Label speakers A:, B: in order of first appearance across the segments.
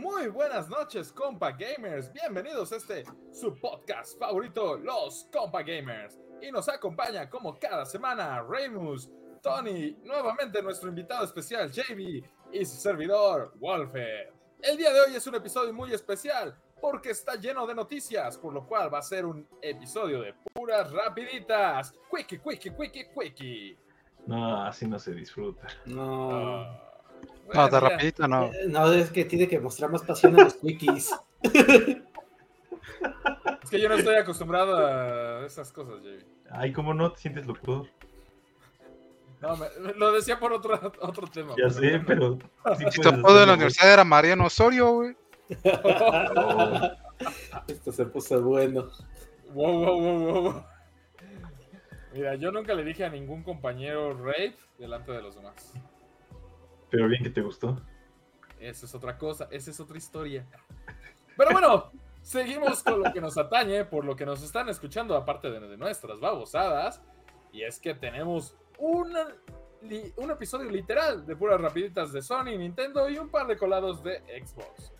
A: Buenas noches, compa gamers. Bienvenidos a este su podcast favorito, los compa gamers. Y nos acompaña como cada semana Remus, Tony, nuevamente nuestro invitado especial JB y su servidor Wolfer. El día de hoy es un episodio muy especial porque está lleno de noticias, por lo cual va a ser un episodio de puras rapiditas. Quickie, quickie, quickie, quickie.
B: No, así no se disfruta.
C: No.
A: Ah,
D: No, de
A: gracias.
D: rapidito no.
C: Eh, No, es que tiene que mostrar más pasión a los quickies.
A: Es que yo no estoy acostumbrado a esas cosas, JB.
B: Ay, ¿cómo no te sientes locutor?
A: No, me- lo decía por otro, otro tema.
B: Ya sé, pero. sí puedes
D: Si tu apodo de la
B: hacerlo, güey.
D: universidad era Mariano Osorio, güey.
B: Oh,
C: Esto se puso bueno.
A: Wow, wow, wow, wow, wow. Mira, yo nunca le dije a ningún compañero rape delante de los demás.
B: pero bien que te gustó.
A: Esa es otra cosa, esa es otra historia. Pero bueno, seguimos con lo que nos atañe, por lo que nos están escuchando, aparte de, de nuestras babosadas. Y es que tenemos una li- un episodio literal de puras rapiditas de Sony, Nintendo y un par de colados de Xbox.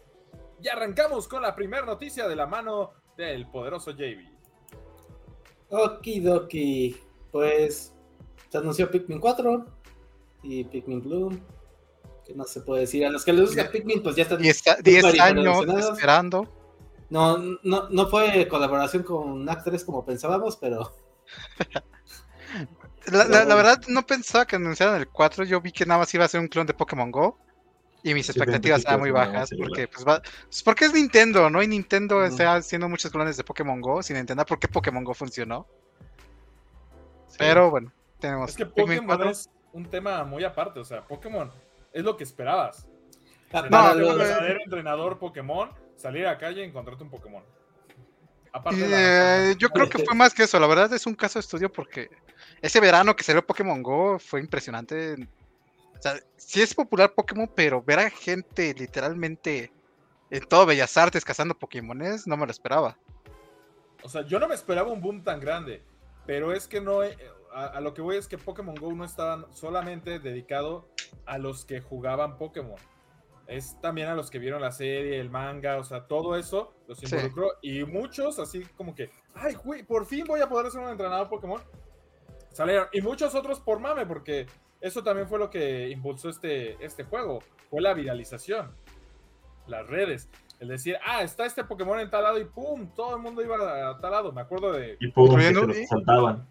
A: Y arrancamos con la primera noticia de la mano del poderoso JB.
C: Okidoki. Pues se anunció Pikmin 4 y Pikmin Blue. Que no se puede decir. A los que les gusta
D: Die-
C: Pikmin, pues ya están.
D: 10
C: súper
D: años
C: hiperrelacionados.
D: esperando.
C: No, no, no fue colaboración con Knack 3 como pensábamos, pero
D: La, la- la verdad, no pensaba que anunciaran el 4. Yo vi que nada más iba a ser un clon de Pokémon Go. Y mis
B: Sí,
D: expectativas
B: pensé que
D: estaban muy
B: iba a ser
D: bajas.
B: un celular.
D: Porque, pues, va- pues, porque es Nintendo, ¿no? Y Nintendo
C: Ujú.
D: está haciendo muchos clones de Pokémon Go sin entender por qué Pokémon Go funcionó.
B: Sí.
D: Pero bueno, tenemos
A: Es que
D: Pikmin
A: Pokémon
D: 4.
A: es un tema muy aparte, o sea, Pokémon es lo que esperabas.
C: pa-
A: Ser
D: No,
C: para
A: un
D: no,
C: los-
D: no,
A: verdadero entrenador Pokémon, salir a la calle y encontrarte un Pokémon. Aparte de la-
D: Eh, yo creo que fue más que eso. La verdad es un caso de estudio porque ese verano que salió Pokémon Go fue impresionante. O sea, sí es popular Pokémon, pero ver a gente literalmente en todo Bellas Artes cazando Pokémones, no me lo esperaba.
A: O sea, yo no me esperaba un boom tan grande, pero es que no... eh, A, a lo que voy es que Pokémon GO no estaba solamente dedicado a los que jugaban Pokémon. Es también a los que vieron la serie, el manga, o sea, todo eso los
D: Sí.
A: involucró. Y muchos así como que, ay, güey, por fin voy a poder ser un entrenador Pokémon. Salieron. Y muchos otros por mame, porque eso también fue lo que impulsó este, este juego. Fue la viralización. Las redes. El decir, ah, está este Pokémon en tal lado y pum, todo el mundo iba a tal lado. Me acuerdo de...
B: Y pum, que
D: Incluyendo-
B: te los saltaban.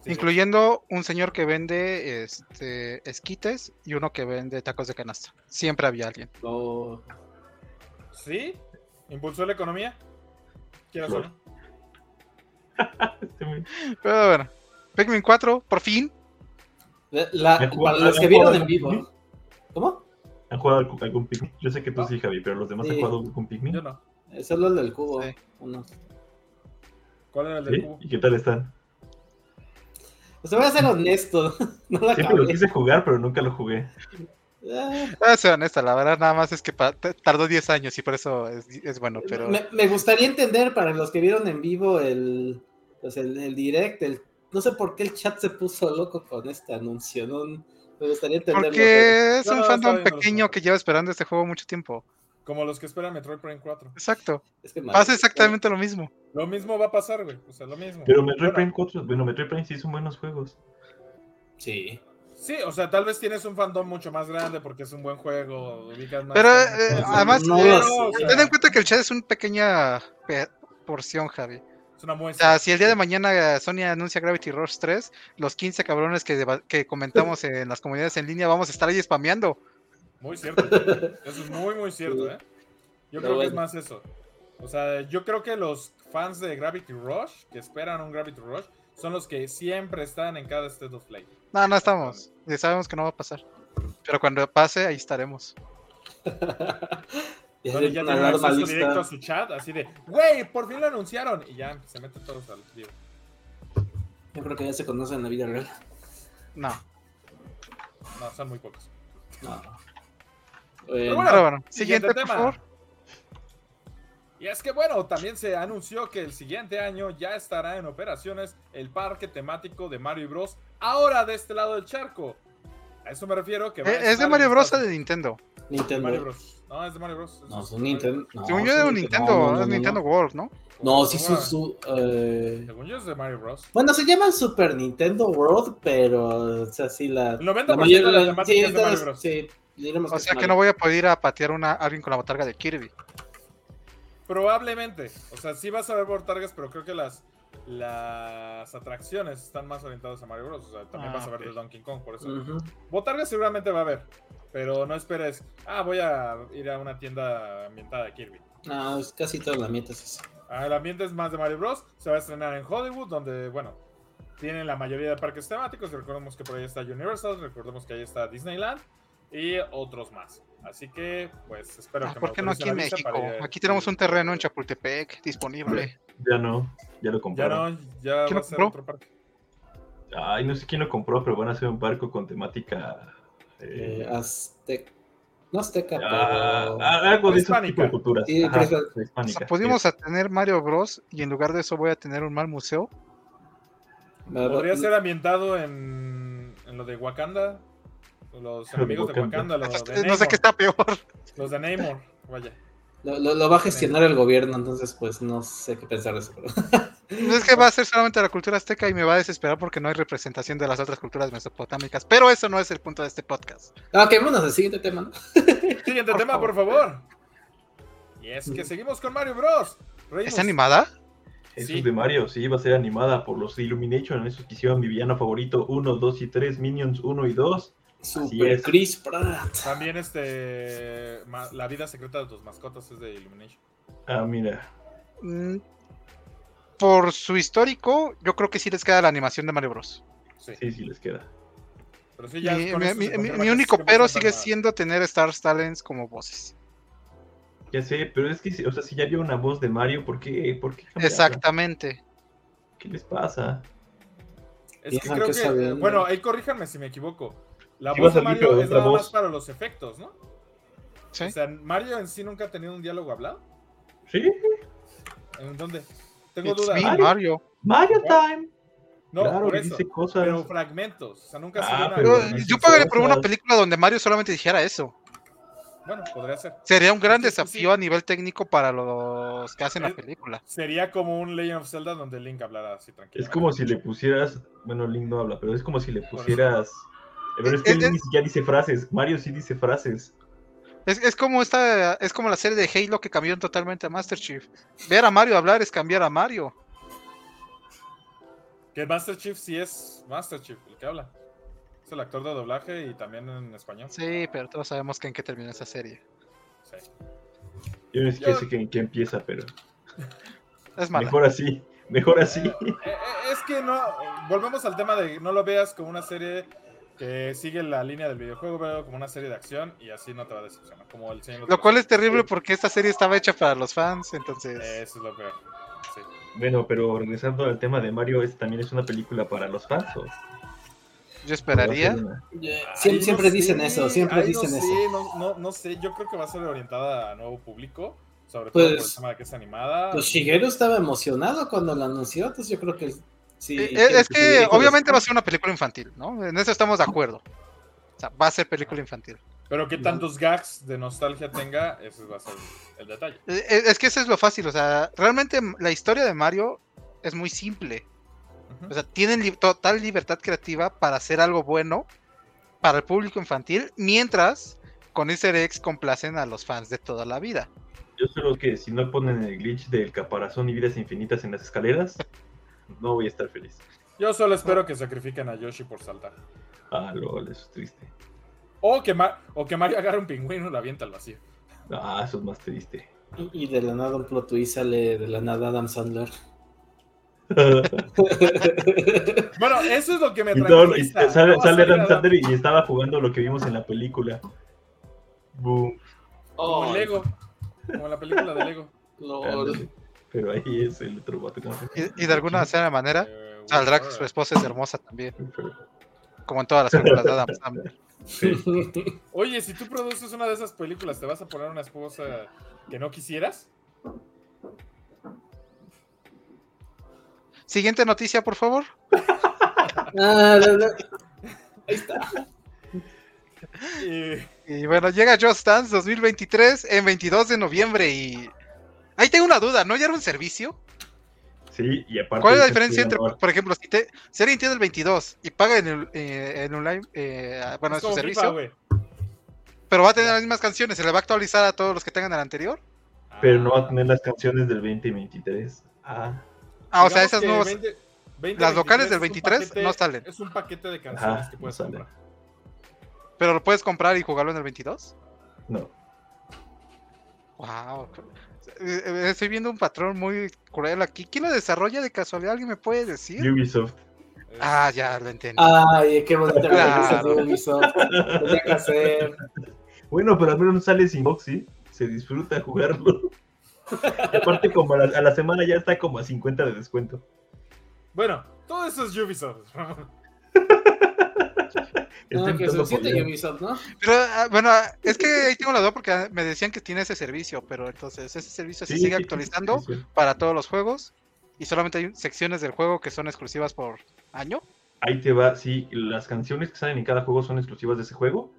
A: sí,
D: Incluyendo un señor que vende este, esquites y uno que vende tacos de canasta. Siempre había alguien.
C: no,
A: ¿Sí? ¿Impulsó la economía? Quiero
B: Claro.
A: saber.
B: Este güey.
D: Pero bueno, Pikmin 4, por fin.
C: la-
B: ¿Han jugado-
C: para los
B: han
C: que vieron
B: jugado
C: en vivo.
B: Pikmin?
C: ¿Cómo?
B: ¿Han jugado algún, algún Pikmin? Yo sé que tú
A: No.
B: sí, Javi, pero los demás
C: Sí.
B: han jugado algún Pikmin.
A: Yo no.
C: Eh, Solo el del cubo.
D: Sí.
C: uno.
A: ¿Cuál era el del
B: ¿Sí?
A: cubo?
B: ¿Y qué tal están?
C: Pues te voy a ser honesto. No la
B: Siempre lo
C: acabé.
B: quise jugar, pero nunca lo jugué.
C: Ah,
D: Ah, sea honesta, la verdad nada más es que pa- t- tardó 10 años y por eso es, es bueno. Pero...
C: Me, me gustaría entender para los que vieron en vivo el, pues el, el direct, el, no sé por qué el chat se puso loco con este anuncio. No, me gustaría entenderlo. pero-
D: Porque es
A: No,
D: un
A: no, está
D: fandom
A: bien, no lo
D: pequeño
A: sé.
D: que lleva esperando este juego mucho tiempo.
A: Como los que esperan Metroid Prime 4.
D: Exacto.
C: es que madre,
D: Pasa exactamente lo mismo.
A: Lo mismo va a pasar, güey. O sea, lo mismo.
B: Pero Metroid
A: Bueno,
B: Prime 4, bueno, Metroid Prime sí son buenos juegos.
C: Sí.
A: Sí, o sea, tal vez tienes un fandom mucho más grande porque es un buen juego. ubicas más
D: Pero
A: gente.
D: eh, además,
C: no
D: eh,
C: lo sé.
A: o sea,
D: ten en cuenta que el chat es una pequeña pe- porción, Javi.
A: es una
D: O
A: muestra.
D: sea, si el día de mañana eh, Sony anuncia Gravity Rush 3, los 15 cabrones que, deba- que comentamos en las comunidades en línea vamos a estar ahí spameando.
A: Muy cierto. güey. Eso es muy, muy cierto, ¿eh? Yo
C: Pero
A: creo que es
C: bueno.
A: más eso. O sea, yo creo que los fans de Gravity Rush, que esperan un Gravity Rush, son los que siempre están en cada State of Play.
D: No, no estamos. Ya sabemos que no va a pasar. Pero cuando pase, ahí estaremos.
C: Ya
A: Donde
C: tiene
A: ya
C: una
A: tienen
C: alarma
A: acceso
C: lista.
A: directo a su chat, así de, güey, por fin lo anunciaron. Y ya se meten todos al lío.
C: Yo creo que ya se conocen en la vida real.
D: No.
A: No, son muy pocos.
C: No.
A: Pero
C: Bueno,
A: bueno,
D: Pero bueno,
A: siguiente
D: siguiente, por
A: tema.
D: favor.
A: Y es que bueno, también se anunció que el siguiente año ya estará en operaciones el parque temático de Mario Bros. Ahora de este lado del charco. A eso me refiero que va a
D: Eh, Es de
A: estar
D: Mario
A: en
D: Bros.
A: Estados-
D: de Nintendo.
C: Nintendo.
A: Mario Bros. No, es de Mario Bros.
C: No,
A: Es
C: es un Nintendo. No,
D: Según yo
C: es
D: era un
C: no,
D: Nintendo,
C: no,
D: era
C: no, no.
D: Nintendo World, ¿no?
C: No, sí, su.
A: Según-
C: su, eh,
A: Según yo es de Mario Bros.
C: Bueno, se llaman Super Nintendo World, pero. O sea, sí, la.
A: El 90%
C: la mayoría
A: de la
C: la-
A: temática
C: sí,
A: es de Mario Bros.
C: sí, diríamos
D: O sea que
C: es Mario.
D: no voy a poder ir a patear una, a alguien con la botarga de Kirby.
A: Probablemente. O sea, sí vas a ver botargas, pero creo que las, las atrciones están más orientadas a Mario Bros. O sea, también
D: Ah,
A: vas a ver
D: ok.
A: de Donkey Kong, por eso.
C: Ujú.
A: Botargas seguramente va a haber. Pero no esperes. Ah, voy a ir a una tienda ambientada de Kirby.
C: No, Ah, es casi toda la meta es eso.
A: Ah, El ambiente es más de Mario Bros. Se va a estrenar en Hollywood, donde, bueno, tienen la mayoría de parques temáticos. Recordemos que por ahí está Universal, recordemos que ahí está Disneyland y otros más. Así que, pues, espero
D: Ah,
A: que me
D: ¿Por qué no aquí
A: autoricen
D: en
A: la visa
D: México?
A: para ir a-
D: Aquí tenemos un terreno en Chapultepec disponible.
B: Ya no, ya lo
A: Ya
B: compraron.
A: no, ya
D: ¿Quién
A: va
D: lo
A: a ser
D: compró?
A: otro parque.
B: Ay, no sé quién lo compró, pero van a hacer un barco con temática. eh,
C: Eh, Aztec. No Azteca,
B: ah,
C: pero.
B: ah, algo de esos
A: Prehispánica.
B: tipo de culturas.
C: Eh, Sí,
A: ah,
B: Ajá,
C: prehispánica.
D: O
B: prehispánica,
D: sea,
B: sí.
D: pudimos a tener Mario Bros. y en lugar de eso voy a tener un mal museo.
C: la-
A: Podría
C: la-
A: ser ambientado en, en lo de Wakanda. Los
B: Lo de
A: enemigos de Wakanda,
B: Wakanda.
A: los de
D: Este, Eh, no sé
A: Namor.
D: qué está peor.
A: Los de Namor, vaya.
C: Lo, lo- lo va a gestionar el gobierno, entonces pues no sé qué pensar de eso. pero-
D: No es que va a ser solamente la cultura azteca y me va a desesperar porque no hay representación de las otras culturas mesopotámicas. Pero eso no es el punto de este podcast.
C: Ah, ok, vámonos al siguiente tema. ¿no?
A: Siguiente
D: Por
A: tema, por favor. Y es que seguimos con Mario Bros.
D: ¿Es
A: Reímos.
D: animada?
B: Eso
A: Sí.
B: es de Mario, sí, va a ser animada por los Illumination, esos que hicieron mi villano favorito 1, 2 y 3, Minions 1 y 2.
C: Super
B: es.
C: Chris Pratt.
A: También este ma- La vida secreta de tus mascotas es de Illumination.
B: Ah, mira,
D: Mm, Por su histórico, yo creo que sí les queda la animación de Mario Bros.
A: Sí.
B: sí, sí les queda.
A: Pero sí, ya
D: mi,
A: con
D: mi-
A: esto se
D: mi- mi-
A: confirma
D: mi
A: que
D: único
A: sí va a ser
D: pero sigue
A: animada.
D: siendo tener Star Talents como voces.
B: Ya sé, pero es que, si- o sea, si ya había una voz de Mario, ¿por qué? ¿Por qué cambiarla?
D: Exactamente.
B: ¿Qué les pasa?
A: Es que
C: Piensan
A: creo
C: que
A: que.
C: saben,
A: bueno,
C: ¿no?
A: ahí corríjanme si me equivoco. La
B: Sí, va
A: voz
B: a
A: de
B: salir, pero
A: Mario es
B: otra
A: nada más
B: voz.
A: para los efectos, ¿no?
D: ¿sí?
A: O sea, Mario en sí nunca ha tenido un diálogo hablado.
B: ¿Sí?
A: ¿En dónde? Tengo
D: It's
A: dudas.
D: me,
B: Mario.
D: Mario.
B: Mario Time.
A: No,
B: claro,
A: por
B: que
A: eso.
B: dice cosas.
A: Pero fragmentos. O sea, nunca ha
B: Ah,
A: sido una.
B: pero-
D: Yo,
B: Bueno,
D: yo
B: sí,
D: pagaría
B: sí,
D: por una
B: sí.
D: película donde Mario solamente dijera eso.
A: Bueno, podría ser.
D: Sería un gran
A: Sí, sí, sí.
D: desafío a nivel técnico para los que hacen la
A: Eh,
D: película.
A: Sería como un Legend of Zelda donde Link hablara así tranquilo.
B: Es como si le pusieras. Bueno, Link no habla, pero es como si le
A: Por eso.
B: pusieras. Pero es que
D: Eh,
B: él
D: eh,
B: ni siquiera dice frases. Mario sí dice frases.
D: Es, es como esta, es como la serie de Halo que cambiaron totalmente a Master Chief. Ver a Mario hablar es cambiar a Mario.
A: Que Master Chief sí es Master Chief, el que habla. Es el actor de doblaje y también en español.
D: Sí, pero todos sabemos que en qué terminó esa serie.
A: Sí.
B: Yo ni siquiera
A: Yo-
B: sé que- en qué empieza, pero.
D: Es mala.
B: Mejor así. Mejor así.
A: Eh, eh, Es que no. Volvemos al tema de no lo veas como una serie que sigue la línea del videojuego, veo como una serie de acción y así no te va a decepcionar. Como el Señor de los
D: Lo cual es
A: Anillos.
D: terrible pues. porque esta serie estaba hecha para los fans, entonces.
A: Eso es lo peor. Sí.
B: Bueno, pero regresando al tema de Mario, ¿es, también es una película para los fans. ¿o?
D: Yo
B: va a ser
D: esperaría.
B: una-
C: Siem-
A: Ahí no
C: siempre dicen
A: sé,
C: eso, siempre
A: ahí
C: dicen
A: no
C: eso.
A: sé, no, no, no sé, yo creo que va a ser orientada a nuevo público, sobre todo por el
C: Pues,
A: tema de que es animada.
C: Pues Shigeru estaba emocionado cuando lo anunció, entonces yo creo que sí.
D: Eh, eh, es que obviamente va a ser una película infantil, ¿no? En eso estamos de acuerdo. O sea, va a ser película infantil.
A: Pero que tantos gags de nostalgia tenga, ese va a ser el detalle.
D: Eh, eh, Es que eso es lo fácil, o sea, realmente m- la historia de Mario es muy simple.
A: Ujú.
D: O sea, tienen li- total libertad creativa para hacer algo bueno para el público infantil, mientras con Easter eggs complacen a los fans de toda la vida.
B: Yo solo que si no ponen el glitch del caparazón y vidas infinitas en las escaleras, no voy a estar feliz.
A: Yo solo espero que sacrifiquen a Yoshi por saltar.
B: Ah, lol, eso es triste.
A: O que, Ma- o que Mario agarre un pingüino y lo avienta al vacío.
B: Ah, eso es más triste.
C: Y, y de la nada un plot twist sale de la nada Adam Sandler.
A: Bueno, eso es lo que me
B: Y todo- y
A: tranquiliza.
B: sale,
A: No va a
B: sale
A: salir
B: Adam
A: a-
B: Sandler y estaba jugando lo que vimos en la película. Boom.
A: Como en
C: Oh,
A: Lego. Como en la película de Lego.
C: Lord.
B: Pero ahí es el otro vato. ¿cómo se llama?
D: Y, y de alguna cierta manera,
A: Eh,
D: saldrá
A: bueno,
D: que su esposa es hermosa también,
B: Pero-
D: como en todas las películas de Adam Sandler.
B: sí.
A: Oye, si tú produces una de esas películas, ¿te vas a poner una esposa que no quisieras?
D: Siguiente noticia, por favor.
C: Ah, la- la- Ahí está.
A: Y
D: Y bueno, llega Just Dance 2023 en 22 de noviembre y... Ahí tengo una duda, ¿no ya era un servicio?
B: Sí, y aparte.
D: ¿Cuál es la
B: dices que
D: diferencia entre,
B: ahora-
D: por ejemplo, si, te, si alguien tiene el 22 y paga en, el, eh, en online, eh, bueno,
A: es
D: en su
A: como
D: servicio,
A: FIFA, güey.
D: pero va a tener las mismas canciones, se le va a actualizar a todos los que tengan el anterior?
B: Pero no va a
A: Ah.
B: tener las canciones del 2023. Ah,
D: Ah, o sea,
A: Digamos
D: esas
A: que
D: nuevas,
A: 20, 20,
D: las
A: 23
D: locales del
A: es un
D: 23
A: paquete-
D: no salen,
A: Es un paquete de canciones
B: Ajá,
A: que puedes
B: no sale.
A: comprar.
D: pero lo puedes comprar y jugarlo en el 22.
B: no.
D: Wow. Eh, eh, Estoy viendo un patrón muy cruel aquí. ¿Quién lo desarrolla de casualidad? ¿Alguien me puede decir?
B: Ubisoft.
A: Es-
D: Ah, ya lo entendí.
C: Ay, qué bonita
D: Claro.
C: claro. Ubisoft. Tenía que hacer.
B: Bueno, pero al menos no sale sin Boxy. Se disfruta jugarlo. Y aparte, como a la, a la semana ya está como a 50 de descuento.
A: Bueno, todo eso es Ubisoft.
B: Está
C: No, que
B: evitando
C: suficiente
B: problemas.
C: Ubisoft, ¿no?
D: Pero ah, bueno, ah, es que ahí tengo la duda porque ah, me decían que tiene ese servicio, pero entonces ese servicio se
B: Sí,
D: sigue
B: sí, sí,
D: actualizando
B: sí, sí.
D: para todos los juegos y solamente hay secciones del juego que son exclusivas por año.
B: Ahí te va, sí, las canciones que salen en cada juego son exclusivas de ese juego.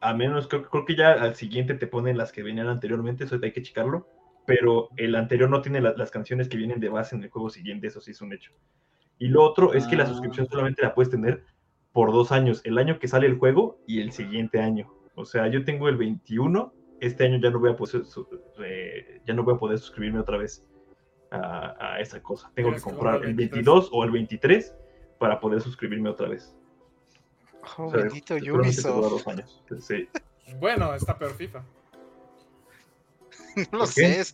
B: A menos, creo, creo que ya al siguiente te ponen las que venían anteriormente, eso hay que checarlo. Pero el anterior no tiene la- las canciones que vienen de base en el juego siguiente, eso sí es un hecho. Y lo otro es que la
C: Ah.
B: suscripción solamente la puedes tener por dos años, el año que sale el juego y el siguiente año. O sea, yo tengo el 21, este año ya no voy a poder, su- eh, ya no voy a poder suscribirme otra vez a, a esa cosa. Tengo que
A: Tienes que
B: comprar
A: comprar
B: el
A: el
B: 22 o el 23 para poder suscribirme otra vez.
D: Oh,
B: O sea,
D: bendito
B: seguramente te dura
D: Ubisoft.
B: dos años. Sí.
A: bueno, está peor FIFA.
D: No lo
B: ¿Por qué?
D: sé. es-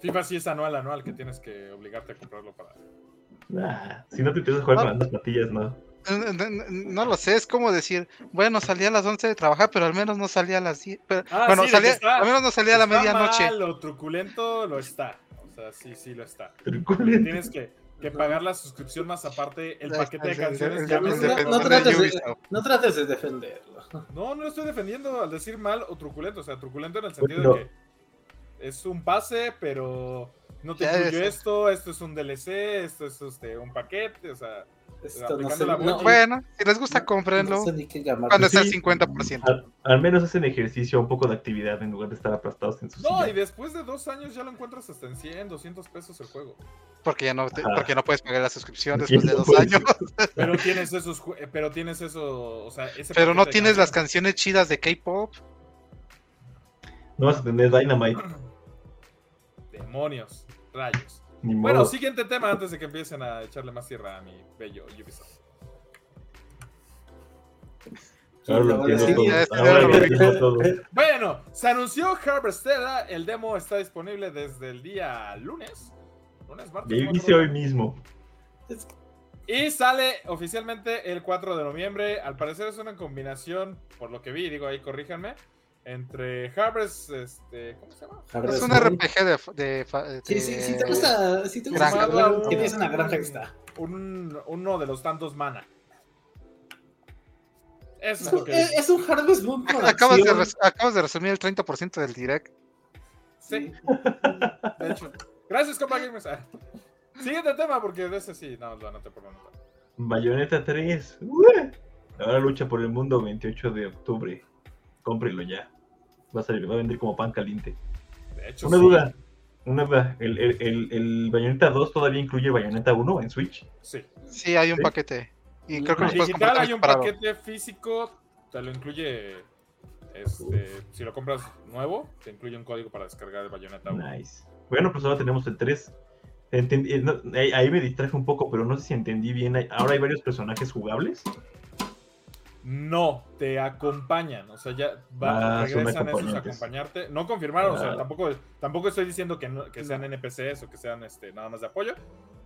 A: FIFA sí es anual, anual, que tienes que obligarte a comprarlo para...
B: Nah, si no te interesa jugar con las patillas, no.
D: n- n- n- No lo sé, es como decir, bueno, salí a las 11 de trabajar, pero al menos no salí a las 10. pero-
A: Ah,
D: bueno,
A: sí, de
D: salí-
A: que está-
D: al menos no salí a la
A: Está
D: medianoche.
A: mal o truculento lo está. O sea, sí, sí lo está.
B: Truculento.
A: Tienes que, que pagar la suscripción más aparte el
D: Ahí está,
A: paquete de
D: el- el- el-
A: canciones.
D: el
A: que hablas.
C: no-
D: defensor
C: no
D: de
C: trates de-
D: Ubisoft.
C: No trates de defenderlo.
A: No, no lo estoy defendiendo al decir mal o truculento. O sea, truculento en el sentido
B: Pero-
A: de que es un pase, pero no te
D: Ya
A: incluyo
D: ves.
A: esto, esto es un DLC, esto es este, un paquete, o sea,
C: Esto no
A: Aplicando
C: sé,
A: la buena.
C: no-
D: Bueno, si les gusta,
C: no-
D: cómprenlo
C: no sé ni qué llamarlo.
D: cuando está al
B: Sí.
D: 50%.
B: Al, al menos hacen ejercicio, un poco de actividad en lugar de estar aplastados en su
A: No,
B: silla.
A: y después de dos años ya lo encuentras hasta en 100, 200 pesos el juego.
D: Porque ya no, te-
B: Ajá.
D: porque no puedes pagar la suscripción
B: Porque
D: después de
B: no
D: dos
B: puedes.
D: años.
A: Pero tienes esos, ju- eh, pero tienes eso, o sea, ese
D: Pero no
A: paquete de
D: tienes las
A: canciones.
D: canciones chidas de K-pop.
B: No vas a tener Dynamite,
A: Demonios, rayos.
B: ni modo.
A: Bueno, siguiente tema antes de que empiecen a echarle más tierra a mi bello Ubisoft.
B: Ahora lo
C: Sí,
B: entiendo
D: ya
B: todo.
D: está,
B: Ahora
D: ya
B: lo
D: lo
B: entiendo todo.
A: Bueno, se anunció Harvestella, el demo está disponible desde el día lunes. Lunes, martes.
B: Le
A: no me
B: hice
A: acuerdo.
B: hoy mismo.
A: Y sale oficialmente el 4 de noviembre. Al parecer es una combinación, por lo que vi, digo ahí, corríjanme, entre Harvest, este, ¿cómo se llama?
C: Harvest
D: Es un
C: Moon.
D: RPG de. fa- de fa-
C: Sí, sí, sí,
D: de-
C: te gusta, si te gusta,
D: granja.
C: jugar, que tienes una granja que está.
A: Un, uno de los tantos mana. Eso
C: Es
A: es lo
C: un,
A: que
C: es- es un Harvest Moon con
D: Acabas de,
C: acción.
D: res- acabas de resumir el 30% del direct.
A: Sí, de hecho. Gracias, compa Gamers. Ah. Siguiente tema, porque de ese sí, no, lo anoté por lo menos.
B: Bayonetta 3. ¡Ué! Ahora lucha por el mundo 28 de octubre. Cómprelo ya. Va a, salir, va a vender como pan caliente.
A: De hecho,
B: Una
A: sí.
B: duda. Una duda. ¿El, el, el, el Bayonetta 2 todavía incluye Bayonetta 1 en Switch?
A: Sí.
D: Sí, hay un
B: ¿Sí?
D: paquete. Y creo que
C: Ah,
D: los puedes comprar
A: Digital hay
D: también
A: un
D: separado.
A: paquete físico, te lo incluye. Este, si lo compras nuevo, te incluye un código para descargar el Bayonetta 1.
B: Nice. Bueno, pues ahora tenemos el 3. Entendí- eh, no, ahí, ahí me distraje un poco, pero no sé si entendí bien. Hay- Ahora hay varios personajes jugables.
A: No, te acompañan. O sea, ya va,
B: Ah, son
A: regresan esos a
B: acompañantes.
A: acompañarte. No confirmaron, o sea,
B: Ah.
A: tampoco, tampoco estoy diciendo que, no- que sean NPCs o que sean este, nada más de apoyo.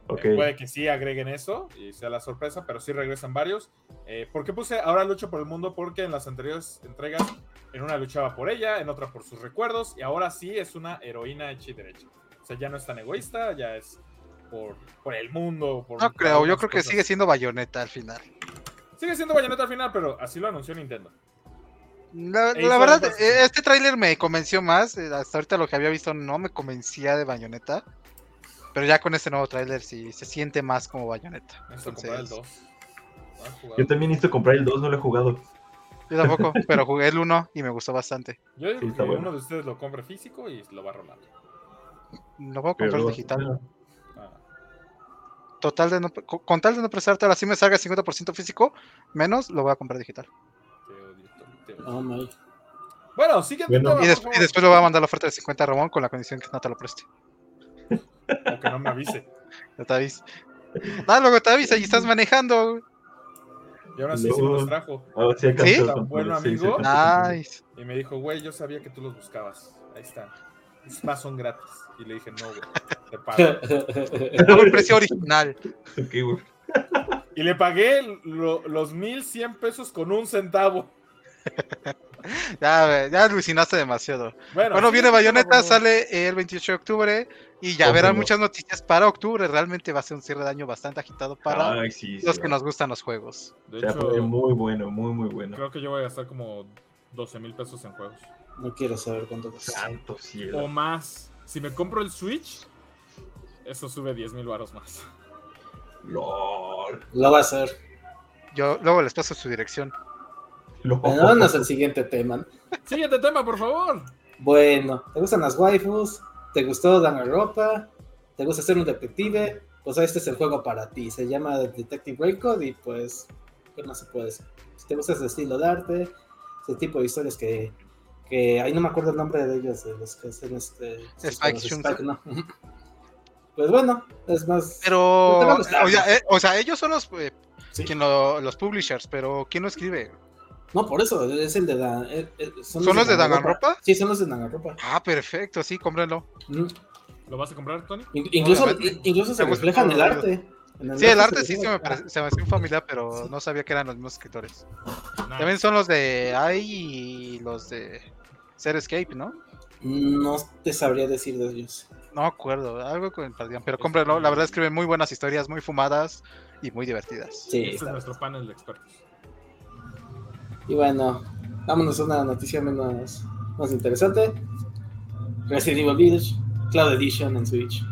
B: Ok.
A: Eh, puede que sí agreguen eso y sea la sorpresa, pero sí regresan varios. Eh, ¿Por qué puse ahora lucha por el mundo? Porque en las anteriores entregas, en una luchaba por ella, en otra por sus recuerdos, y ahora sí es una heroína hecha y derecha. O sea, ya no es tan egoísta, ya es por, por el mundo. Por,
D: No
A: por
D: creo, yo
A: otras
D: creo que
A: cosas.
D: sigue siendo bayoneta al final.
A: Sigue siendo Bayonetta al final, pero así lo anunció Nintendo.
D: La,
A: Ahí
D: la
A: fueron
D: verdad,
A: dos.
D: eh, este tráiler me convenció más. eh, Hasta ahorita lo que había visto no me convencía de bayoneta. Pero ya con este nuevo tráiler sí se siente más como bayoneta.
A: Necesito comprar el
D: Entonces,
A: 2. No he jugado.
B: Yo también necesito comprar el 2, no lo he jugado.
D: Yo tampoco, pero jugué el 1 y me gustó bastante.
A: Yo digo
B: Sí,
A: que
B: está bueno.
A: uno de ustedes lo compre físico y lo va rolando.
D: No puedo comprar
B: Pero,
D: digital.
A: Ah,
D: Total de no, con con tal de no prestártela, así me salga 50% físico, menos lo voy a comprar digital.
A: te odio, Tony, te odio.
C: Oh my.
A: Bueno, siguiente
B: Bueno.
A: tema,
D: Y,
A: por
D: des- y
A: favor.
D: después le voy a mandar la oferta de 50 a Ramón con la condición que no te lo preste.
A: O que no me avise.
D: No te avisa. Ah, luego te avisa y estás manejando. güey.
A: Y aún así sí me los
B: No.
A: trajo.
B: Ahora ah, sí alcanzó
D: ¿Sí? Ah,
B: a
A: Tan
B: comprar,
A: bueno,
B: sí, sí
A: amigo.
B: alcanzó a comprar.
D: Nice.
A: Y me dijo, güey, yo sabía que tú los buscabas. Ahí están. Es más, son gratis. Y le dije, no, güey, te pago.
D: Por el precio original.
B: Ok, güey.
A: Y le pagué lo- los 1100 pesos con un centavo.
D: Ya, güey, ya alucinaste demasiado.
A: Bueno,
D: Bueno,
A: sí,
D: viene
A: sí,
D: Bayonetta,
A: vamos.
D: sale el 28 de octubre y ya
B: Ojo,
D: verán
B: no.
D: muchas noticias para octubre. Realmente va a ser un cierre de año bastante agitado para
B: Ay, sí, sí,
D: los que
B: va.
D: nos gustan los juegos.
A: De
B: Se va a poner
A: hecho,
B: muy bueno, muy, muy bueno.
A: creo que yo voy a gastar como 12 mil pesos en juegos.
C: No quiero saber cuánto cuesta.
B: Santo
A: O
B: cielo.
A: más. Si me compro el Switch, eso sube 10 mil baros más. Oh.
B: LOL.
C: Lo va a hacer.
D: Yo luego les paso su dirección.
B: LOL.
C: Bueno, vámonos al siguiente tema.
A: Siguiente tema, por favor.
C: Bueno, ¿te gustan las waifus? ¿Te gustó ropa? ¿Te gusta ser un detective? Pues este es el juego para ti. Se llama Detective Raycode y pues, ¿qué más se puede decir? Si te gusta ese estilo de arte, ese tipo de historias que, que ahí no me acuerdo el nombre de ellos, de los que hacen este... sus
D: Spike
C: juegos,
D: Chunsoft.
C: ¿no? Pues bueno, es más...
D: Pero,
C: Te va a gustar.
D: o sea, eh, o sea, ellos son los, eh,
C: Sí.
D: quien lo- los publishers, pero ¿quién lo escribe?
C: No, por eso, es el de... Dan- eh, eh,
D: ¿Son los de
C: Danganronpa.
D: Danganronpa?
C: Sí, son los de Danganronpa.
D: Ah, perfecto, sí, cómprenlo.
C: Mm.
A: ¿Lo vas a comprar, Tony?
C: In- Incluso,
D: Obviamente.
C: incluso se
D: Me gusta
C: refleja en
D: todo
C: el
D: lo
C: arte. En
D: Sí, el arte
C: se
D: sí se me,
C: refleja.
D: pare- se me hacía un familiar, pero no sabía que eran los mismos escritores.
A: Nah.
D: También son los de AI y los de Ser Escape, ¿no?
C: No te sabría decir de ellos.
D: No me acuerdo, algo con el Guardián, pero cómprenlo. La verdad escriben muy buenas historias, muy fumadas y muy divertidas.
C: Sí,
A: este es
C: está.
A: nuestro panel de expertos.
C: Y bueno, vámonos a una noticia menos más interesante. Resident Evil Village, Cloud Edition en Switch.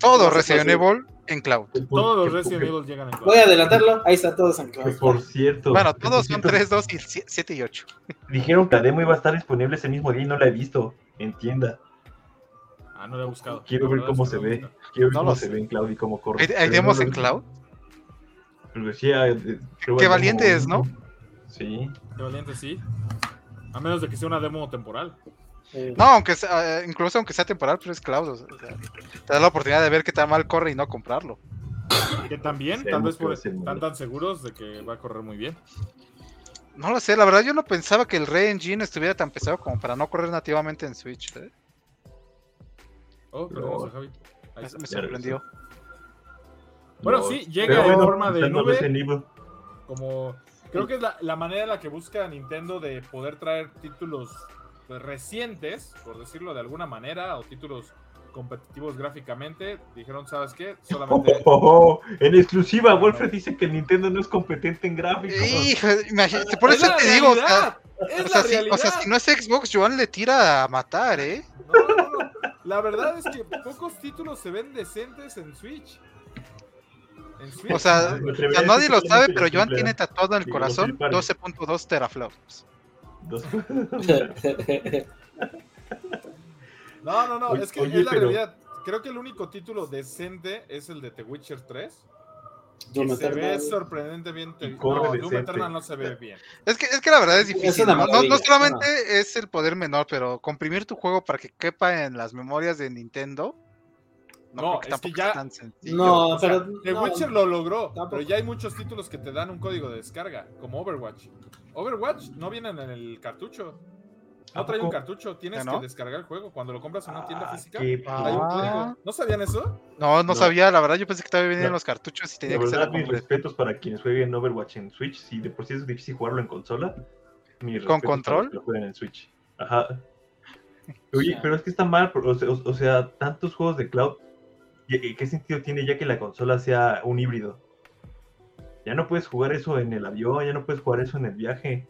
D: Todo
C: Vamos a
D: Resident
C: hacer-
D: Evil en cloud.
A: Todos los
B: Que-
A: Resident
B: que-
A: Evil llegan en
C: Voy a adelantarlo, ahí está todos en
B: que
C: Cloud.
B: por cierto.
D: Bueno,
B: que
D: todos
B: por
D: son
B: cierto,
D: 3, 2 y 7 y 8.
B: Dijeron que la demo iba a estar disponible ese mismo día y no la he visto. Entienda.
A: Ah, no lo he buscado.
B: Quiero ver
A: La verdad
B: cómo
A: es que no
B: se
A: lo he
B: ve.
A: buscado.
B: Quiero ver
D: No
B: cómo
D: lo
B: se
D: sé.
B: ve en cloud y cómo corre.
D: ¿Hay, hay
B: Pero
D: demos
B: no lo-
D: en cloud?
B: Pues sí, hay- de- prueba
D: Qué
B: demo.
D: valientes, ¿no?
B: Sí.
A: Qué valiente, sí. A menos de que sea una demo temporal.
C: Eh,
D: No, aunque sea- eh, incluso aunque sea temporal, pero es cloud. o sea, te da la oportunidad de ver qué tan mal corre y no comprarlo.
A: Que también, tal
B: Sabemos
A: vez
B: que
A: por,
B: va a ser muy
A: están
B: bien.
A: tan seguros de que va a correr muy bien.
D: No lo sé, la verdad yo no pensaba que el Re Engine estuviera tan pesado como para no correr nativamente en Switch. ¿eh?
A: Oh, perdón,
B: Lord.
A: Javi. Ahí
D: Me,
A: está.
D: me sorprendió.
A: Bueno,
B: No,
A: sí, llega
B: pero
A: en
B: bueno,
A: forma de
B: Nintendo
A: nube.
B: Resident Evil.
A: Como, creo que es la, la manera en la que busca Nintendo de poder traer títulos pues, recientes, por decirlo de alguna manera, o títulos competitivos gráficamente. Dijeron, ¿sabes qué?
B: Oh,
A: Solamente
B: oh, oh, oh. En exclusiva, Wolfred dice que Nintendo no es competente en gráficos.
D: Hijo, imagínate, por eso
A: ¡Es la
D: te digo, o sea,
A: realidad!
D: o
A: ¡Es
D: sea,
A: la
D: si, o sea,
A: realidad!
D: si no es Xbox, Joan le tira a matar, ¿eh?
A: No, no, no. La verdad es que pocos títulos se ven decentes en Switch. En Switch.
D: O sea,
B: Me
D: O
B: atrevería
D: sea,
B: a
D: nadie
B: decir
D: lo
B: que
D: sabe,
B: solamente
D: pero
B: la
D: Joan
B: triple A.
D: tiene tatuado en el
B: Digo, los
D: corazón
B: triple A.
D: 12.2 teraflops.
B: Dos-
A: no, no, no,
B: Oye,
A: es que
B: oye,
A: es la
B: pero-
A: realidad. Creo que el único título decente es el de The Witcher 3.
C: Doom
A: que se ve
C: Eternal.
A: sorprendentemente bien.
B: corre
A: No, Doom
B: decente.
A: Eternal no se ve bien.
D: Es que, es que la verdad es
C: Es
D: difícil.
C: una
D: ¿no? No- No,
C: maravilla,
D: solamente es el poder menor, pero comprimir tu juego para que quepa en las memorias de Nintendo.
A: No,
D: No, creo que
A: es que
D: tampoco
A: ya-
D: es tan sencillo.
C: No,
A: O sea,
C: pero.
A: The
C: no,
A: Witcher lo logró,
C: Tampoco.
A: pero ya hay muchos títulos que te dan un código de descarga, como Overwatch. Overwatch no vienen en el cartucho. No
B: ¿A
A: trae un
B: poco?
A: cartucho, tienes
D: ¿Ya no?
A: que descargar el juego. Cuando lo compras en una tienda
B: Ah,
A: física,
B: qué
A: trae un
D: Ah.
A: código. ¿No sabían eso?
D: No, no,
B: No.
D: sabía, la verdad yo pensé que todavía venían
B: No.
D: los cartuchos y
B: La
D: tenía que ser
B: verdad,
D: la
B: mis
D: compra.
B: respetos para quienes jueguen Overwatch en Switch. Si de por sí es difícil jugarlo en consola, mis
D: ¿Con
B: respetos para
D: control?
B: los que lo juegan en Switch. Ajá. Oye, pero es que está mal. O sea, o- o sea, tantos juegos de cloud. ¿y- y ¿Qué sentido tiene ya que la consola sea un híbrido? Ya no puedes jugar eso en el avión, ya no puedes jugar eso en el viaje.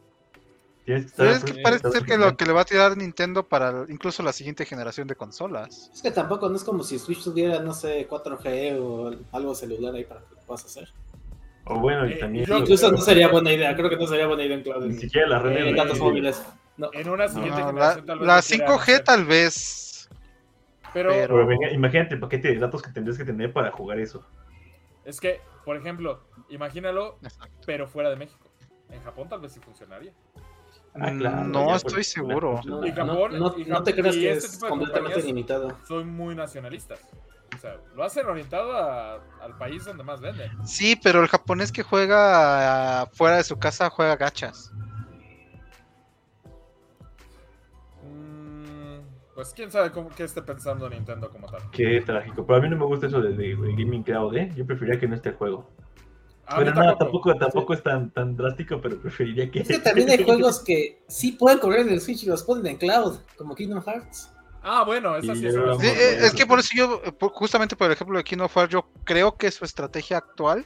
B: Tienes que estar.
D: Pero es que
A: Sí,
D: parece
B: estás
D: ser que lo
B: original.
D: que le va a tirar Nintendo para el- incluso la siguiente generación de consolas.
C: Es que tampoco no es como si Switch tuviera, no sé, 4G o algo celular ahí para que lo puedas hacer.
B: O bueno, y
A: Eh,
B: también.
A: yo-
C: Incluso no sería buena idea, creo que no sería buena idea en cloud.
B: Ni
C: En,
B: siquiera
A: eh,
B: las redes. de-
C: en datos móviles.
A: En una siguiente
D: No, la,
A: generación tal vez
D: la
A: lo quieran
D: 5G
A: hacer.
D: tal vez.
A: Pero,
D: pero-
B: Pero venga, imagínate el paquete de datos que tendrías que tener para jugar eso.
A: es que, por ejemplo, imagínalo, pero fuera de México. En Japón tal vez sí funcionaría.
B: Ah, claro,
D: no
B: ya,
D: estoy
B: pues,
D: seguro.
B: una-
C: No,
A: Y
C: no,
A: Japón-
C: no-
A: y
C: no te
A: Japón-
C: creas
A: y
C: que
A: este
C: es
A: tipo de
C: completamente
A: compañías-
C: limitado.
A: Son muy nacionalistas. O sea, lo hacen orientado a- al país donde más venden.
D: Sí, pero el japonés que juega fuera de su casa juega gachas.
A: Mm, pues quién sabe cómo, qué esté pensando Nintendo como tal.
B: Qué trágico. Pero a mí no me gusta eso de, de- de Gaming Cloud, ¿eh? Yo preferiría que no esté el juego.
A: A mí
B: bueno, no, Ah, tampoco, tampoco es tan, tan drástico, pero preferiría que.
C: Es que también hay juegos que sí pueden correr en el Switch y los ponen en cloud, como Kingdom Hearts.
A: Ah, bueno, esa
B: Y
A: sí
B: ya
A: es
B: lo
A: una-
B: hablamos
D: Sí,
B: de
D: eh, es
B: eso.
D: que por eso yo, eh, por- justamente por el ejemplo de Kino Fire, yo creo que su estrategia actual,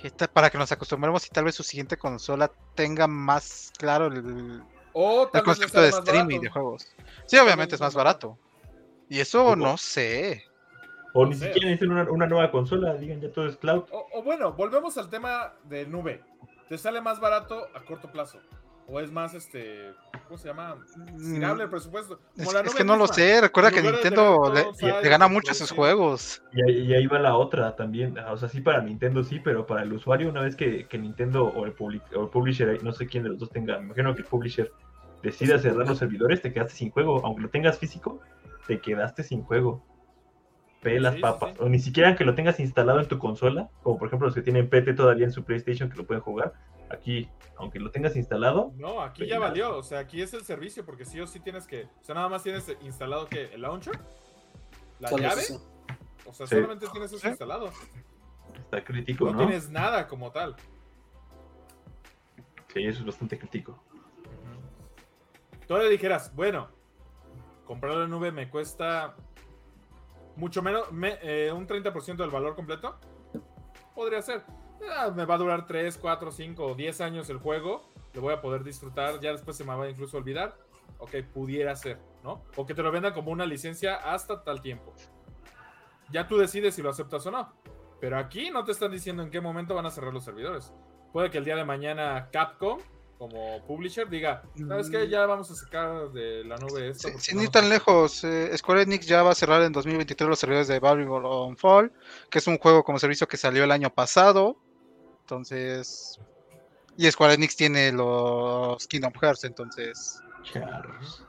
D: que ta- para que nos acostumbremos y tal vez su siguiente consola tenga más claro el, el
A: O tal vez les
D: concepto de
A: sale más
D: streaming de
A: barato.
D: juegos. Sí, obviamente
A: les
D: es más
A: sea más
D: barato. Y eso
B: Ojo.
D: no sé.
B: O
A: no
B: ni
A: sé.
B: siquiera necesitan una, una nueva consola, digan ya todo es cloud.
A: O, o bueno, volvemos al tema de nube. ¿Te sale más barato a corto plazo? ¿O es más, este, ¿cómo se llama? Estirable el presupuesto.
D: Mm, Es,
A: Como la
D: es
A: nube
D: que no lo
A: misma.
D: sé, recuerda
A: En
D: que
A: lugar de
D: Nintendo
A: tener
D: le,
A: todo
D: le-
A: side,
D: le gana mucho a
A: pues,
D: sus
A: sí.
D: juegos.
B: Y ahí, y ahí va la otra también. O sea, sí para Nintendo sí, pero para el usuario, una vez que, que Nintendo o el, public- o el publisher, ahí, no sé quién de los dos tenga, me imagino que el publisher decida cerrar los servidores, te quedaste sin juego. Aunque lo tengas físico, te quedaste sin juego. Pelas
A: Sí, sí,
B: papas.
A: sí.
B: O ni siquiera que lo tengas instalado en tu consola, como por ejemplo los que tienen PT todavía en su PlayStation que lo pueden jugar. Aquí, aunque lo tengas instalado,
A: No, aquí ya valió. O sea, aquí es el servicio, porque sí o sí tienes que. O sea, nada más tienes instalado que el launcher, la
C: Solo es
A: llave.
C: eso.
A: O sea,
B: Sí.
A: solamente tienes eso
D: Sí.
A: instalado.
B: está crítico,
A: No,
B: ¿no?
A: tienes nada como tal.
B: Sí, eso es bastante crítico.
A: Tú le dijeras, bueno, comprarlo en nube me cuesta mucho menos, me- eh, un 30% del valor completo. Podría ser. Ah, me va a durar 3, 4, 5 o 10 años el juego. Lo voy a poder disfrutar. Ya después se me va incluso a olvidar. Ok, pudiera ser, ¿no? O que te lo vendan como una licencia hasta tal tiempo. Ya tú decides si lo aceptas o no. Pero aquí no te están diciendo en qué momento van a cerrar los servidores. Puede que el día de mañana Capcom, como publisher, diga, ¿sabes qué? Ya vamos a sacar de la nube esto.
D: Sí,
A: porque
D: sin
A: no
D: ir
A: nos
D: tan lejos, eh, Square Enix ya va a cerrar en 2023 los servidores de Babylon Fall, que es un juego como servicio que salió el año pasado. Entonces. Y Square Enix tiene los Kingdom Hearts, entonces.
B: Charros.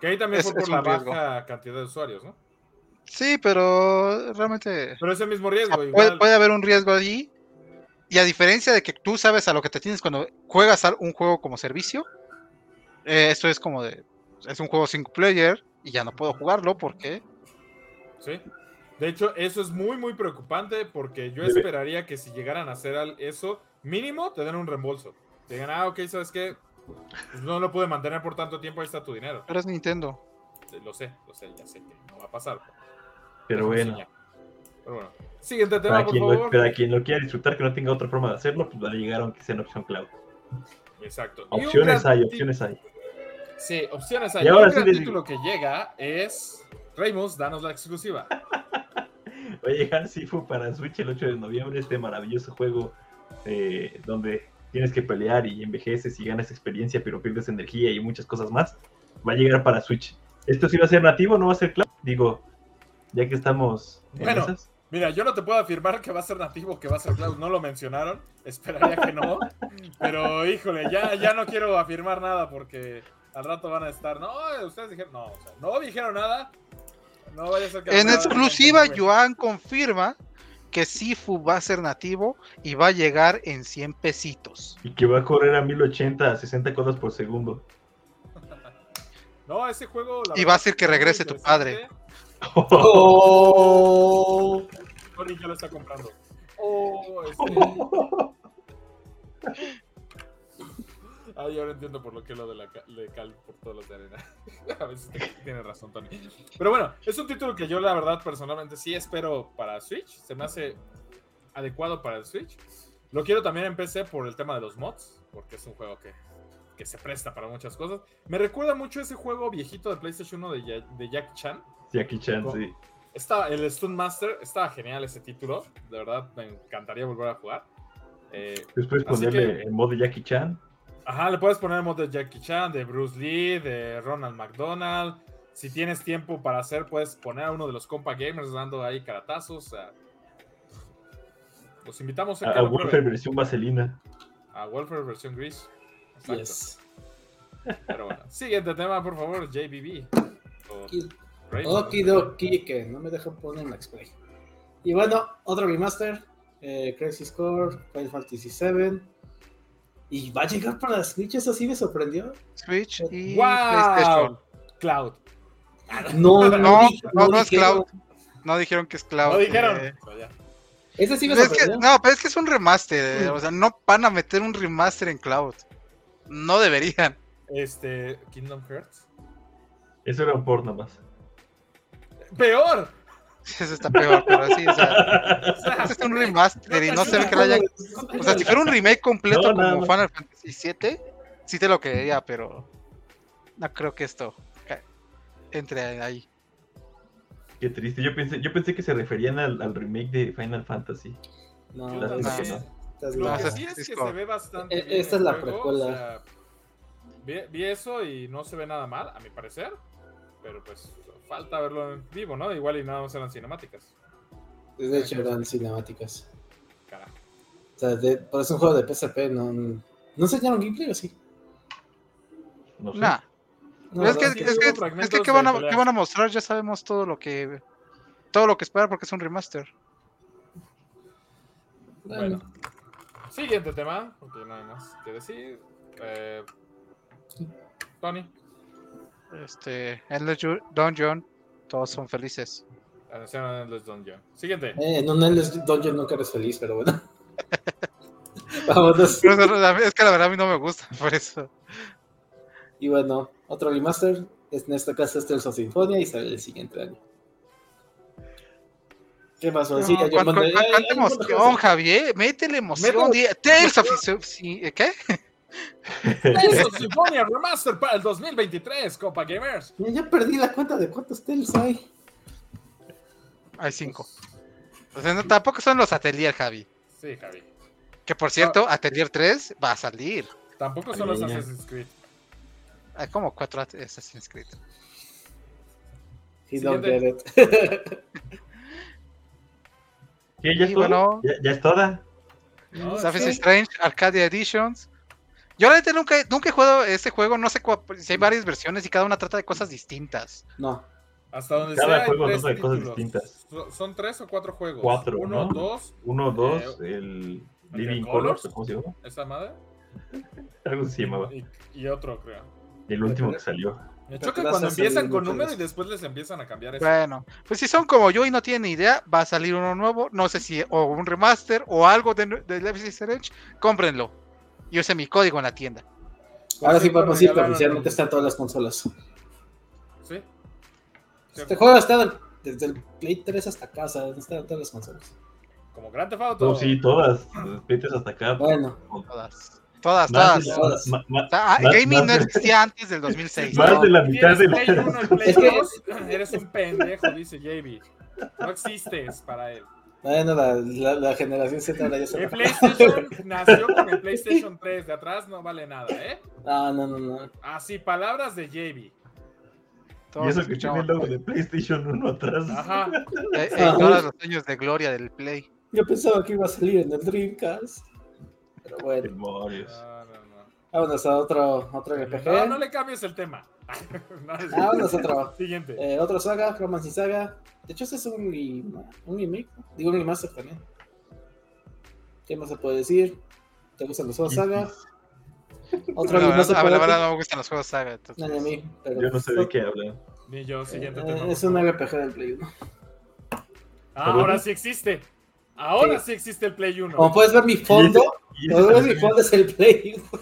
A: Que ahí también
D: Es-
A: fue
D: es
A: por la
D: un riesgo.
A: baja cantidad de usuarios, ¿no?
D: Sí, pero realmente.
A: Pero ese mismo
D: o sea,
A: riesgo,
D: puede,
A: igual.
D: Ah, puede haber un riesgo allí. Y a diferencia de que tú sabes a lo que te tienes cuando juegas a un juego como servicio, eh, esto es como de. Es un juego single player y ya no puedo jugarlo porque.
A: Sí. De hecho, eso es muy, muy preocupante porque yo
B: Debe-
A: esperaría que si llegaran a hacer al- eso, mínimo te den un reembolso. Te digan, ah, ok, ¿sabes qué? Pues no lo pude mantener por tanto tiempo, ahí está tu dinero. Eh,
D: Pero es Nintendo.
A: Lo sé, lo sé, ya sé que no va a pasar. Es
B: Pero
A: una
B: bueno.
A: señal. Pero bueno. Siguiente tema,
B: Para
A: por
B: quien, lo,
A: favor.
B: para quien lo quiera disfrutar, que no tenga otra forma de hacerlo, pues van a llegar aunque sea en opción cloud.
A: Exacto. Y un
B: Opciones
A: gran
B: hay,
A: ti-
B: opciones hay.
A: Sí, opciones hay.
B: Y
A: Y
B: ahora
A: un
B: sí
A: gran
B: les
A: título que llega es. Ramos, danos la exclusiva.
B: Va a llegar Sifu para Switch el 8 de noviembre, este maravilloso juego eh, donde tienes que pelear y envejeces y ganas experiencia, pero pierdes energía y muchas cosas más. Va a llegar para Switch. Esto sí va a ser nativo, no va a ser cloud. Digo, ya que estamos en
A: Bueno.
B: esas.
A: Mira, yo no te puedo afirmar que va a ser nativo, que va a ser cloud. No lo mencionaron. Esperaría que no. Pero híjole, ya, ya no quiero afirmar nada porque al rato van a estar. No, ustedes dijeron. No, o sea, no dijeron nada. No vaya a ser que. al
D: En
A: final
D: exclusiva,
A: digan que no,
D: Joan confirma que Sifu va a ser nativo y va a llegar en 100 pesitos.
B: Y que va a correr a 1080 a 60 cuadros por segundo.
A: No, ese juego. la
D: Y va a
A: verdad,
D: ser que
A: es muy
D: regrese tu padre.
A: interesante.
C: Oh,
A: Tony ya lo está comprando. Oh, este.
B: Pero
A: Ah, yo ahora entiendo por lo que lo de la ca- de cal por todos los de arena. A veces te- tienes razón, Tony. Pero bueno, es un título que yo la verdad personalmente sí espero para Switch. Se me hace adecuado para el Switch. Lo quiero también en PC por el tema de los mods, porque es un juego que, que se presta para muchas cosas. Me recuerda mucho ese juego viejito de PlayStation 1 de, Ya- de Jack Chan.
B: Jackie Chan, sí.
A: Está, el Stone Master estaba genial ese título. De verdad, me encantaría volver a jugar. Eh,
B: Después
A: Así
B: ponerle
A: que-
B: el mod de Jackie Chan.
A: ajá, le puedes poner el mod de Jackie Chan, de Bruce Lee, de Ronald McDonald. Si tienes tiempo para hacer, puedes poner a uno de los compa gamers dando ahí caratazos. o sea, los invitamos a
B: A,
A: que
B: a
A: lo prueben.
B: Wolfer versión vaselina.
A: A Wolfer versión gris. Exacto.
C: Yes.
A: Pero bueno. Siguiente tema, por favor, JBB. O Raymond.
C: Okidoki, que no me deja poner Max Play. Y bueno, otro remaster, eh, Crisis Core, Final Fantasy VII. Y va a llegar para Switch, eso sí me sorprendió.
D: Switch y PlayStation.
A: ¡Wow! Cloud.
C: No,
D: No,
C: dije-
D: no, no es
C: dijeron.
D: cloud. No dijeron que es cloud.
A: Lo dijeron.
D: eh.
A: Pero ya.
C: Ese sí me
D: Pero es que,
C: sorprendió.
D: no, pero es que es un remaster. eh, O sea, no van a meter un remaster en cloud. No deberían.
A: Este, Kingdom Hearts.
B: Eso era un port nada más.
A: ¡Peor!
D: Eso está peor, pero sí, o sea,
A: O sea,
D: este es un remaster y no se ve que lo hayan. O sea, si fuera un remake completo
B: No, nada
D: como
B: más.
D: Final Fantasy VII, sí te lo creería, pero no creo que esto ca- entre ahí.
B: Qué triste. Yo pensé, yo pensé que se referían al, al remake de Final Fantasy.
C: No,
A: Yo
C: no,
A: también.
C: estás
A: Lo
D: No,
C: loco.
A: que
D: o sea,
A: sí es que
D: Discord.
A: se ve bastante
C: E-
A: bien
C: esta
A: el
C: es la
A: juego,
C: precuela.
A: o sea, vi, vi eso y no se ve nada mal, a mi parecer. Pero pues falta verlo en vivo, ¿no? Igual y nada más eran cinemáticas.
C: De hecho, eran cinemáticas.
A: Carajo.
C: O sea, de, por eso un juego de PSP no. ¿No se llama gameplay o sí?
B: No sé.
D: Nah.
C: No,
D: Pero es
C: no,
D: que,
A: sí
D: es
A: hubo
D: que, es
A: fragmentos
D: que ¿qué, van a,
A: de
D: qué
A: pelea.
D: van a mostrar? Ya sabemos todo lo que todo lo que esperar porque es un remaster.
A: Bueno. Siguiente tema, porque no hay más que decir. Eh, Tony,
D: Este, Endless Ju- Dungeon, todos son felices.
A: anunciaron Endless Dungeon. Siguiente.
C: Eh, en un Endless Dungeon nunca eres feliz, pero bueno. Vámonos.
D: Pero es la- es que la verdad a mí no me gusta, por eso.
C: Y bueno, otro remaster. Es, en este caso es Tales of Symphonia y sale el siguiente año. ¿Qué más,
D: No,
C: Juancita? Pues Yo
D: cuan-
C: mandé-
D: cuan-
C: Ay,
D: ¿Cuánta
C: ay, bueno,
D: emoción, Javier? Métele emoción. di- Tales of Symph- sí, ¿eh, ¿Qué?
A: Tales of Symphonia Remaster para el 2023, Copa Gamers.
C: Juancita, Ya perdí la cuenta de cuántos Tales hay.
D: Hay cinco. O sea, no, tampoco son los Atelier, Javi.
A: Sí, Javi.
D: Que por cierto, Atelier 3 va a salir.
A: Tampoco son los
B: Ay, ya.
A: Assassin's Creed.
D: Hay como cuatro At- Assassin's Creed.
C: He don't
A: Siguiente.
C: get it.
B: ¿Qué, ya, es
D: Y
B: toda?
D: bueno.
B: ¿Ya, ya es toda.
A: No,
D: Life is
A: sí.
D: Strange, Arcadia Editions. Yo realmente nunca, nunca he jugado este juego, no sé cua- si hay varias versiones y cada una trata de cosas distintas.
C: No,
A: Hasta donde
B: Cada
A: sea, hay
B: juego
A: tres
B: trata de cosas
A: títulos.
B: distintas.
A: So- Son tres o cuatro juegos.
B: Cuatro,
A: Uno,
B: ¿no?
A: dos,
B: Uno, dos, el
A: ¿el de
B: Living
A: Eh, Colors?
B: Colors, ¿o ¿cómo se llama?
A: esa madre.
B: Algo así se llamaba.
A: Y, y otro, creo.
B: El último que salió.
A: Me
C: Creo
A: choca
C: que vas
A: cuando
C: a salir
A: empiezan con
C: muchas
A: número y
C: veces.
A: después les empiezan a cambiar eso.
D: Bueno, pues si son como yo y no tienen ni idea, va a salir uno nuevo, no sé si o un remaster o algo de, nu- de Life is Strange, cómprenlo. Y use mi código en la tienda.
A: Por
C: ahora sí
A: cierto,
C: podemos decir que
A: regalaron
C: oficialmente
A: el-
C: está en todas las consolas.
A: Sí.
C: Este
A: Cierto.
C: juego ha estado desde el Play 3 hasta acá, o sea, está en todas las consolas.
A: Como Grand Theft Auto.
B: No, sí, todas. Vete hasta acá.
C: Bueno,
D: Todas, todas,
B: Más
D: todas.
B: de la-
C: todas.
B: ma- ma-
D: Ah,
B: más-
D: gaming
B: más
D: no
B: de-
D: existía antes del 2006.
B: Más de la mitad
A: Tienes
B: de
A: Play
B: la.
A: 1 y Play
C: Es que-
A: 2. Eres un pendejo, dice JB. No existes para él.
C: bueno la, la, la generación Z ahora ya se
A: El
C: va.
A: PlayStation nació con el PlayStation 3. De atrás no vale nada, ¿eh?
C: Ah, no, no, no.
A: Así, palabras de JB.
D: Todos
B: Y eso que tiene
D: escuchamos,
B: el logo de PlayStation 1 atrás.
A: Ajá.
D: eh, eh, todos los años de gloria del Play.
C: Yo pensaba que iba a salir en el Dreamcast. Pero bueno,
B: Demonios.
D: Ah.
A: No, no, no.
C: vámonos a otro, otro RPG.
A: No, no le cambies el tema. No, es-
C: Vámonos a otro.
A: Siguiente.
C: Eh, otra saga, Chromancy Saga. De hecho, ese es un, rem- un remake. ¿no? Digo, un remaster también. ¿Qué más se puede decir? ¿Te gustan los juegos saga? Otro
D: la,
C: remaster
D: verdad, ah, la
C: para
D: verdad
C: ti.
D: no me gustan los juegos saga. entonces-
C: No, ni a mí, pero-
B: pues,
C: pues,
B: Yo no sé de qué hablan.
A: Ni yo, siguiente
C: Eh,
A: tema. por
C: es un
A: favor.
C: RPG del Play 1.
A: Ah, ahora sí existe. Ahora sí existe el Play 1.
C: Como puedes ver, mi fondo.
B: Y
C: Como puedes ver, mi
B: ese-
C: fondo es el Play 1.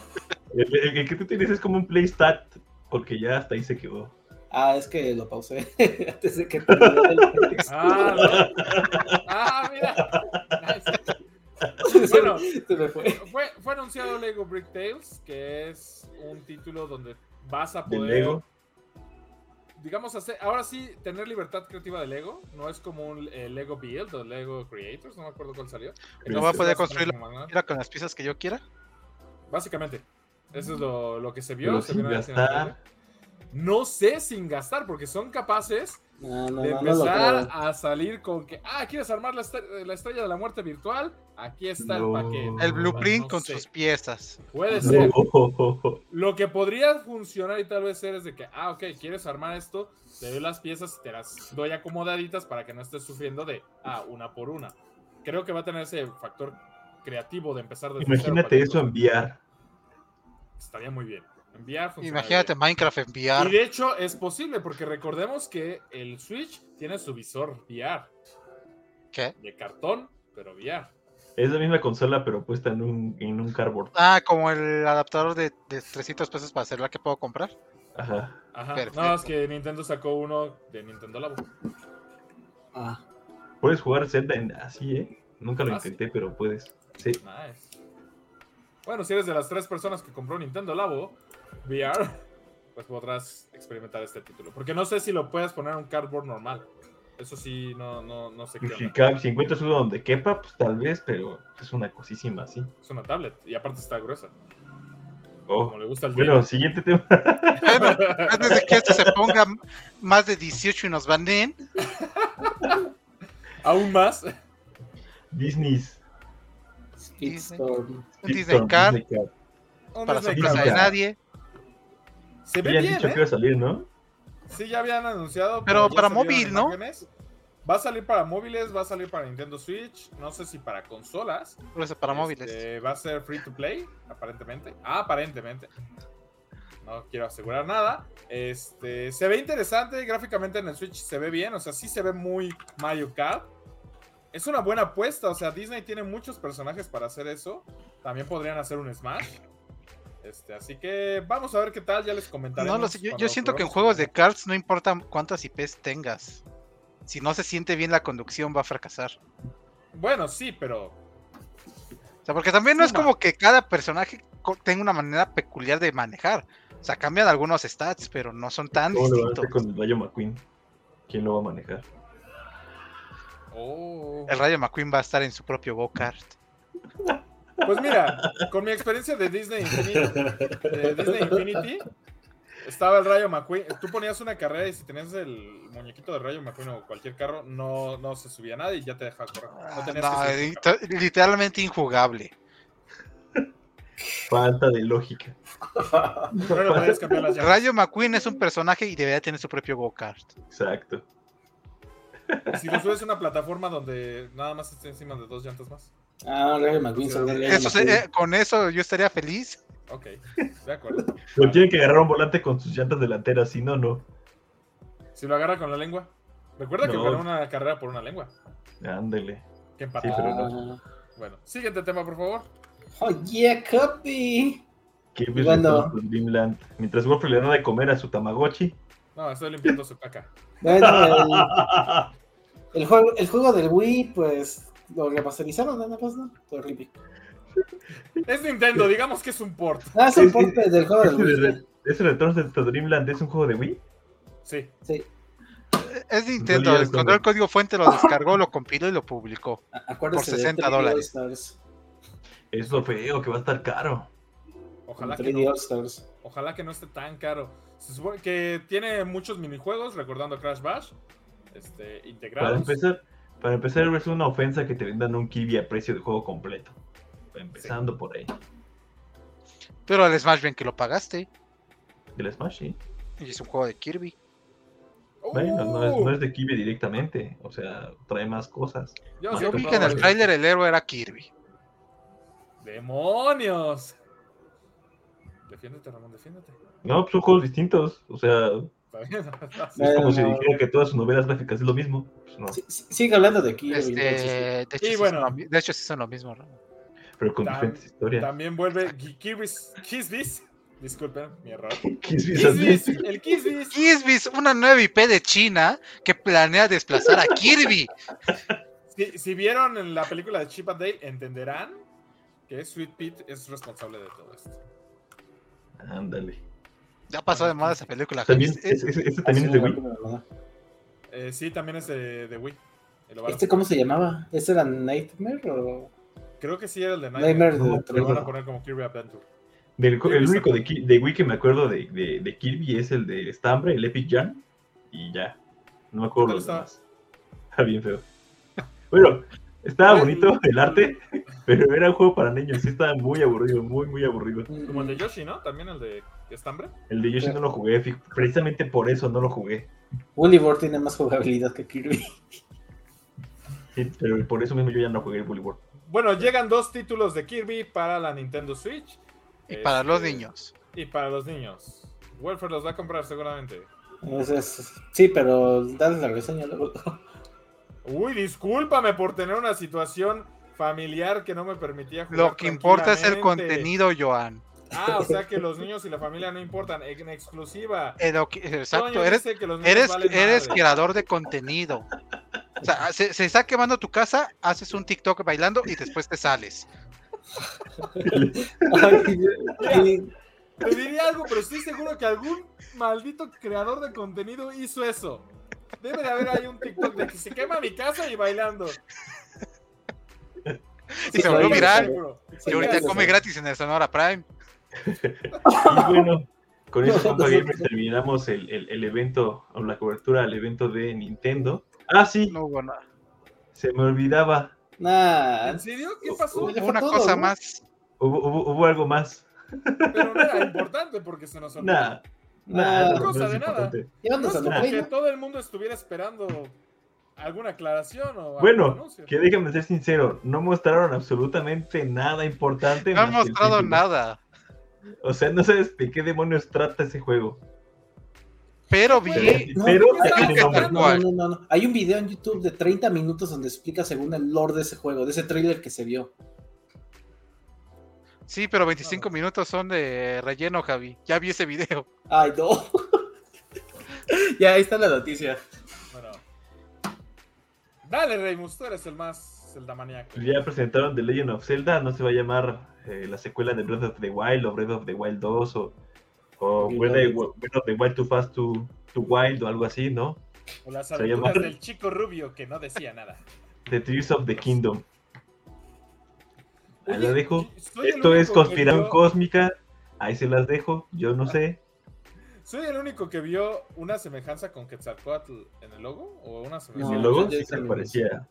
B: el, el- el que tú tienes es como un PlayStat, porque ya hasta ahí se quedó.
C: Ah, es que lo pausé antes de que terminara el texto.
A: Ah, no. ah, mira.
C: Se me-
A: Bueno,
C: se me fue.
A: fue, fue anunciado Lego Brick Tales, que es un título donde vas a
B: Del
A: poder
B: Lego.
A: digamos, hacer, ahora sí, tener libertad creativa de Lego. No es como un eh, Lego Build o Lego Creators, no me acuerdo cuál salió.
D: No va a
A: Entonces,
D: poder
A: vas
D: construir
A: como manual.
D: Mira, con las piezas que yo quiera.
A: Básicamente, eso es lo, lo que se vio.
B: Mm. Pero
A: se
B: sin
A: vio en la escena
B: gastar.
A: previa. No sé sin gastar, porque son capaces
C: No, no,
A: de
C: no, no lo
A: empezar
C: creo.
A: a salir con que, ah, ¿quieres armar la, estre- la estrella de la muerte virtual? Aquí está
B: No.
A: el paquete.
B: No,
D: El blueprint
A: no
D: con
A: sé.
D: sus piezas.
A: Puede
B: No,
A: ser.
B: oh, oh, oh.
A: Lo que podría funcionar y tal vez ser es de que, ah, ok, quieres armar esto, te doy las piezas y te las doy acomodaditas para que no estés sufriendo de, ah, una por una. Creo que va a tener ese factor creativo de empezar desde cero
B: Imagínate
A: cualquier
B: eso
A: cosa.
B: enviar.
A: Estaría muy bien. Enviar funcionaría
D: Imagínate
A: bien.
D: Minecraft en VR.
A: Y de hecho es posible, porque recordemos que el Switch tiene su visor VR
D: ¿Qué?
A: de cartón, pero VR.
B: Es la misma consola, pero puesta en un, en un cardboard.
D: Ah, como el adaptador de, de 300 pesos para hacerla que puedo comprar.
B: Ajá.
A: Ajá. No,
D: Perfecto.
A: es que Nintendo sacó uno de Nintendo Labo.
C: Ah,
B: Puedes jugar Zelda en- así, ¿eh? Nunca lo
A: Ah, sí.
B: intenté, pero puedes. Sí.
A: Nice. Bueno, si eres de las tres personas que compró Nintendo Labo VR, pues podrás experimentar este título. Porque no sé si lo puedes poner en un cardboard normal. Eso sí, no, no, no sé qué.
B: Si,
A: onda.
B: cabe- si encuentras uno donde quepa, pues tal vez, pero es una cosísima, sí.
A: Es una tablet y aparte está gruesa.
B: Oh.
A: Como le gusta al
B: Bueno, siguiente tema.
D: Bueno, antes de que esto se ponga más de 18 y nos baneen,
A: Diego. Aún más.
B: Disney's.
C: Speedstorm.
D: un Disney Card
B: Disney Card.
A: Un
D: para
A: Disney
D: sorpresa
A: Card.
D: de
B: Card.
D: nadie.
A: Se ve
B: Ya han
A: bien,
B: dicho
A: ¿eh?
B: que iba a salir, ¿no?
A: Sí, ya habían anunciado.
D: Pero
A: ya
D: para
A: salieron
D: móvil, ¿no?
A: imágenes. Va a salir para móviles, va a salir para Nintendo Switch, no sé si para consolas.
D: Lo sé, para móviles.
A: Este, va a ser free to play, aparentemente. Ah, aparentemente. No quiero asegurar nada. Este, se ve interesante gráficamente en el Switch, se ve bien, o sea, sí se ve muy Mario Kart. Es una buena apuesta, o sea, Disney tiene muchos personajes para hacer eso. También podrían hacer un Smash. Este, así que vamos a ver qué tal, ya les comentaré.
D: No lo sé, yo, yo siento que en juegos de cards no importa cuántas IPs tengas. Si no se siente bien la conducción, va a fracasar.
A: Bueno, sí, pero
D: O sea, porque también no es
A: Suma.
D: como que cada personaje co- tenga una manera peculiar de manejar. O sea, cambian algunos stats, pero no son tan
B: ¿Cómo lo van a
D: distintos.
B: hacer con el Rayo McQueen? ¿Quién lo va a manejar?
A: oh.
D: El Rayo McQueen va a estar en su propio go-kart.
A: Pues mira, con mi experiencia de Disney Infinity, de Disney Infinity, estaba el Rayo McQueen. Tú ponías una carrera y si tenías el muñequito de Rayo McQueen o cualquier carro, no, no se subía nada y ya te dejaba correr. No
D: Ah,
A: tenías
D: no,
A: que subirte al
D: lit-
A: carro.
D: literalmente injugable.
B: Falta de lógica.
A: No le podías cambiar las llantas.
D: Rayo McQueen es un personaje y debería tener su propio go-kart.
B: Exacto.
A: Y Si lo subes a una plataforma donde nada más esté encima de dos llantas más.
C: Ah, Larry McQueen.
A: Sí,
C: son de Larry
D: Eso se-
C: McQueen.
D: eh, con eso yo estaría feliz.
A: Ok, de acuerdo.
B: Lo tienen que agarrar un volante con sus llantas delanteras, si no, no.
A: Si lo agarra con la lengua. Recuerda que
B: No.
A: ganó una carrera por una lengua.
B: Ándele.
A: Que
B: Sí,
A: empató.
B: pero
C: Ah.
A: Bueno, siguiente tema, por favor.
C: Oh, yeah, copy.
B: ¿Qué ves
C: Bueno.
B: pues, con tu Dreamland? Mientras Wolf le da de comer a su Tamagotchi.
A: No, estoy limpiando su caca.
C: Bueno, el, el juego, el juego del Wii, pues lo remasterizaron, nada más, ¿no? Por Rippy.
A: Es Nintendo, digamos que es un port.
C: Ah, es
B: Sí,
C: un
B: sí.
C: porte del juego del
B: ¿Ese
C: Wii.
B: de- ese retorno de tu Dreamland es un juego de Wii?
A: Sí.
C: Sí.
D: Es Nintendo,
B: Dolía el
D: encontró el código fuente, lo descargó, lo compiló y lo publicó.
C: A- Acuérdese
D: Por
C: de
D: 60
C: 3D
D: dólares.
C: All-Stars,
B: Es lo feo, que va a estar caro.
A: Ojalá que
C: 3D
A: no.
C: All-Stars.
A: Ojalá que no esté tan caro. Se supone que tiene muchos minijuegos, recordando Crash Bash, este,
B: Para
A: integrados.
B: empezar, para empezar es una ofensa que te vendan un Kiwi a precio de juego completo. Empezando por ahí.
D: Pero el Smash bien que lo pagaste.
B: Del Smash, sí.
D: Y es un juego de Kirby.
A: ¡Uh!
B: Bueno, no es, no es de Kiwi directamente. O sea, trae más cosas.
A: Yo
B: Yo
A: sí
D: Yo vi
A: compraba
D: que en el
A: varios.
D: tráiler el héroe era Kirby.
A: ¡Demonios! Defiéndete, Ramón, defiéndete.
B: No, pues son juegos distintos. O sea,
A: Está bien.
B: es como
C: Bueno,
B: si dijera que todas sus novelas gráficas es lo mismo. Pues no,
C: sí, sí, sigue hablando de Kirby.
D: Este,
C: entonces,
D: de, hecho,
A: Y
D: sí
A: bueno.
D: son lo mi- de hecho, sí son lo mismo. ¿no?
B: pero con
A: Tam-
B: diferentes historias.
A: También vuelve Ki- Kirby's Kiss This. Disculpen mi error.
B: Kiss Kiss
A: Kiss This,
B: Kiss.
A: el Kiss This.
D: Kisbis, una nueva IP de China que planea desplazar a Kirby.
A: Si, si vieron en la película de Chip and Dale, entenderán que Sweet Pete es responsable de todo esto.
B: Ándale.
D: Ya pasó de moda esa película. Eh,
B: También,
D: Es- es-
B: ese, ese- ese también es de Wii.
A: Eh, sí, también es de, de Wii. Eh, lo van a-
C: ¿Este cómo se llamaba? ¿Este era Nightmare o...?
A: Creo que sí era el de Nightmare.
C: Nightmare
B: No,
C: de
A: Lo van a
C: Trevor.
A: poner como Kirby Adventure.
B: Del-
A: Sí,
B: el
A: sí.
B: único de, Ki- de Wii que me acuerdo de, de- de Kirby es el de Stambre, el Epic Jam, y ya. No me acuerdo
A: ¿Qué
B: los
A: tal
B: demás. Está bien feo. Bueno, estaba
A: Bueno,
B: bonito el arte, pero era un juego para niños. Sí, estaba muy aburrido, muy, muy aburrido.
A: Como
C: Mm,
A: el de Yoshi, ¿no? También el de Estambre.
B: El de Yoshi no lo jugué, fi- precisamente por eso no lo jugué.
C: Woolly World tiene más jugabilidad que Kirby.
B: Sí, pero por eso mismo yo ya no jugué el Bully World.
A: Bueno, llegan dos títulos de Kirby para la Nintendo Switch.
D: Y para los
A: Este,
D: niños.
A: Y para los niños. Welfare los va a comprar seguramente.
C: Entonces, sí, pero dale la reseña luego.
A: Uy, discúlpame por tener una situación familiar que no me permitía jugar.
D: Lo que importa es el
A: pues, tranquilamente.
D: contenido, Joan.
A: Ah, o sea que los niños y la familia no importan. En exclusiva.
D: Eh, lo que- Exacto,
A: Toño
D: eres,
A: dice que los niños
D: eres,
A: valen
D: eres
A: madre.
D: creador de contenido. O sea, se, se está quemando tu casa, haces un TikTok bailando y después te sales.
C: Ay, yo- ay,
A: Te diría algo, pero estoy seguro que algún maldito creador de contenido hizo eso. Debe de haber ahí un TikTok de que se quema mi casa y bailando.
D: Y se
C: Sí,
D: volvió
C: baila,
D: viral.
C: baila.
A: Seguro.
C: sí,
D: Y
C: ya
D: ahorita
C: lo
A: eh.
D: come
C: sé.
D: gratis en el Sonora Prime.
B: Y bueno, con eso, compa Gamer, terminamos el, el- el evento, o la cobertura al evento de Nintendo. Ah, sí,
D: No hubo nada.
B: se me olvidaba.
C: Nah,
A: ¿En serio? ¿Qué pasó?
C: Ya fue
D: Una
C: todo,
D: cosa
C: ¿no?
D: más.
B: Hubo, hubo- hubo algo más.
A: Pero no era importante porque se nos olvidó.
B: Nada.
C: nah,
B: Nada.
A: No cosa
B: es
A: de nada.
B: importante.
A: No
C: llévanos
A: es
C: a
A: como
C: Monterrey,
A: que
C: ¿no?
A: todo el mundo estuviera esperando alguna aclaración o algún
B: Bueno,
A: anuncio.
B: Que déjame ser sincero, no mostraron absolutamente nada importante.
D: No han
B: más que el
D: mostrado
B: título.
D: nada.
B: O sea, no sabes de qué demonios trata ese juego.
D: Pero
B: Pero,
D: vi.
C: No,
B: pero
A: no,
B: ya
A: no,
B: tiene
A: no,
B: nombre.
D: tal
C: No,
D: cual.
C: no, no, no. Hay un video en YouTube de 30 minutos donde explica según el lore de ese juego, de ese trailer que se vio.
D: Sí, pero 25 minutos son de relleno, Javi. Ya vi ese video.
C: Ay, no. ya, ahí está la noticia.
A: Bueno. Dale, Reymus, tú eres el más celdamaníaco.
B: Ya presentaron The Legend of Zelda, no se va a llamar eh, la secuela de Breath of the Wild o Breath of the Wild 2 o, o
C: Sí,
B: Breath,
C: no,
B: of-
C: no.
B: Breath of the Wild Too Fast Too, Too Wild o algo así, ¿no?
A: O las
B: Se llama-
A: aventuras del chico rubio que no decía nada.
B: The Tears of the Kingdom. Ahí la
A: Oye,
B: dejo.
A: soy el
B: Esto es
A: único que
B: conspiración
A: vio-
B: cósmica. Ahí se las dejo. Yo no sé.
A: ¿Soy el único que vio una semejanza con Quetzalcoatl en el logo? ¿O una
B: En
A: semejanza?
C: No,
B: el logo
C: yo
B: sí
C: hice
B: se
C: mi
B: parecía.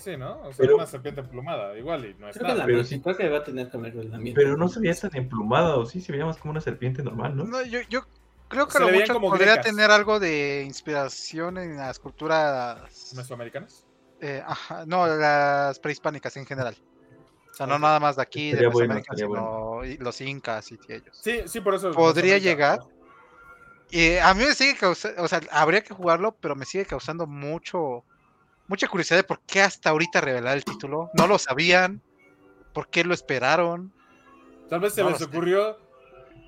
A: Sí, ¿no? O sea,
B: Pero-
A: una serpiente emplumada, igual, y no es
C: Creo que,
A: nada.
C: la
B: Pero
C: mía,
B: sí.
C: creo que va a tener que verlo en la mía.
B: Pero no se veía tan emplumada, o sí, se veía más como una serpiente normal, ¿no?
D: No, yo, yo creo que
A: Se
D: a lo
A: le veían
D: mucho
A: como
D: podría
A: grecas.
D: tener algo de inspiración en las culturas.
A: ¿Mesoamericanas?
D: eh, ajá, no, las prehispánicas en general. O sea, no
A: Ok.
D: nada más de aquí, de
B: Estaría bueno,
D: Mesoamérica,
B: estaría
D: sino y los incas y ellos.
A: Sí, sí, por eso.
D: Podría
A: Mesoamérica,
D: llegar.
A: ¿no?
D: Y a mí me sigue causando, o sea, habría que jugarlo, pero me sigue causando mucho, mucha curiosidad de por qué hasta ahorita revelar el título. No lo sabían, por qué lo esperaron.
A: Tal vez se
D: No lo
A: les
D: sé.
A: ocurrió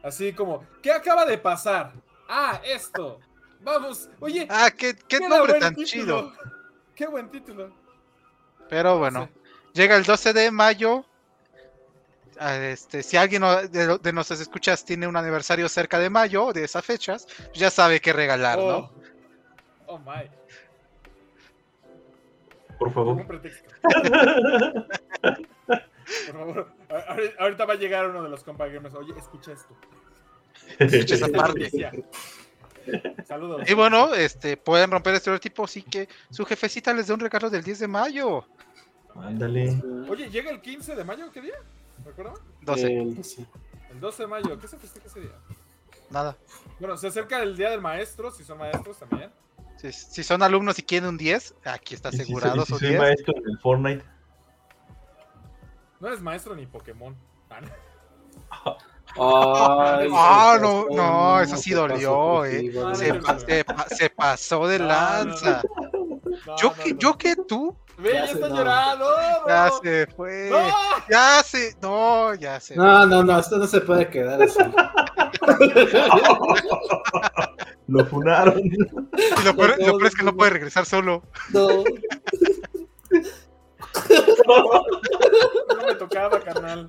A: así como, ¿qué acaba de pasar? Ah, esto. Vamos. Oye,
D: Ah, qué, qué
A: queda
D: nombre
A: buen
D: tan
A: título.
D: chido.
A: Qué buen título.
D: Pero bueno,
A: Sí.
D: llega el 12 de mayo. Ah, Este, si alguien o- de, lo- de nuestros escuchas tiene un aniversario cerca de mayo, de esas fechas, ya sabe qué regalar,
A: Oh.
D: ¿no?
A: oh, my.
B: Por
A: Un
D: Oh.
B: favor.
A: pretexto. Por favor, a- ahori- ahorita va a llegar uno de los compañeros. Oye, escucha esto.
D: Escucha esa
A: Esta
D: parte.
A: noticia. Saludos.
D: Y bueno, este, pueden romper estereotipos y que su jefecita les dé un regalo del 10 de mayo.
B: Ándale.
A: Oye, llega el 15 de mayo, ¿qué día? ¿Recuerdan?
C: no
D: 12,
A: El 12 de mayo, ¿qué se festeja ese día?
D: nada.
A: Bueno, se acerca el día del maestro, si son maestros también.
D: Si, si son alumnos y quieren un 10, aquí está
B: Y si
D: asegurado
B: soy- y
D: su
B: si soy
D: 10.
B: maestro en el Fortnite.
A: No eres maestro ni Pokémon. Ah, no.
D: Ah, no, no, eso sí dolió, eh.
A: no,
D: se,
A: no,
D: pa-
A: no.
D: se pa- se pasó de
A: No, no,
D: lanza.
A: No,
D: Yo,
A: no,
D: que,
A: no.
D: yo que tú
A: Ve, ya
C: Ya sé,
A: está
C: no.
A: llorando. no,
D: ya
A: no.
D: se fue.
A: ¡No!
D: Ya se. No, ya se.
C: No, no, no, esto no se puede quedar así.
B: Lo funaron.
D: Y lo peor,
C: no,
D: lo peor
C: no,
D: es que no
C: no.
D: puede regresar solo.
C: No,
A: No me tocaba, carnal.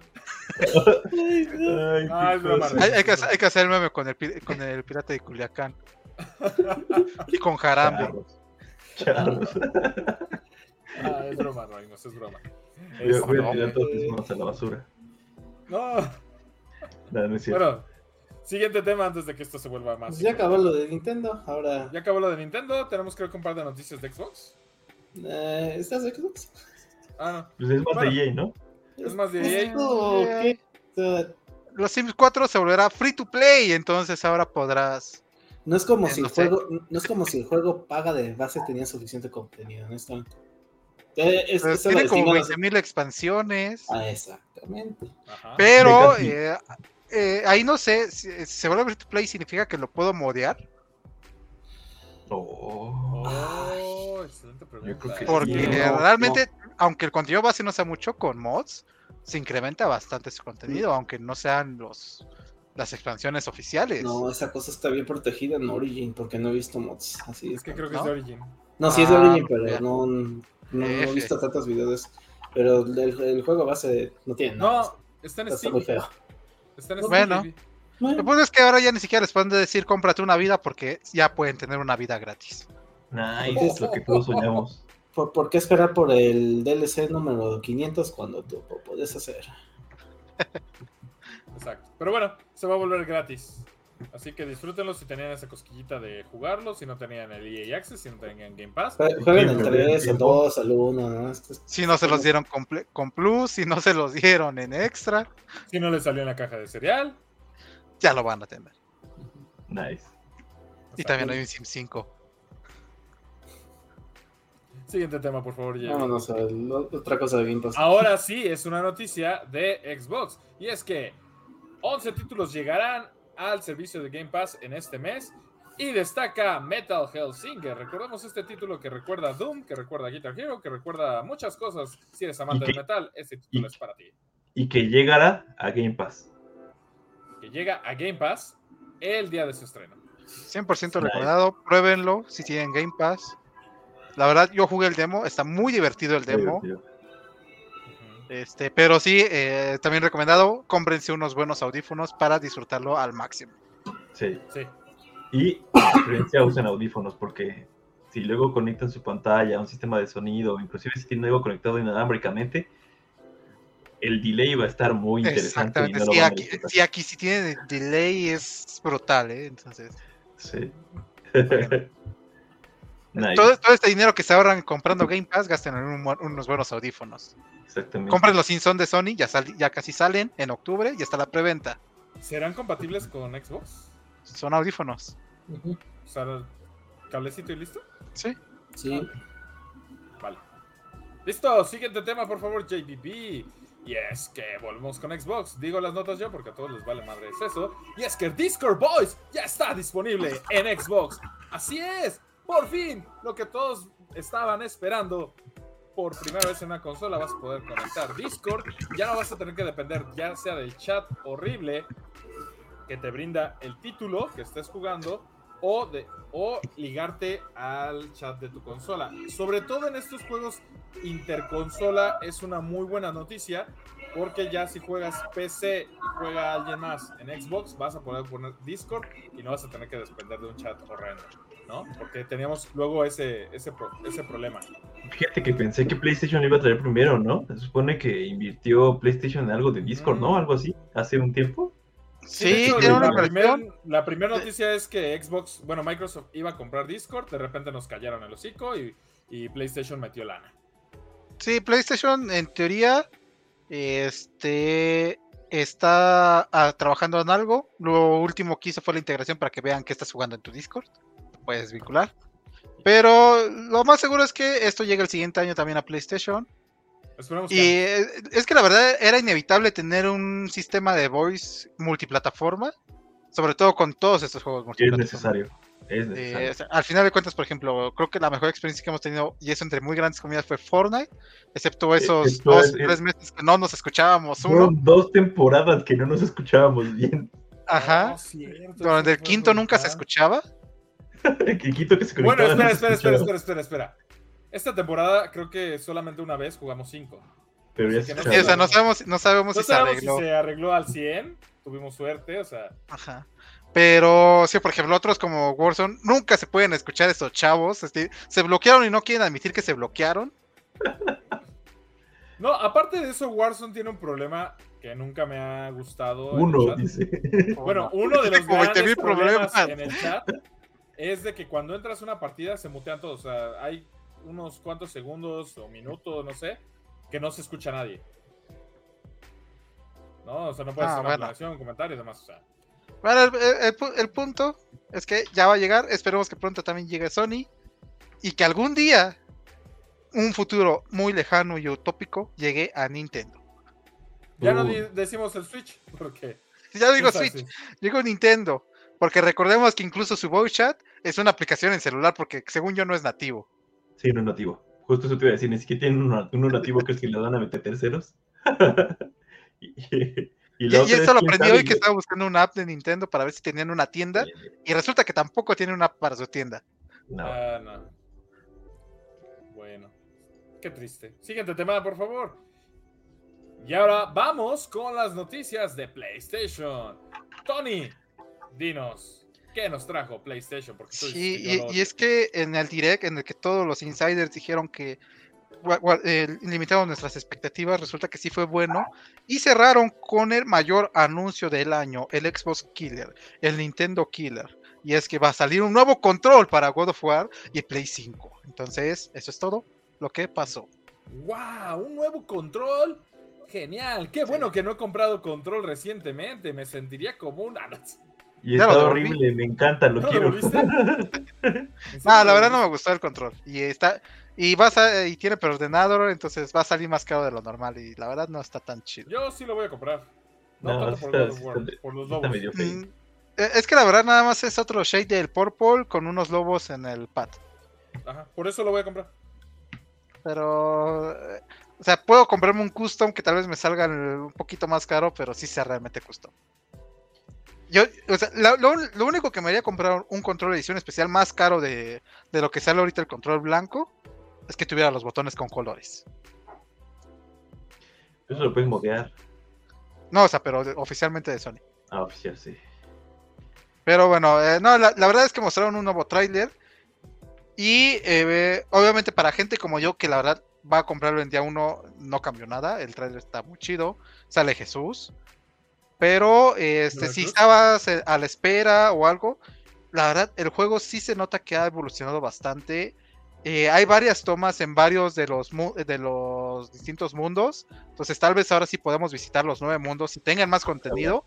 B: Ay, qué
A: Ay, broma,
B: cosa.
A: Rey.
D: Hay, hay que, hacer- hay que hacer el meme con el, pi- con el pirata de Culiacán. y con Jarambe.
B: Charros. Charros.
A: Ah, es broma, Raimus, es broma. Este,
B: Voy a- voy a
D: no,
B: tirar todos mis
C: güey.
B: manos a la basura.
A: No,
B: Nada, no es cierto.
A: bueno, siguiente tema antes de que esto se vuelva más.
C: Pues ya acabó lo de Nintendo, ahora...
A: Ya acabó lo de Nintendo, tenemos creo que un par de noticias de Xbox.
C: Eh, ¿Estás de Xbox?
A: Ah,
B: Pues es más
A: bueno.
B: de EA, ¿no?
A: no, es más de EA.
C: ¿Esto qué? O sea,
D: Los Sims 4 se volverá free to play, entonces ahora podrás.
C: No es como
D: Eh,
C: si
D: no
C: el
D: sé.
C: juego, no es como si el juego paga de base tenía suficiente contenido, honestamente. Eh, es-
D: pues,
C: eso lo
D: tiene como
C: decimos-
D: 20.000 expansiones.
C: Ah, exactamente.
A: Ajá.
D: Pero
B: De
D: eh, eh, ahí no sé, si, si se vuelve free to play significa que lo puedo modear.
B: Oh.
A: Oh, excelente pregunta.
B: Yo creo que
D: Porque
B: Sí,
D: eh,
B: no,
D: realmente, aunque el contenido base no sea mucho, con mods se incrementa bastante su contenido, aunque no sean los las expansiones oficiales.
C: No, esa cosa está bien protegida en Origin porque no he visto mods. Así
A: Es que creo que es de Origin.
C: No, sí es de
D: Ah,
C: Origin, pero
D: ya.
C: no, no, no he
D: F.
C: visto tantos videos. Pero el, el juego base no tiene nada.
A: No, está en
C: está
A: Steam.
C: muy feo.
A: Está en Steam.
D: Bueno.
A: baby.
D: Lo bueno es que ahora ya ni siquiera les pueden decir cómprate una vida porque ya pueden tener una vida gratis.
B: Nice, es lo que todos soñamos.
C: ¿Por, por qué esperar por el DLC número 500 cuando tú lo puedes hacer?
A: Exacto. Pero bueno, se va a volver gratis. Así que disfrútenlo si tenían esa cosquillita de jugarlo, si no tenían el EA Access, si no tenían Game Pass.
C: Jue- Jueguen el
B: Sí, perder el
C: 3, el
B: tiempo.
C: 2, el 1, ¿no? Esto es-
D: Si no se los dieron con, ple- con plus, si no se los dieron en extra,
A: Si no les salió en la caja de cereal.
D: ya lo van a tener.
B: Nice.
D: Y
A: Exacto.
D: también hay un Sim 5.
A: Siguiente tema, por favor, Jerry.
C: Vámonos a la otra cosa de Game Pass.
A: Ahora sí es una noticia de Xbox. Y es que 11 títulos llegarán al servicio de Game Pass en este mes. Y destaca Metal Hellsinger. Recordemos este título que recuerda a Doom, que recuerda a Guitar Hero, que recuerda a muchas cosas. Si eres amante
B: Y
A: del
B: que-
A: metal, este título
B: y-
A: es para ti.
B: Y que llegará a Game Pass.
A: Que llega a Game Pass el día de su estreno.
D: 100%
B: Nice.
D: recomendado, pruébenlo si tienen Game Pass. La verdad, yo jugué el demo, está muy divertido el demo.
A: Ujú.
D: Este, pero sí, eh, también recomendado, cómprense unos buenos audífonos para disfrutarlo al máximo.
B: Sí.
A: Sí.
B: Y por preferencia usen audífonos porque si luego conectan su pantalla a un sistema de sonido, inclusive si tienen algo conectado inalámbricamente, el delay va a estar muy interesante. y
D: Exactamente.
B: no lo
D: sí,
B: van a
D: aquí,
B: disfrutar.
D: sí, aquí si tiene delay es brutal, ¿eh? Entonces,
B: Sí.
D: Bueno.
B: Nice,
D: todo, todo este dinero que se ahorran comprando Game Pass, gasten en un buen- unos buenos audífonos.
B: Exactamente.
D: Compren los Inson de Sony, ya, sal- ya casi salen en octubre y está la preventa.
A: ¿Serán compatibles con Xbox?
D: Son audífonos.
C: Ujú,
A: O sea, cablecito y listo.
D: Sí.
C: Sí.
A: Vale. Listo, siguiente tema, por favor, JPP. Y es que volvemos con Xbox. Digo las notas yo porque a todos les vale madre eso. Y es que Discord Boys ya está disponible en Xbox. Así es, por fin, lo que todos estaban esperando. Por primera vez en una consola vas a poder conectar Discord. Ya no vas a tener que depender ya sea del chat horrible que te brinda el título que estés jugando o, de, o ligarte al chat de tu consola. Sobre todo en estos juegos interconsola es una muy buena noticia porque ya si juegas PC y juega alguien más en Xbox vas a poder poner Discord y no vas a tener que depender de un chat horrendo, ¿no? Porque teníamos luego ese, ese, pro- ese problema.
B: Fíjate que pensé que PlayStation lo iba a traer primero, ¿no? Se supone que invirtió PlayStation en algo de Discord, ¿no? Algo así, hace un tiempo.
D: Sí,
A: de hecho,
D: tiene una
A: la, primera
D: inversión.
A: la primera noticia es que Xbox, bueno, Microsoft iba a comprar Discord, de repente nos callaron el hocico y, y PlayStation metió lana.
D: Sí, PlayStation en teoría este, está ah, trabajando en algo. Lo último que hizo fue la integración para que vean qué estás jugando en tu Discord. Puedes vincular. Pero lo más seguro es que esto llegue el siguiente año también a PlayStation.
A: Esperemos
D: Y
A: que
D: eh, es que la verdad era inevitable tener un sistema de voice multiplataforma. Sobre todo con todos estos juegos
B: Es
D: multiplataforma.
B: necesario. Es necesario.
D: Eh, o sea, al final de cuentas, por ejemplo, creo que la mejor experiencia que hemos tenido, y eso entre muy grandes comidas, fue Fortnite, excepto esos
B: esto
D: dos,
B: es-
D: tres meses que no nos escuchábamos uno.
B: Fueron dos temporadas que no nos escuchábamos bien.
D: Ajá.
A: No, cierto,
D: Donde
A: eso
D: el
A: fue
D: quinto nunca se
A: brutal.
D: escuchaba.
B: Que quito que se
A: Bueno, espera, espera,
B: conectaba, no se
A: espera,
B: escuchaba.
A: espera, espera, espera. Esta temporada creo que solamente una vez jugamos cinco.
B: Pero ya
A: Sí, que
B: se
A: no
B: escucha
D: Sí, o sea, no
A: Claro.
D: sabemos, no sabemos
A: No
D: si se
A: sabemos si
D: arregló.
A: se arregló al 100, tuvimos suerte, o sea,
D: Ajá. Pero sí, por ejemplo, otros como Warzone nunca se pueden escuchar estos chavos. este, se bloquearon y no quieren admitir que se bloquearon.
A: No, aparte de eso, Warzone tiene un problema que nunca me ha gustado. en el
B: uno,
A: chat.
B: dice.
A: Bueno, uno de
D: Tiene
A: los
D: como
A: grandes
D: 20,000
A: problemas
D: problemas.
A: en el chat es de que cuando entras a una partida se mutean todos. O sea, hay unos cuantos segundos o minutos, no sé, que no se escucha a nadie. No, o sea, no puedes
D: Ah,
A: hacer
D: bueno.
A: una relación, comentarios, demás. O sea,
D: Bueno, el, el- el pu- el punto es que ya va a llegar. Esperemos que pronto también llegue Sony. Y que algún día, un futuro muy lejano y utópico, llegue a Nintendo.
A: ya no
B: Uh.
A: di- decimos el Switch porque.
D: Ya digo
A: es así.
D: Switch, digo Nintendo. Porque recordemos que incluso su voice chat es una aplicación en celular, porque según yo no es nativo.
B: Sí, no es nativo. Justo eso te iba a decir, ni siquiera tienen uno, uno nativo que es que le van a meter terceros. y, y- y
D: Y,
B: la
D: y
B: otra es,
D: esto lo
B: ¿quién
D: aprendí
B: sabe?
D: hoy que estaba buscando una app de Nintendo para ver si tenían una tienda. Y resulta que tampoco tiene una app para su tienda.
B: No,
A: Ah, no. Bueno. Qué triste. Siguiente tema, por favor. Y ahora vamos con las noticias de PlayStation. Tony, dinos, ¿qué nos trajo PlayStation? Porque tú dices
D: Sí,
A: que yo
D: y,
A: lo
D: y
A: odio.
D: es que en el direct en el que todos los insiders dijeron que gua- gua- eh, limitaron nuestras expectativas, resulta que sí fue bueno. Y cerraron con el mayor anuncio del año, el Xbox Killer, el Nintendo Killer. Y es que va a salir un nuevo control para God of War y Play 5. Entonces, eso es todo lo que pasó.
A: ¡Wow! ¡Un nuevo control! ¡Genial! ¡Qué bueno que no he comprado control recientemente! Me sentiría como una...
B: y
D: ya lo
B: está
D: devolví.
B: horrible, me encanta, lo
A: ¿No lo
B: quiero.
A: devolviste?
D: Ah, la verdad no me gustó el control. Y está y va a sa- y tiene preordenador, entonces va a salir más caro de lo normal y la verdad no está tan chido.
A: Yo sí lo voy a comprar. No,
B: No,
A: tanto
B: sí
A: por
B: está-
A: God of
B: sí
A: War,
B: está-
A: por los
B: Está
A: lobos.
B: medio feo.
D: Mm, e- Es que la verdad nada más es otro shade del purple con unos lobos en el pad.
A: Ajá, por eso lo voy a comprar.
D: Pero, eh, o sea, puedo comprarme un custom que tal vez me salga el- un poquito más caro, pero sí sea realmente custom. Yo, o sea, la- lo, un- lo único que me haría comprar un control de edición especial más caro de, de lo que sale ahorita el control blanco es que tuviera los botones con colores.
B: Eso lo puedes modear.
D: No, o sea, pero de- oficialmente de Sony.
B: Ah, oficial, sí.
D: Pero bueno, eh, no, la, la verdad es que mostraron un nuevo tráiler. Y eh, obviamente para gente como yo, que la verdad va a comprarlo en día uno, no cambió nada. El tráiler está muy chido. Sale Jesús. Pero eh, este, si
A: Veracruz.
D: estabas eh, a la espera o algo, la verdad el juego sí se nota que ha evolucionado bastante. Eh, hay varias tomas en varios de los, mu- de los distintos mundos. Entonces tal vez ahora sí podamos visitar los nueve mundos y tengan más contenido.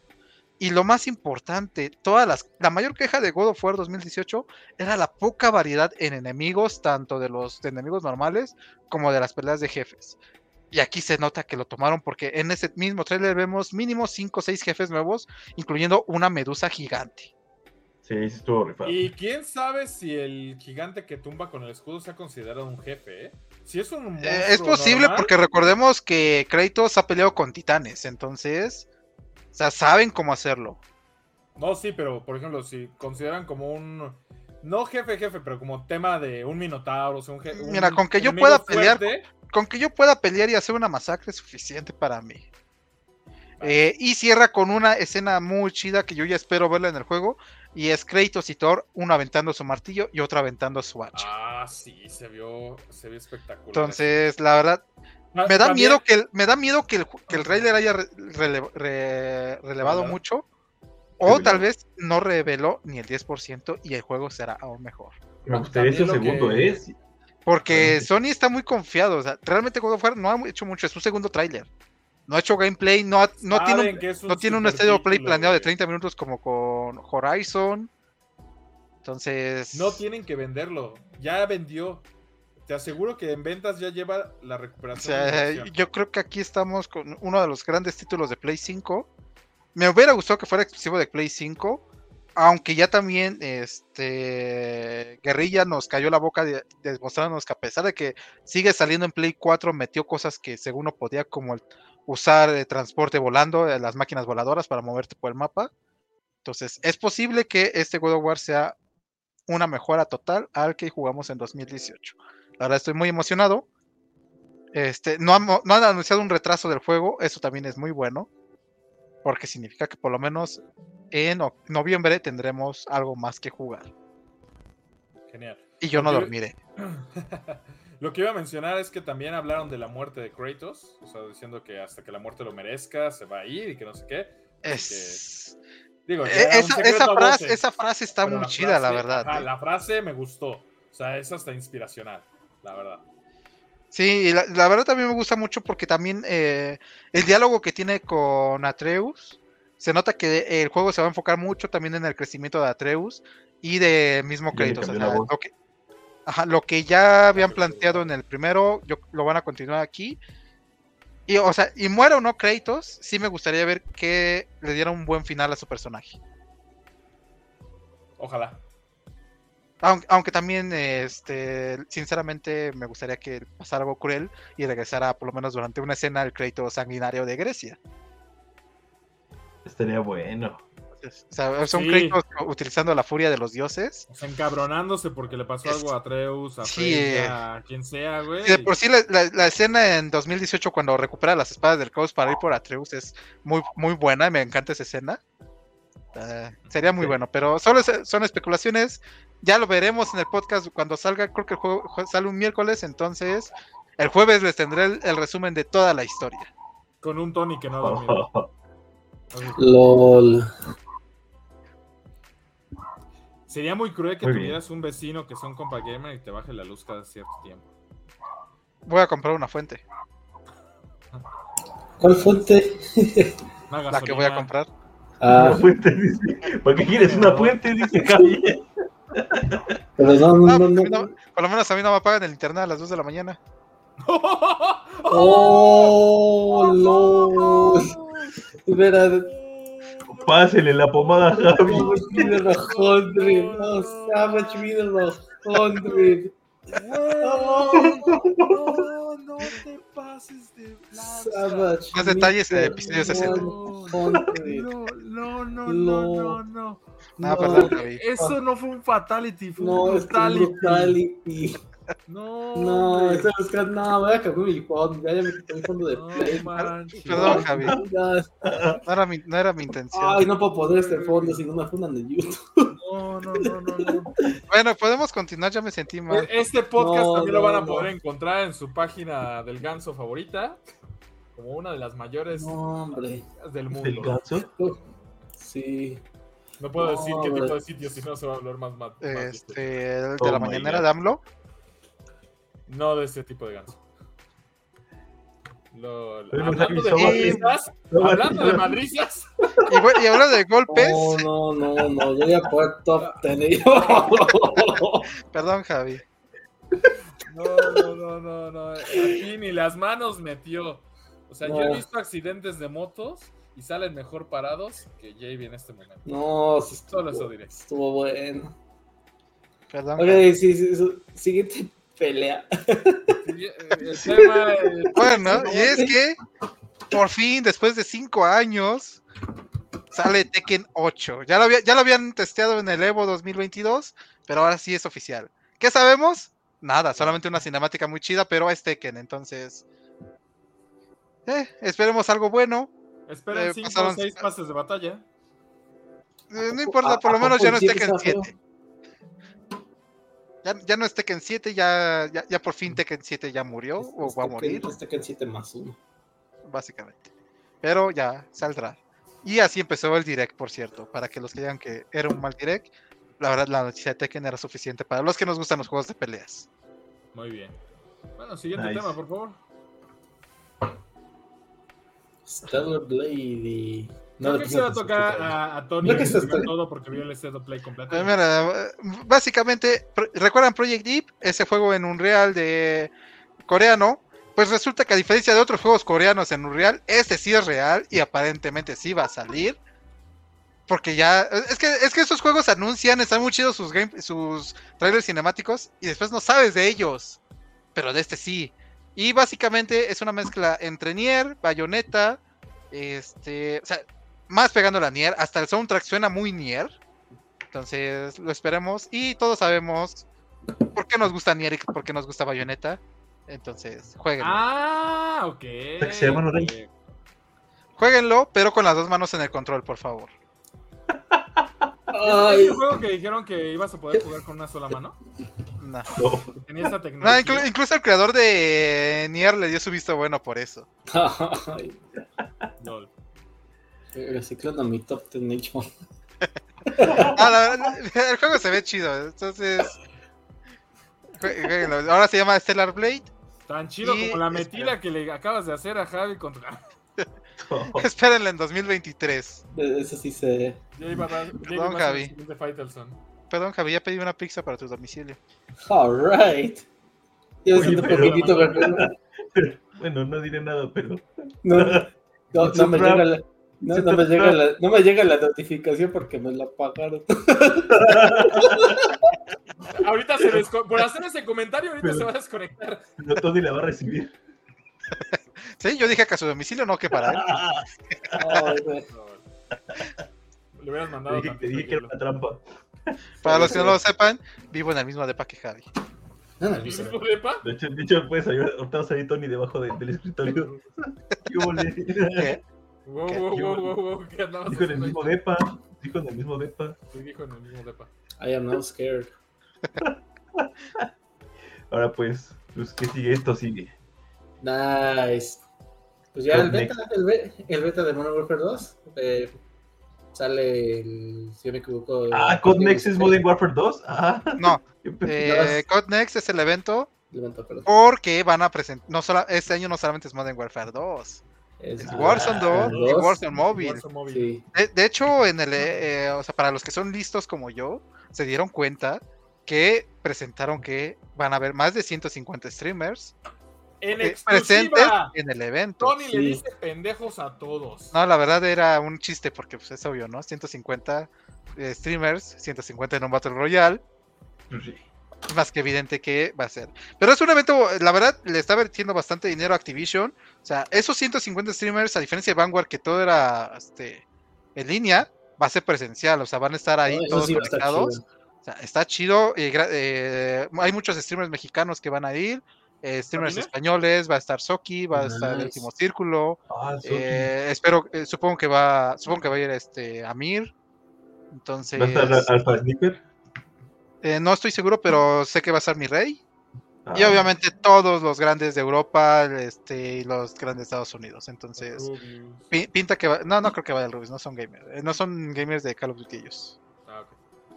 D: Y lo más importante, todas las, la mayor queja de God of War 2018 era la poca variedad en enemigos, tanto de los enemigos normales como de las peleas de jefes. Y aquí se nota que lo tomaron porque en ese mismo trailer vemos mínimo 5 o 6 jefes nuevos, incluyendo una medusa gigante.
B: Sí, sí estuvo rifado.
A: Y quién sabe si el gigante que tumba con el escudo se ha considerado un jefe, ¿eh? Si es un
D: Eh, es
A: monstruo
D: posible
A: normal,
D: porque recordemos que Kratos ha peleado con titanes, entonces o sea, saben cómo hacerlo.
A: No, sí, pero por ejemplo, si consideran como un... No jefe, jefe, pero como tema de un minotauro, o sea, un jefe...
D: Mira, con que yo pueda pelear Con que yo pueda pelear y hacer una masacre es suficiente para mí. Eh, y cierra con una escena muy chida que yo ya espero verla en el juego. Y es Kratos y Thor, uno aventando su martillo y otro aventando su hacha.
A: Ah, sí, se vio, se vio espectacular.
D: Entonces, la verdad,
A: Ah,
D: me da
A: también-
D: miedo que el, me da miedo que el, ju- que el trailer haya re- rele- re- relevado
A: Revelado.
D: mucho. O
B: Revelado.
D: tal vez no reveló ni el 10% y el juego será aún mejor.
B: Me gustaría ese
A: pues también lo
B: segundo,
A: que-
B: ¿eh? Sí,
D: Porque
B: Totalmente.
D: Sony está muy confiado. O sea, realmente God of War no ha hecho mucho. Es su segundo tráiler. No ha hecho gameplay. No, ha- no tiene un
A: saben que es
D: No tiene un
A: super
D: estadio play
A: título,
D: planeado de
A: güey.
D: 30 minutos como con Horizon. Entonces.
A: No tienen que venderlo, ya vendió. Te aseguro que en ventas ya lleva la
D: o
A: recuperación. de
D: sea, eh,
A: inversión.
D: yo creo que aquí estamos con uno de los grandes títulos de Play 5. Me hubiera gustado que fuera exclusivo de Play 5. Aunque ya también este Guerrilla nos cayó la boca de, demostrándonos que a pesar de que sigue saliendo en Play 4, metió cosas que según no podía, como el usar eh, transporte volando, eh, las máquinas voladoras para moverte por el mapa. Entonces, es posible que este God of War sea una mejora total al que jugamos en 2018. La verdad, estoy muy emocionado. Este, no, han, no han anunciado un retraso del juego, eso también es muy bueno, porque significa que por lo menos en o- noviembre tendremos algo más que jugar.
A: Genial.
D: Y yo no
A: Yo-
D: dormiré.
A: Lo que iba a mencionar es que también hablaron de la muerte de Kratos, o sea, diciendo que hasta que la muerte lo merezca se va a ir y que no sé qué.
D: Es...
A: Digo,
D: e-
A: ya era un
D: Esa,
A: secreto
D: esa
A: a
D: frase,
A: voces,
D: esa frase está
A: pero
D: muy chida, la
A: frase-
D: verdad.
A: ajá,
D: eh.
A: la frase me gustó, o sea, es hasta inspiracional, la verdad.
D: Sí, y la, la verdad también me gusta mucho porque también eh, el diálogo que tiene con Atreus, se nota que el juego se va a enfocar mucho también en el crecimiento de Atreus y de mismo
B: Ya le
D: Kratos. o
B: cambió la
D: sea,
B: voz.
D: lo, que, ajá, lo que ya habían planteado en el primero, yo, lo van a continuar aquí. Y, o sea, y muera o no Kratos, sí me gustaría ver que le diera un buen final a su personaje.
A: Ojalá.
D: Aunque, aunque también, este, sinceramente, me gustaría que pasara algo cruel y regresara, por lo menos durante una escena, el crédito sanguinario de Grecia.
B: Estaría bueno.
D: Entonces, O sea, son
A: Sí.
D: créditos utilizando la furia de los dioses.
A: O sea, Pues encabronándose porque le pasó
D: Es-
A: algo a Atreus, a
D: sí,
A: Freya,
D: eh.
A: a quien sea, güey.
D: Y de por sí, la, la- la escena en 2018, cuando recupera las espadas del caos para ir por Atreus, es muy, muy buena. Me encanta esa escena. Eh, sería muy
B: Sí.
D: bueno, pero solo es- son especulaciones. Ya lo veremos en el podcast cuando salga. Creo que el juego jue- sale un miércoles, entonces el jueves les tendré el- el resumen de toda la historia.
A: Con un Tony que no ha dormido.
B: Oh,
A: Así que
C: LOL.
A: Sería muy cruel que
B: Muy bien.
A: tuvieras un vecino que sea un compa gamer y te baje la luz cada cierto tiempo.
D: Voy a comprar una fuente,
C: ¿Cuál fuente?
A: Una
D: la que voy
A: gasolina.
D: a comprar.
B: Una
C: Ah,
B: fuente, dice. ¿Por qué quieres una fuente? Dice Javier.
C: pero no, no, no,
D: Ah, pues a mí no-
C: no.
D: por lo menos a mí no me apagan el internet a las 2 de la mañana.
A: oh,
C: ¡Oh, LOL! Mira,
B: Pásenle la pomada a Javi.
C: how much middle of hundred? Oh, how much middle of hundred?
A: No, no te pases de lanza.
C: Savage.
D: Más detalles en el episodio
C: middle
D: 60.
C: of hundred.
A: No, no, no,
C: No.
A: no, no, no.
D: No, perdón,
C: No,
D: David.
A: Eso no fue un fatality, fue
C: No,
A: un
C: es que
A: brutality.
C: brutality.
A: No,
C: No,
A: hombre.
C: estoy buscando. No, voy a cambiar mi fondo. Ya ya me quité mi fondo de
A: No
C: play.
A: manches.
D: Perdón, Javi.
C: Ya,
D: No era mi, no era mi intención.
C: Ay, no puedo poner este fondo sin una funda de YouTube.
A: No, no, no, no, no.
D: Bueno, podemos continuar, ya me sentí
B: Eh,
D: mal.
A: Este podcast
C: No,
A: también lo van a
C: no,
A: poder
C: no.
A: encontrar en su página del ganso favorita, como una de las mayores
C: No, hombre.
A: del
B: ¿El
A: mundo.
B: ganso?
C: Sí.
A: No puedo decir
C: No,
A: qué
C: güey.
A: tipo de sitio, si no se va a hablar más mal.
D: Este, el de
B: eh. Oh
D: la
B: my
D: mañanera
B: God.
D: de AMLO.
A: No de este tipo de ganso. Lo-
B: Oye,
A: hablando de
B: Martín,
A: madrizas, hablando de madrizas,
D: Y, bueno, y hablando de golpes,
C: No, no, no, no. Yo voy a poner top 10.
D: perdón, Javi.
A: no, no, no, no, no. Aquí ni las manos metió. O sea, yo
C: No.
A: he visto accidentes de motos y salen mejor parados que Javi en este momento.
C: No, sí
A: Solo eso
C: estuvo,
A: diré.
C: estuvo bueno.
D: Perdón.
C: Ok,
D: Javi.
C: sí, sí, sí, siguiente pelea.
D: Pues
A: Sí, eh, El tema, eh,
D: Bueno, y es que por fin, después de 5 años, sale Tekken 8. Ya lo, había- ya lo habían testeado en el Evo 2022, pero ahora sí es oficial. ¿Qué sabemos? Nada, solamente una cinemática muy chida, pero es Tekken, entonces. eh, esperemos algo bueno.
A: Esperen
D: Eh,
A: 5 o
D: pasaron-
A: 6 pases de batalla.
D: Eh, no
C: ¿A-
D: importa,
C: a
D: por lo menos
C: poco
D: ya no es
C: el
D: Tekken
C: siete está
D: 7. Ya, ya no es Tekken 7, ya, ya, ya por fin Tekken 7 ya murió o va a morir.
C: Este que 7 más 1.
D: básicamente. Pero ya saldrá. Y así empezó el direct, por cierto, para que los que digan que era un mal direct, la verdad la noticia de Tekken era suficiente para los que nos gustan los juegos de peleas.
A: Muy bien. Bueno, siguiente
B: Nice.
A: tema, por favor.
C: Stellar Blade y.
A: Creo que se va a tocar
C: a...
A: a, a Tony
C: Creo que
A: que
C: se
A: diga
C: está-
A: todo porque vio el set play completo.
D: Eh, mira, eh, básicamente, pro- ¿recuerdan Project Deep? Ese juego en Unreal de coreano. Pues resulta que a diferencia de otros juegos coreanos en Unreal, este sí es real y aparentemente sí va a salir. Porque ya, es que, es que estos juegos anuncian, están muy chidos sus, game- sus trailers cinemáticos y después no sabes de ellos. Pero de este sí. Y básicamente es una mezcla entre Nier, Bayonetta, este, o sea, más pegando la Nier, hasta el soundtrack suena muy Nier. Entonces lo esperemos y todos sabemos por qué nos gusta Nier y por qué nos gusta Bayonetta. Entonces, jueguenlo.
A: Ah, ok.
B: se llaman los reyes.
A: ok.
D: Jueguenlo, pero con las dos manos en el control, por favor.
A: ¿Es
C: Ay,
A: un juego que dijeron que ibas a poder jugar con una sola mano?
D: No.
B: No.
A: Que tenía esa
D: No,
A: tecnología.
D: inclu- incluso el creador de Nier le dio su visto bueno por eso.
C: ay,
A: Lol.
C: reciclando mi top 10 nicho.
D: Ah, la- la- el juego se ve chido, entonces. jue- jueguenlo. Ahora se llama Stellar Blade.
A: Tan chido
D: Y-
A: como la metila que le acabas de hacer a Javi contra. Pues,
D: Espérenla en 2023.
C: Eh, Eso sí se.
A: Ya iba a dar- ya iba a
D: Perdón,
A: ser
D: Javi.
A: el siguiente Faitelson.
D: Perdón, Javi, ya pedí una pizza para tu domicilio.
C: Alright. Yo
B: Oye,
C: siento un
B: pero-
C: poquitito vergüenza.
B: Bueno, no diré nada, pero.
C: No, no, no me
B: Supra.
C: llega la. No, no me
B: Supra.
C: llega la, no me llega la notificación porque me la pagaron.
A: Ahorita se desco- Por hacer ese comentario, ahorita
B: Pero-
A: se va a desconectar.
B: No, Tony la va a recibir.
D: Sí, yo dije que a su domicilio, no que para él.
B: Ah,
C: Ay, güey.
A: Lol. Le hubieras
B: Te
A: mandado.
B: dije, te
A: tantito
B: dije que era
A: hielo.
B: una trampa.
D: Para los que no lo sepan, vivo en el mismo depa que Javi.
C: No, no,
A: ¿El
C: no,
A: mismo depa?
B: De hecho, de hecho puedes salir, ahorita va a salir Tony debajo de- del escritorio. ¿Qué huele?
D: ¿Qué?
A: Wow,
D: ¿Qué?
A: wow,
B: Yo-
A: wow, wow, wow, ¿qué andabas
B: Dijo en el
A: haciendo
B: mismo
A: ahí?
B: depa. Dijo en el mismo depa.
A: Sí, dijo en el mismo depa.
C: I am now scared.
B: Ahora pues, pues, ¿qué sigue? Esto sigue.
D: Eh,
C: Nice. Pues ya
B: Pues
C: el beta, el, be- el beta de Modern Warfare 2 eh, sale, el, si no me equivoco.
B: Ah,
C: el-
B: Code Nexus Modern Warfare 2. Ah,
D: No,
B: qué pendejadas.
D: eh, Codenext es el evento
C: Levanta, perdón.
D: porque van a presentar. No sola- este año no solamente es Modern Warfare 2,
C: Es-
D: es Warzone 2 y
C: dos.
D: Warzone Mobile.
A: Ah, Warzone Mobile.
C: Sí.
D: De, de hecho, en el, eh, eh, o sea, para los que son listos como yo, se dieron cuenta que presentaron que van a haber más de 150 streamers
A: En
D: eh, presentes
A: exclusiva.
D: en el evento.
A: Tony le
C: Sí.
A: dice pendejos a todos.
D: No, la verdad era un chiste porque pues, es obvio, ¿no? 150 eh, streamers, 150 en un Battle Royale.
B: Pues
D: Eh,
B: sí.
D: más que evidente que va a ser. Pero es un evento, la verdad, le está vertiendo bastante dinero a Activision. O sea, esos 150 streamers, a diferencia de Vanguard, que todo era este, en línea, va a ser presencial. O sea, van a estar ahí
C: Eso
D: todos
C: sí va a estar
D: conectados.
C: chido.
D: O sea, está chido. eh, gra- eh, hay muchos streamers mexicanos que van a ir. eh, streamers
A: ¿También?
D: españoles, va a estar Soki, va a estar el
C: Nice.
D: último círculo.
B: Ah, Soki.
D: eh, espero, eh, supongo que va, supongo que va a ir este Amir. Entonces,
B: ¿Va a estar Al- Alpha Sniper?
D: eh, no estoy seguro, pero sé que va a estar mi rey.
B: Ah,
D: Y obviamente todos los grandes de Europa este, y los grandes de Estados Unidos. Entonces,
A: Rubius.
D: pi- pinta que va... No, no creo que vaya el Rubius, no son gamers. eh, No son gamers de Call of Duty ellos.
A: Ah, ok.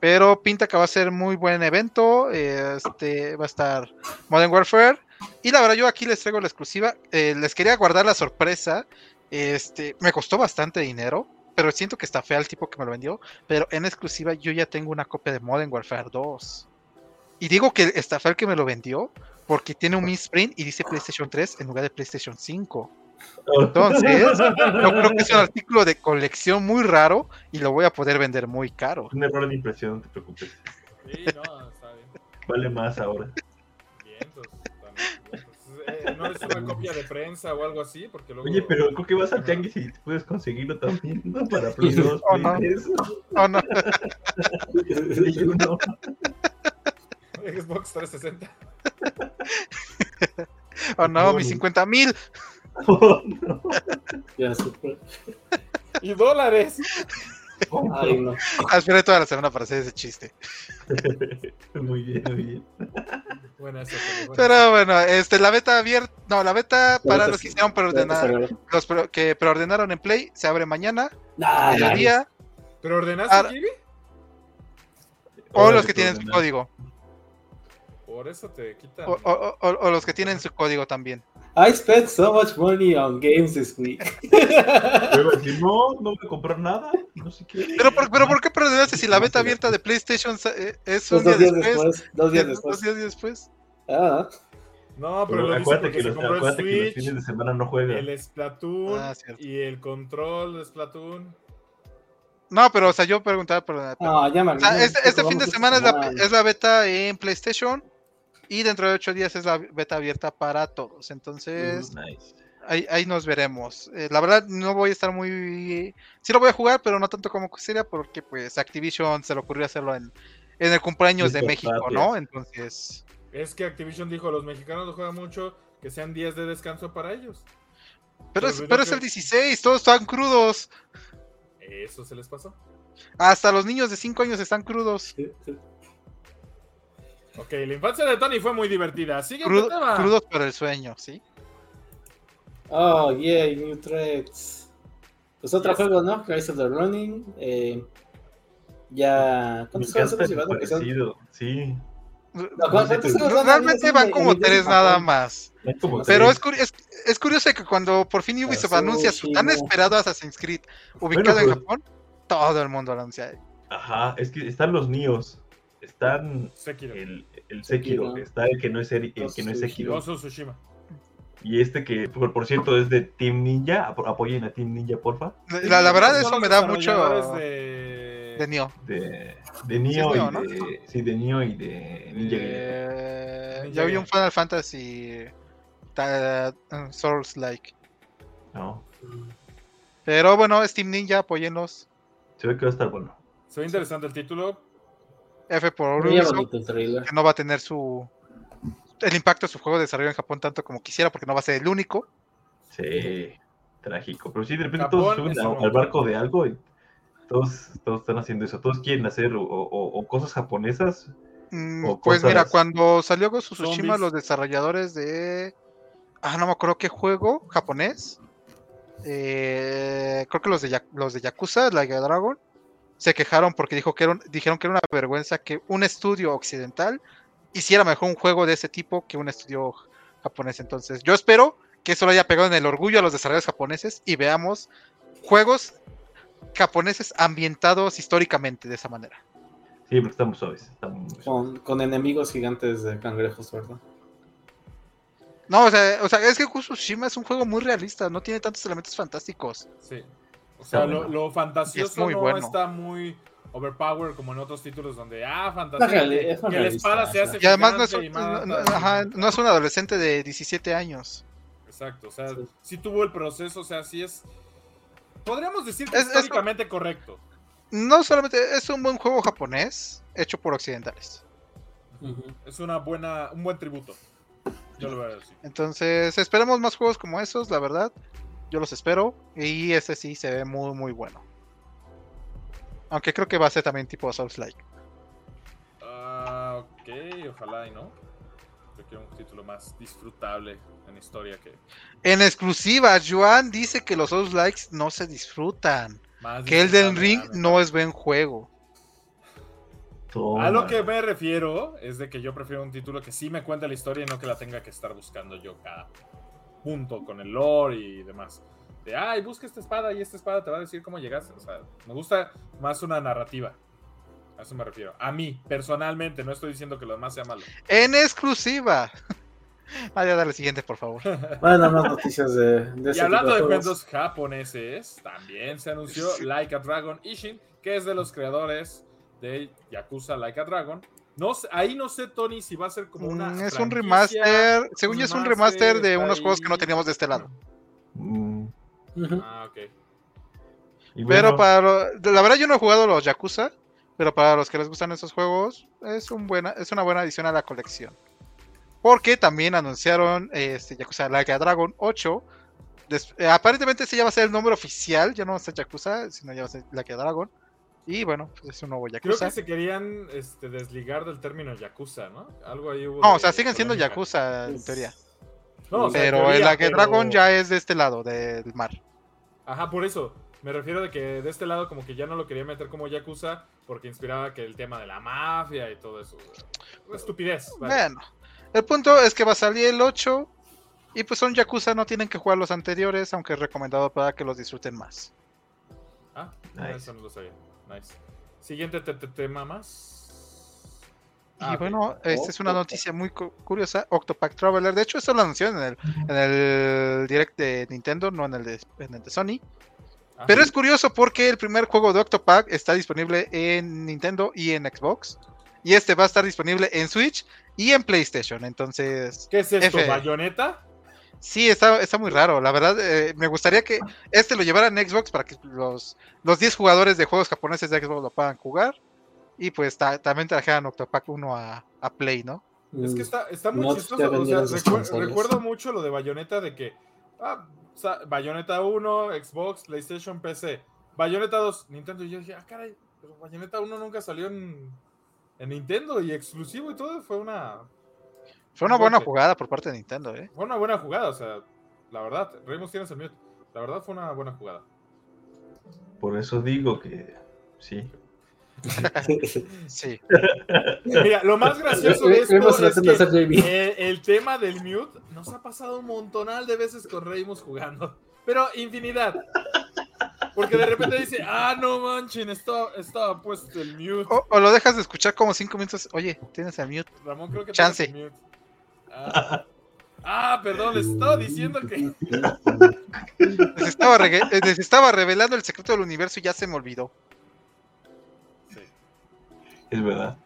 D: Pero pinta que va a ser muy buen evento. eh, Este, va a estar Modern Warfare. Y la verdad, yo aquí les traigo la exclusiva. eh, les quería guardar la sorpresa. Este, me costó bastante dinero. Pero siento que está fea el tipo que me lo vendió. Pero en exclusiva yo ya tengo una copia de Modern Warfare 2. Y digo que está fea el que me lo vendió. Porque tiene un misprint y dice PlayStation 3 en lugar de PlayStation 5.
B: Ah.
D: Entonces, yo creo que es un artículo de colección muy raro y lo voy a poder vender muy caro.
B: Un error de impresión, no te preocupes.
A: Sí, no, está bien.
B: Vale más ahora.
A: Bien, pues, también, pues, eh, no es una copia de prensa o algo así, porque luego.
B: Oye, pero creo que vas al Tianguis y puedes conseguirlo también, ¿no? Para Play 2,
D: Oh,
B: Play
D: no.
B: 3,
D: No, no.
B: Play 1.
A: Xbox 360.
D: Oh no, mis
B: Bueno.
D: 50 mil.
B: Oh, no.
C: Ya, super.
A: Y dólares.
C: Ay, no.
D: Esperé toda la semana para hacer ese chiste.
B: Muy bien, muy bien.
A: Bueno, eso
D: Pero bueno, este, la beta abierta. No, la beta para
C: beta
D: los que
C: sí,
D: hicieron preordenar. Los pre- que preordenaron en Play se abre mañana,
C: Ah, Nice.
D: día,
A: ¿Pero ordenaste,
D: Ahora-
A: Kiwi?
D: o los
B: Órale,
D: que tienen su
B: Fernando.
D: código.
A: Por eso te quitan.
D: O, o- o- o los que tienen su código también.
C: I spent so much money on games this week.
B: Luego decir, no, no voy a comprar nada, no sé qué.
D: Pero por, pero ¿por qué preordenaste si la beta abierta de PlayStation sa- eh, es un
C: Dos
D: día
C: días
D: después?
C: después. Dos días
D: Dos
C: después.
D: días después.
C: Ah,
A: No, pero
B: Pero
A: lo dice
B: acuérdate
A: porque
B: que
A: se
B: los,
A: compró el
B: acuérdate que los
A: Switch,
B: fines de semana no juega.
A: el Splatoon
D: Ah, cierto.
A: y el control de Splatoon.
D: No, pero o sea, yo preguntaba por
C: ah, ya me
D: O sea,
C: olvidé.
D: este, este fin de
C: Jugamos
D: semana es la,
C: semana.
D: es la beta en PlayStation y dentro de ocho días es la beta abierta para todos. Entonces,
B: Nice.
D: ahí, ahí nos veremos. Eh, la verdad, no voy a estar muy... Sí lo voy a jugar, pero no tanto como quisiera porque pues Activision se le ocurrió hacerlo en, en el cumpleaños
B: Sí,
D: de
B: por
D: México,
B: patria.
D: ¿no? Entonces,
A: Es que Activision dijo, los mexicanos lo juegan mucho, que sean 10 de descanso para ellos.
D: Pero,
A: Pero
D: es,
A: yo
D: pero es
A: creo-
D: el 16, todos están crudos.
A: Eso se les pasó.
D: Hasta los niños de 5 años están crudos.
A: Ok, la infancia de Tony fue muy divertida. Siguiente
D: Crudo-
A: tema.
D: crudos para el sueño, ¿sí?
C: Oh, yay, New Threads. Pues otro
A: Yes.
C: juego, ¿no? Rise of the Running. eh, ya.
B: Me
C: ¿Cuántos juegos
B: encanta
C: hemos
B: el
C: llevado? Que son-
B: parecido. Sí.
C: No, ¿cu- ¿cuántos
B: No,
C: juegos van a
D: Realmente
C: haber
D: van
C: así
D: como
C: en- en
D: tres
C: ese
D: nada
C: papel?
D: más.
B: Hay como
C: Sí.
D: Pero
B: tres.
D: es, curi- es, es curioso que cuando por fin Ubisoft
C: Kazushima.
D: anuncia su tan esperado Assassin's Creed ubicado en
C: pues
B: pero-
D: Japón, todo el mundo lo anuncia.
B: Ajá, es que están los Nios. Están
A: Sekiro.
B: el, el Sekiro.
C: Sekiro.
B: Está el que no es, Eri- el, que no es Sekiro.
A: Ghost of Tsushima.
B: Y este que, por, por cierto, es de Team Ninja. Apo- Apoyen a Team Ninja, porfa.
D: La, la verdad,
A: Son
D: eso
A: los
D: me da mucho
A: desarrolladores de-
D: de Nioh.
B: De, de Nioh
D: Nioh,
B: y
D: ¿no?
B: de. Sí, de Nioh y de Ninja Gaiden.
D: Eh,
A: Ninja
D: ya vi un
A: Gaiden.
D: Final Fantasy ta- eh, Souls-like.
B: No.
D: Pero bueno, Steam Ninja, apóyenlos.
B: Se ve que va a estar bueno.
A: Se ve interesante el título.
D: F por
C: Muy
D: Ubisoft,
C: bonito el trailer.
D: que no va a tener su el impacto de su juego de desarrollo en Japón tanto como quisiera, porque no va a ser el único.
B: Sí, trágico. Pero sí, de repente
A: Japón
B: todos suben
A: es
B: a-
A: un-
B: al barco de algo y todos, todos están haciendo eso. Todos quieren hacer o, o- o cosas japonesas.
D: Mm,
B: O
D: pues mira,
B: cosas-
D: cuando salió Ghost of Tsushima,
A: Zombies.
D: los desarrolladores de. Ah, no me acuerdo qué juego japonés. eh, creo que los de, Ya- los de Yakuza, la Giga Dragon, se quejaron porque dijo que era un- dijeron que era una vergüenza que un estudio occidental hiciera mejor un juego de ese tipo que un estudio j- japonés. Entonces, yo espero que eso lo haya pegado en el orgullo a los desarrolladores japoneses y veamos juegos japoneses ambientados históricamente de esa manera.
B: Sí, porque estamos suaves. estamos muy suaves.
C: Con, con enemigos gigantes de cangrejos, ¿verdad?
D: No, o sea, o sea, es que Ghost of Tsushima es un juego muy realista, no tiene tantos elementos fantásticos.
A: Sí. O
B: Está
A: sea, lo,
B: bueno.
A: lo fantasioso
D: Es muy
A: no
D: bueno.
A: está muy overpowered como en otros títulos donde, ah,
C: Está
A: fantasía.
C: reali- es más
A: Que la
C: realista,
A: espada se
C: o
A: hace
D: Y además no es,
A: gigante
D: un,
A: y mata.
D: no- ajá, no es un adolescente de 17 años.
A: Exacto, o sea,
C: Sí.
A: sí tuvo el proceso, o sea, sí es... Podríamos decir que
D: Es-
A: es,
D: es-
A: históricamente correcto.
D: No solamente es un buen juego japonés hecho por occidentales.
C: Ujú.
A: Es una buena, un buen tributo. Yo lo voy a decir.
D: Entonces, esperemos más juegos como esos, la verdad. Yo los espero. Y este sí se ve muy, muy bueno. Aunque creo que va a ser también tipo Souls-like.
A: Ah, ok, ojalá y no. Yo quiero un título más disfrutable en historia que...
D: En exclusiva, Joan dice que los Souls-likes no se disfrutan.
A: Más
D: Que Elden
A: disfrutable,
D: Ring
A: ah, me
D: no es buen juego.
B: Toma.
A: A lo que me refiero es de que yo prefiero un título que sí me cuente la historia y no que la tenga que estar buscando yo cada punto con el lore y demás. De, ay, busca esta espada y esta espada te va a decir cómo llegaste. O sea, me gusta más una narrativa. A eso me refiero. A mí, personalmente, no estoy diciendo que lo demás sea malo.
D: en exclusiva. Vaya a darle siguiente, por favor.
C: Bueno, más noticias de, de
A: Y
C: ese
A: hablando de
C: tipo juegos.
A: cuentos japoneses, también se anunció
D: Sí.
A: Like a Dragon Ishin, que es de los creadores de Yakuza Like a Dragon. No sé- ahí no sé, Tony, si va a ser como una.
D: Mm, es un
A: franquicia.
D: remaster, según yo es un remaster de
A: remaster,
D: unos juegos que no
A: ahí.
D: teníamos de este lado.
B: Mm,
C: Ujú.
A: Ah, ok.
B: y bueno,
D: Pero para lo- la verdad yo no he jugado los Yakuza, pero para los que les gustan esos juegos es un buena es una buena adición a la colección. Porque también anunciaron eh, este Yakuza Like a Dragon 8. Des- eh, aparentemente ese ya va a ser el nombre oficial, ya no va a ser Yakuza, sino ya va a ser Like a Dragon. Y bueno, pues es un nuevo
A: Creo
D: Yakuza.
A: que se querían este, desligar del término Yakuza, ¿no? Algo ahí hubo.
D: No, o
A: de
D: sea, siguen siendo
A: polémica.
D: Yakuza
A: pues,
D: en teoría.
A: No, o sea, en
D: Pero el
A: teoría,
D: Like a
A: pero-
D: Dragon ya es de este lado del mar.
A: Ajá, por eso. Me refiero de que de este lado como que ya no lo quería meter como Yakuza porque inspiraba que el tema de la mafia y todo eso. o sea, una Estupidez. vaya.
D: Bueno, el punto es que va a salir el 8. Y pues son Yakuza, no tienen que jugar los anteriores, aunque es recomendado para que los disfruten más.
A: Ah,
B: Nice.
A: eso no lo sabía. Nice. Siguiente te- te- tema más.
D: Y
A: Ah, ok.
D: bueno, esta es una noticia muy cu- curiosa, Octopack Traveler. De hecho, esto lo anunció en el, en el direct de Nintendo, no en el de, en el de Sony.
A: Ah,
D: Pero es curioso porque el primer juego de Octopack está disponible en Nintendo y en Xbox. Y este va a estar disponible en Switch y en PlayStation. Entonces,
A: ¿Qué es esto?
D: F.
A: ¿Bayoneta?
D: Sí, está, está muy raro. La verdad, eh, me gustaría que este lo llevaran en Xbox para que los, los 10 jugadores de juegos japoneses de Xbox lo puedan jugar. Y pues ta- también trajeran Octopack 1 a, a Play, ¿no?
A: Es que está, está muy
C: No te
A: chistoso. o sea,
C: vendieron sus
A: recuer-
C: consolas.
A: recuerdo mucho lo de Bayonetta de que. Ah, sa- Bayonetta 1, Xbox, PlayStation, PC. Bayonetta 2, Nintendo. Y yo dije, ah, caray, pero Bayonetta 1 nunca salió en, en Nintendo y exclusivo y todo. Fue una,
D: Fue una buena
A: Golpe.
D: jugada por parte de Nintendo, ¿eh?
A: fue una buena jugada. O sea, la verdad, Remus tienes el mute. La verdad fue una buena jugada.
B: Por eso digo que sí.
D: Sí.
A: Mira, lo más gracioso de esto
C: Vemos
A: es
C: tratando de
A: que
C: hacer JB.
A: Eh, el tema del mute nos ha pasado un montonal de veces con Reimus jugando, pero infinidad. Porque de repente dice, ah, no manchen, estaba, estaba puesto el mute.
D: O, o lo dejas de escuchar como cinco minutos. Oye, tienes a mute.
A: Ramón, creo que
D: Chance.
A: tienes el mute. Ah, Ah, perdón, les estaba diciendo que.
D: Les estaba, rege- eh, les estaba revelando el secreto del universo y ya se me olvidó.
B: Es verdad.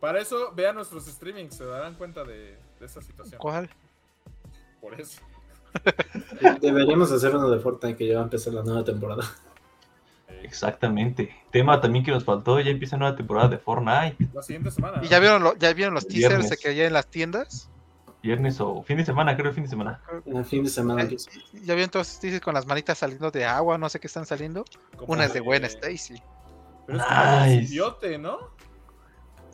A: Para eso vean nuestros streamings, se darán cuenta de, de esa situación.
D: ¿Cuál?
A: Por eso.
C: Deberíamos hacer uno de Fortnite que ya va a empezar la nueva temporada.
A: Eh,
B: Exactamente. Tema también que nos faltó. Ya empieza nueva temporada de Fortnite.
A: La siguiente semana.
D: ¿Y ya vieron, lo- ya vieron los
B: El
D: teasers de
B: viernes.
D: que hay en las tiendas?
B: Viernes o fin de semana, creo fin de semana.
C: En el fin de semana. Pues,
D: Eh, ¿Ya vieron todos esos teasers con las manitas saliendo de agua? No sé qué están saliendo.
A: Como
D: Una es de
A: que-
D: Gwen Stacy.
A: Pero es como
B: Nice.
A: un simbiote, ¿no?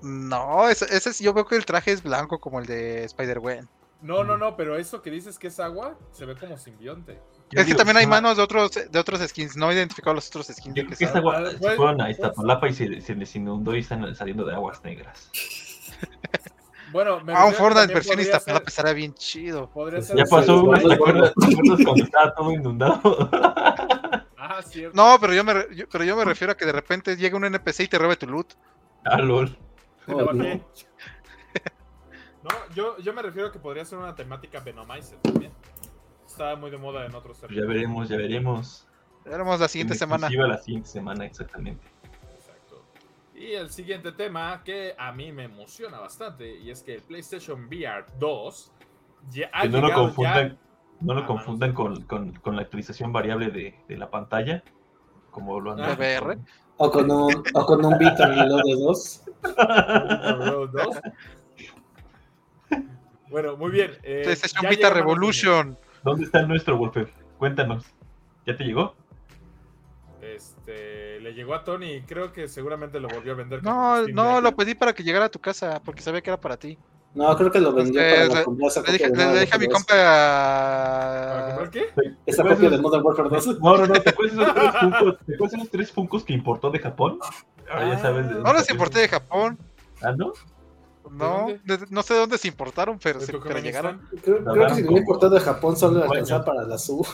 D: No, ese, ese es- yo veo que el traje es blanco como el de Spider-Gwen.
A: No, no, no, pero eso que dices que es agua, se ve como simbionte.
B: Yo
D: Es que
B: digo,
D: también hay
B: ah,
D: manos de otros, de otros skins. No he identificado los otros skins.
B: Yo
D: de
B: creo que
D: que son.
B: esta agua
A: Ah,
B: se
A: pues,
B: fueron a
A: pues.
B: Iztapalapa y se, se les inundó y están saliendo de aguas negras.
A: Bueno, me
D: Ah,
A: refiero a
D: un
A: que
D: Fortnite
A: también
D: versión
A: podría ser-
D: Iztapalapa estará bien chido.
A: Podría ser.
B: Ya
C: Sí,
B: pasó
C: sí,
B: una,
C: sí,
B: ¿te
C: sí.
B: acuerdas, te acuerdas cuando estaba todo inundado?
A: Ah, cierto.
D: No, pero yo me, re- yo- pero yo me refiero a que de repente llega un NPC y te robe tu loot.
B: ah, lol.
A: te
C: Oh,
A: bajé.
C: no.
A: No, yo, yo me refiero a que podría ser una temática Venomizer también. Estaba muy de moda en otros
B: Pues ya
A: servidores.
B: veremos, ya veremos.
D: Ya veremos la siguiente
B: En
D: semana.
B: exclusiva La siguiente semana, exactamente.
A: Exacto. Y el siguiente tema que a mí me emociona bastante y es que el PlayStation VR 2 ya ha
B: Que no lo
A: llegado
B: confundan,
A: ya-
B: no
A: Ah,
B: lo confundan con, con, con la actualización variable de, de la pantalla, como lo han
A: Ah,
D: VR.
C: O con un, o con un Vita Reload de 2.
A: Road 2. Bueno, muy bien. eh,
D: PlayStation
A: ya
D: Vita
A: llegaron a los
D: Revolution.
B: ¿Dónde está el nuestro, Wolfer? Cuéntanos. ¿Ya te llegó?
A: niños. Este, le llegó a Tony y creo que seguramente lo volvió a vender. como
D: No,
A: Steam
D: no,
A: Deck.
D: lo pedí para que llegara a tu casa porque sabía que era para ti.
C: No, creo que lo vendió
D: Eh,
C: para la
D: le-
C: comprar esa
D: Le
C: copia
D: dije,
C: de
D: le,
C: Modern
D: le dije a mi
C: Warfare 2.
A: ¿Para comprar
D: compa.
A: qué?
C: Esa
B: ¿Te acuerdas
C: copia de
B: esos-
C: Modern Warfare
A: Pues,
C: 2.
B: No, no, no, ¿te acuerdas esos tres Funkos, ¿te acuerdas esos tres Funkos que importó de Japón? Ahora ya sabes de
A: Ah,
D: No
B: dónde
D: los
B: salió.
D: importé de Japón.
B: Ah, ¿no?
D: No,
A: dónde?
D: de- no sé de dónde se importaron, pero,
A: ¿De
D: se, pero
A: Turkmenistán?
D: llegaron.
C: Creo, creo que si
B: como-
C: venía importado de Japón solo
B: Bueno.
C: alcanzaba para la sub.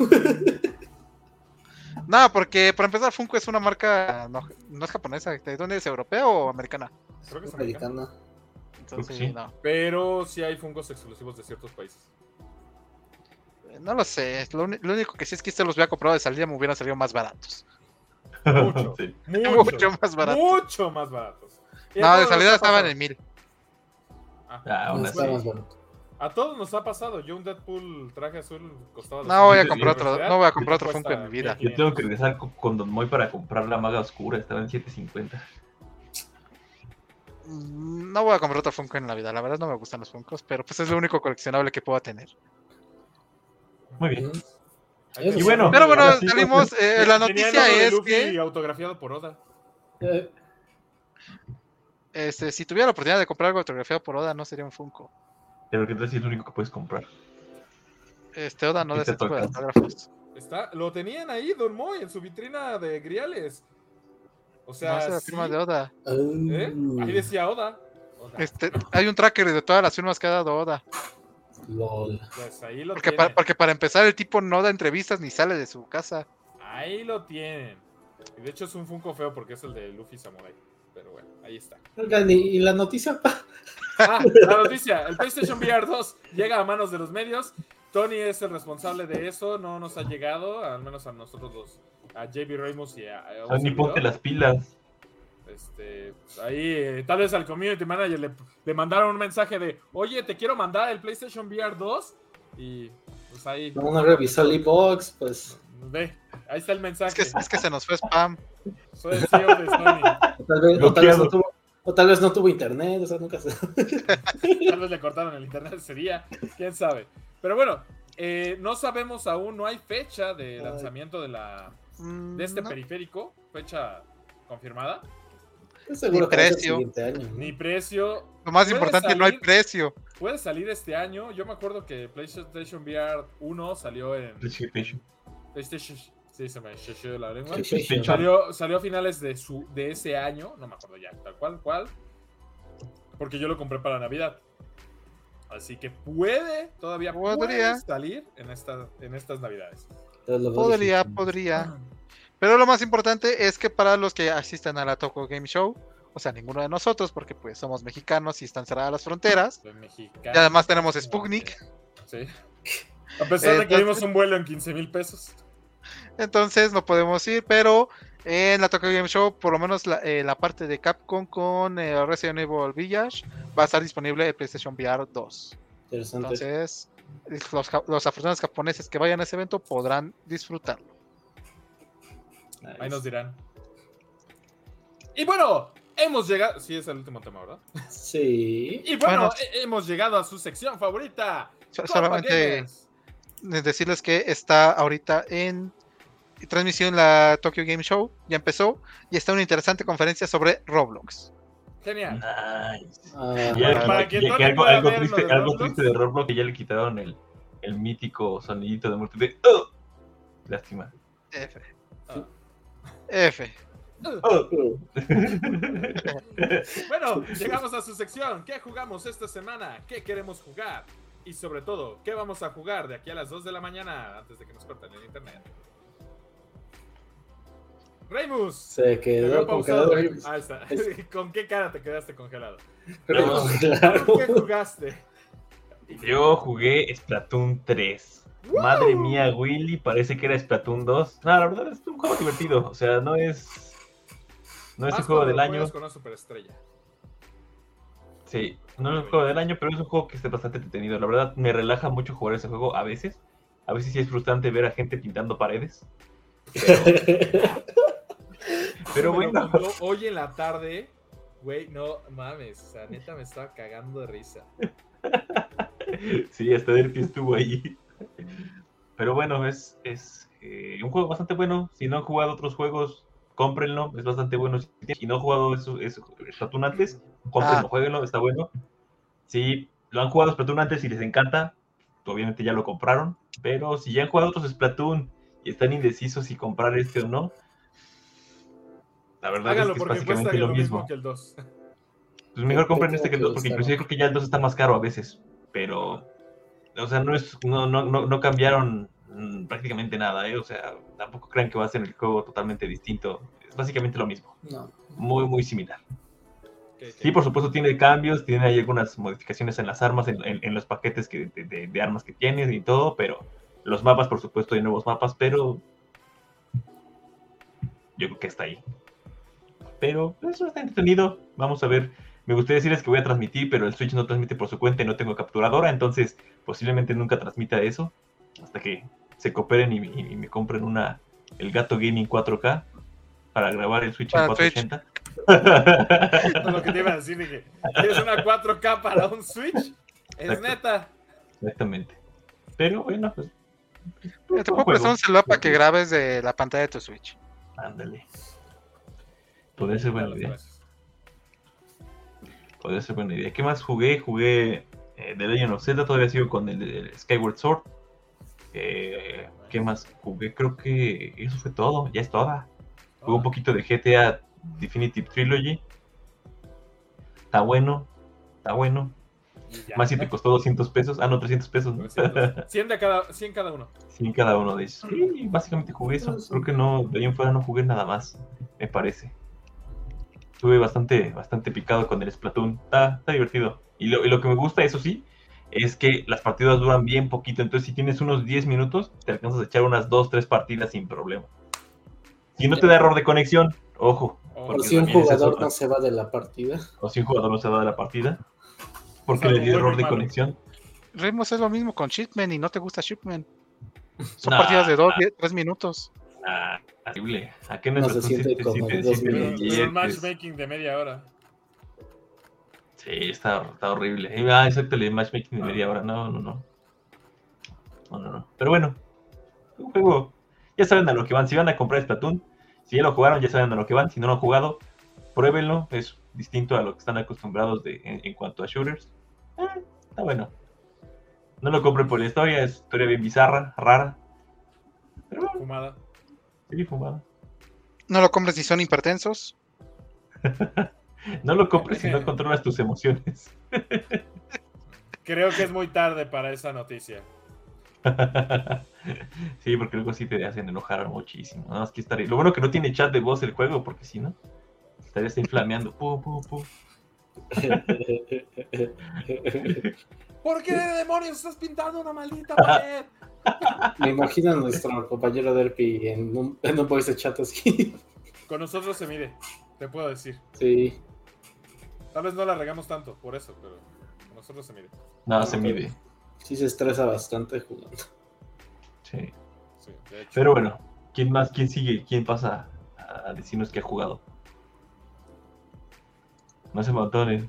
D: No, porque para empezar, Funko es una marca no, no es japonesa. ¿De dónde es? ¿Europea o americana?
A: Creo que es americano.
C: Americana.
D: Entonces,
B: sí.
D: no.
A: Pero sí hay fungos exclusivos de ciertos países.
D: No lo sé. Lo, uni- lo único que sí es que este los voy a comprar de salida, me hubieran salido más baratos.
A: Mucho.
B: Sí.
A: Mucho,
D: Mucho más baratos.
A: mucho más baratos. Y a
D: No, de
A: todos nos
D: salida
A: ha
D: estaban
A: pasado.
D: en mil.
A: Ah,
B: Ah, aún así.
C: Está más bueno.
A: a todos nos ha pasado. Yo un Deadpool traje azul costaba.
D: No voy a
B: sí,
D: comprar
B: sí,
D: otro, no voy a comprar otro Funko en mi vida.
B: Yo tengo que regresar con- con Don Moy para comprar la maga oscura, estaba en 750.
D: Mm, No voy a comprar otro Funko en la vida. La verdad no me gustan los Funkos, pero pues es lo único coleccionable que puedo tener.
B: Muy bien.
C: Y
B: bueno,
D: Pero bueno,
B: ahora sí,
D: salimos. eh, la noticia es que
A: autografiado por Oda.
C: Eh,
D: este, si tuviera la oportunidad de comprar algo autografiado por Oda, no sería un Funko.
B: Pero que entonces es lo único que puedes comprar.
D: Este Oda no da
B: Ahorita
D: ese tipo de
B: toca.
D: autógrafos.
A: Está, lo tenían ahí, Don Moy, en su vitrina de Griales. O sea,
D: no hace la
A: sí,
D: firma de Oda.
A: ¿eh? ahí
C: ah,
A: decía Oda. Oda.
D: Este, hay un tracker de todas las firmas que ha dado Oda.
C: LOL.
A: Pues ahí lo
D: Porque
A: tienen.
D: para, porque para empezar, el tipo no da entrevistas ni sale de su casa.
A: Ahí lo tienen. Y de hecho es un Funko feo porque es el de Luffy Samurai. Pero bueno, ahí está.
C: Oigan, ¿y, y la noticia?
A: Ah, la noticia, el PlayStation VR 2 llega a manos de los medios. Tony es el responsable de eso, no nos ha llegado, al menos a nosotros dos, a JB Ramos y a, a un
B: Sony,
A: servidor.
B: ponte las pilas.
A: Este, ahí, eh, tal vez al community manager le, le mandaron un mensaje de, oye, te quiero mandar el PlayStation VR 2 y pues ahí,
C: No, no revisó el inbox, pues
A: ve, ahí está el
D: Es
A: mensaje.
D: que, es que se nos fue spam.
A: Soy el CEO de Sony.
C: tal vez, o tal vez no tuvo, O tal vez no tuvo internet, o sea, nunca se...
A: Tal vez le cortaron el internet ese día, quién sabe. Pero bueno, eh, no sabemos aún, no hay fecha de
C: Ay.
A: lanzamiento de, la,
D: Mm,
A: de este
D: no.
A: periférico, fecha confirmada,
C: Seguro que va a ser el
D: precio.
C: siguiente año. ¿no?
A: ni precio.
D: Lo más
A: Puede
D: importante, no hay
A: salir.
D: precio.
A: Puede salir este año. Yo me acuerdo que PlayStation VR 1 salió en.
B: Pues PlayStation.
A: PlayStation. Sí, se me shusheó la lengua.
B: PlayStation.
A: Salió, salió a finales de, su, de ese año, no me acuerdo ya, tal cual, cual. Porque yo lo compré para Navidad. Así que puede, todavía
D: Podría.
A: puede salir en, esta, en estas Navidades.
C: Pero lo veo
D: Podría,
C: difícil.
D: podría. Pero lo más importante es que para los que asistan a la Toco Game Show, o sea, ninguno de nosotros, porque pues somos mexicanos y están cerradas las fronteras.
A: Soy mexicano.
D: Y además tenemos Sputnik.
A: Sí. A pesar de que
D: Entonces-
A: vimos un vuelo en 15 mil pesos.
D: Entonces no podemos ir, pero en la Tokyo Game Show, por lo menos la, eh, la parte de Capcom con eh, Resident Evil Village va a estar disponible en PlayStation VR 2.
C: Interesante.
D: Entonces, los, ja- los afortunados japoneses que vayan a ese evento podrán disfrutarlo.
C: Nice.
A: Ahí nos dirán. Y bueno, hemos llegado. Sí, es el último tema, ¿verdad?
C: Sí.
A: Y bueno,
D: Bueno.
A: he- hemos llegado a su sección favorita.
D: So-
A: Copa
D: solamente
A: Gamers.
D: decirles que está ahorita en transmisión la Tokyo Game Show, ya empezó, y está una interesante conferencia sobre Roblox.
A: Genial.
B: Nice.
C: Ah,
B: Ya,
A: Para
B: para
A: que
B: que
A: no
B: que
A: le
B: algo,
A: pueda
B: algo
A: ver lo
B: triste,
A: de
B: algo
A: Roblox.
B: triste de Roblox que ya le quitaron el, el mítico sonidito de muerte de "Oh". Lástima.
D: F.
A: Ah.
D: F.
B: "Oh".
C: uh,
A: Bueno, llegamos a su sección. ¿Qué jugamos esta semana? ¿Qué queremos jugar? Y sobre todo, ¿qué vamos a jugar de aquí a las 2 de la mañana antes de que nos corten el internet? Raimus.
C: se
A: te
C: quedó
A: veo pausado. Ah,
C: congelado. Remus.
A: Ahí está. ¿Con qué cara te quedaste congelado?
C: Remus
B: No.
C: congelado.
A: ¿Qué jugaste?
B: Yo jugué Splatoon 3. Madre mía, Willy, parece que era Splatoon 2. No, la verdad es un juego divertido. O sea, no es. No es el
A: Más
B: juego
A: cuando
B: del
A: lo
B: año.
A: juegas con una superestrella.
B: Sí, no es el juego del año, pero es un juego que está bastante entretenido. La verdad, me relaja mucho jugar ese juego a veces. A veces sí es frustrante ver a gente pintando paredes. Pero
A: Me lo
B: bueno.
A: mandó Hoy en la tarde, güey, no mames. O sea, neta me estaba cagando de risa.
B: Sí, hasta Derpy estuvo ahí. Pero bueno, es, es eh, un juego bastante bueno. Si no han jugado otros juegos, cómprenlo. Es bastante bueno. Si tienen- si no han jugado eso, eso, Splatoon antes, cómprenlo,
D: Ah.
B: jueguenlo, está bueno. Si lo han jugado Splatoon antes y les encanta, obviamente ya lo compraron. Pero si ya han jugado otros Splatoon y están indecisos si comprar este o no, la verdad
A: Háganlo
B: es que es
A: porque cuesta
B: básicamente
A: que
B: lo
A: lo mismo
B: mismo.
A: que el 2.
B: Pues mejor compren
C: Creo
B: este que el
C: que
B: 2, porque
C: está
B: inclusive creo que ya el 2 está más caro a veces. Pero, o sea, no es, no, no, no, no cambiaron mm, prácticamente nada, ¿eh? O sea, tampoco crean que va a ser el juego totalmente distinto. Es básicamente lo mismo.
C: No.
B: Muy, muy similar.
A: Ok, ok.
B: Sí, por supuesto, tiene cambios, tiene ahí algunas modificaciones en las armas, en, en- en los paquetes que, de, de- de armas que tienes y todo, pero los mapas, por supuesto, hay nuevos mapas, pero yo creo que está ahí. Pero eso está entretenido, vamos a ver. Me gustaría decirles que voy a transmitir, pero el Switch no transmite por su cuenta y no tengo capturadora, entonces posiblemente nunca transmita eso, hasta que se cooperen y, y- y me compren una, el Gato Gaming 4K para grabar el Switch en
D: Para Twitch.
B: 480.
A: lo que te iba a decir, dije, ¿quieres una 4K para un Switch? Es
B: Exacto.
A: neta.
B: Exactamente. Pero bueno, pues.
D: Te
B: un
D: puedo
B: juego.
D: prestar un celular para que grabes de la pantalla de tu Switch.
B: Ándale. Podría ser buena idea.
A: pues.
B: Podría ser buena idea. ¿Qué más jugué? Jugué eh, The Legend of Zelda, todavía sigo con el, el Skyward Sword. Eh, ¿Qué más jugué? Creo que eso fue todo, ya es toda. Jugué un poquito de GTA Definitive Trilogy. Está bueno, está bueno.
A: Y ya.
B: Más si te costó 200 pesos. Ah, no, 300 pesos. ¿no?
A: 300. 100 de cada, 100 cada uno.
B: Sí, cada uno de ellos. Y básicamente jugué eso. Creo que no, de ahí en fuera no jugué nada más, me parece. Estuve bastante, bastante picado con el Splatoon. Está, está divertido. Y lo, y lo que me gusta, eso sí, es que las partidas duran bien poquito. Entonces, si tienes unos 10 minutos, te alcanzas a echar unas 2, 3 partidas sin problema. Si no te da error de conexión, ojo,
A: O-
C: Por
B: Porque
C: si un
B: también esa es
C: jugador
B: otra.
C: no se va de la partida.
B: o si un jugador no se va de la partida, porque
A: O sea,
B: le
A: muy
B: dio error
A: muy
B: de
A: malo.
B: conexión.
D: Ritmos es lo mismo con Shipman y no te gusta Shipman. Son
B: Nah.
D: partidas de 2, 3 minutos.
B: Ah, horrible. ¿A qué no
C: No
B: es
C: se
B: Splatoon?
C: siente
B: Siete-
C: como
B: siete-
C: dos
B: siete
A: pero- pero
C: minutos.
A: un
B: billetes.
A: matchmaking de media hora.
B: Sí, está, está horrible. Eh, Ah, exacto, el matchmaking de media hora. No, no, no. No, no, no. Pero bueno, un juego. Ya saben a lo que van. Si van a comprar Splatoon, si ya lo jugaron, ya saben a lo que van. Si no lo han jugado, pruébenlo. Es distinto a lo que están acostumbrados de, en, en cuanto a shooters. Ah, está bueno. No lo compren por la historia, es historia bien bizarra, rara. Pero bueno,
A: Fumada.
B: sí, fumada.
D: No lo compres si son hipertensos.
B: No lo compres si no controlas tus emociones.
A: Creo que es muy tarde para esa noticia.
B: sí, porque luego sí te hacen enojar muchísimo. Nada más que estar ahí. Lo bueno que no tiene chat de voz el juego, porque si no, estarías inflameando. Pu, pu, pu.
A: ¿Por qué demonios estás pintando una maldita pared?
C: Me imagino a nuestro compañero Derpy en un, en un voice chat así.
A: Con nosotros se mide, te puedo decir.
C: Sí.
A: Tal vez no la regamos tanto, por eso, pero con nosotros se mide.
B: Nada, se mide.
C: Sí se estresa bastante jugando.
B: Sí.
A: Sí, de hecho.
B: Pero bueno, ¿quién más? ¿Quién sigue? ¿Quién pasa a decirnos que ha jugado? No se matones.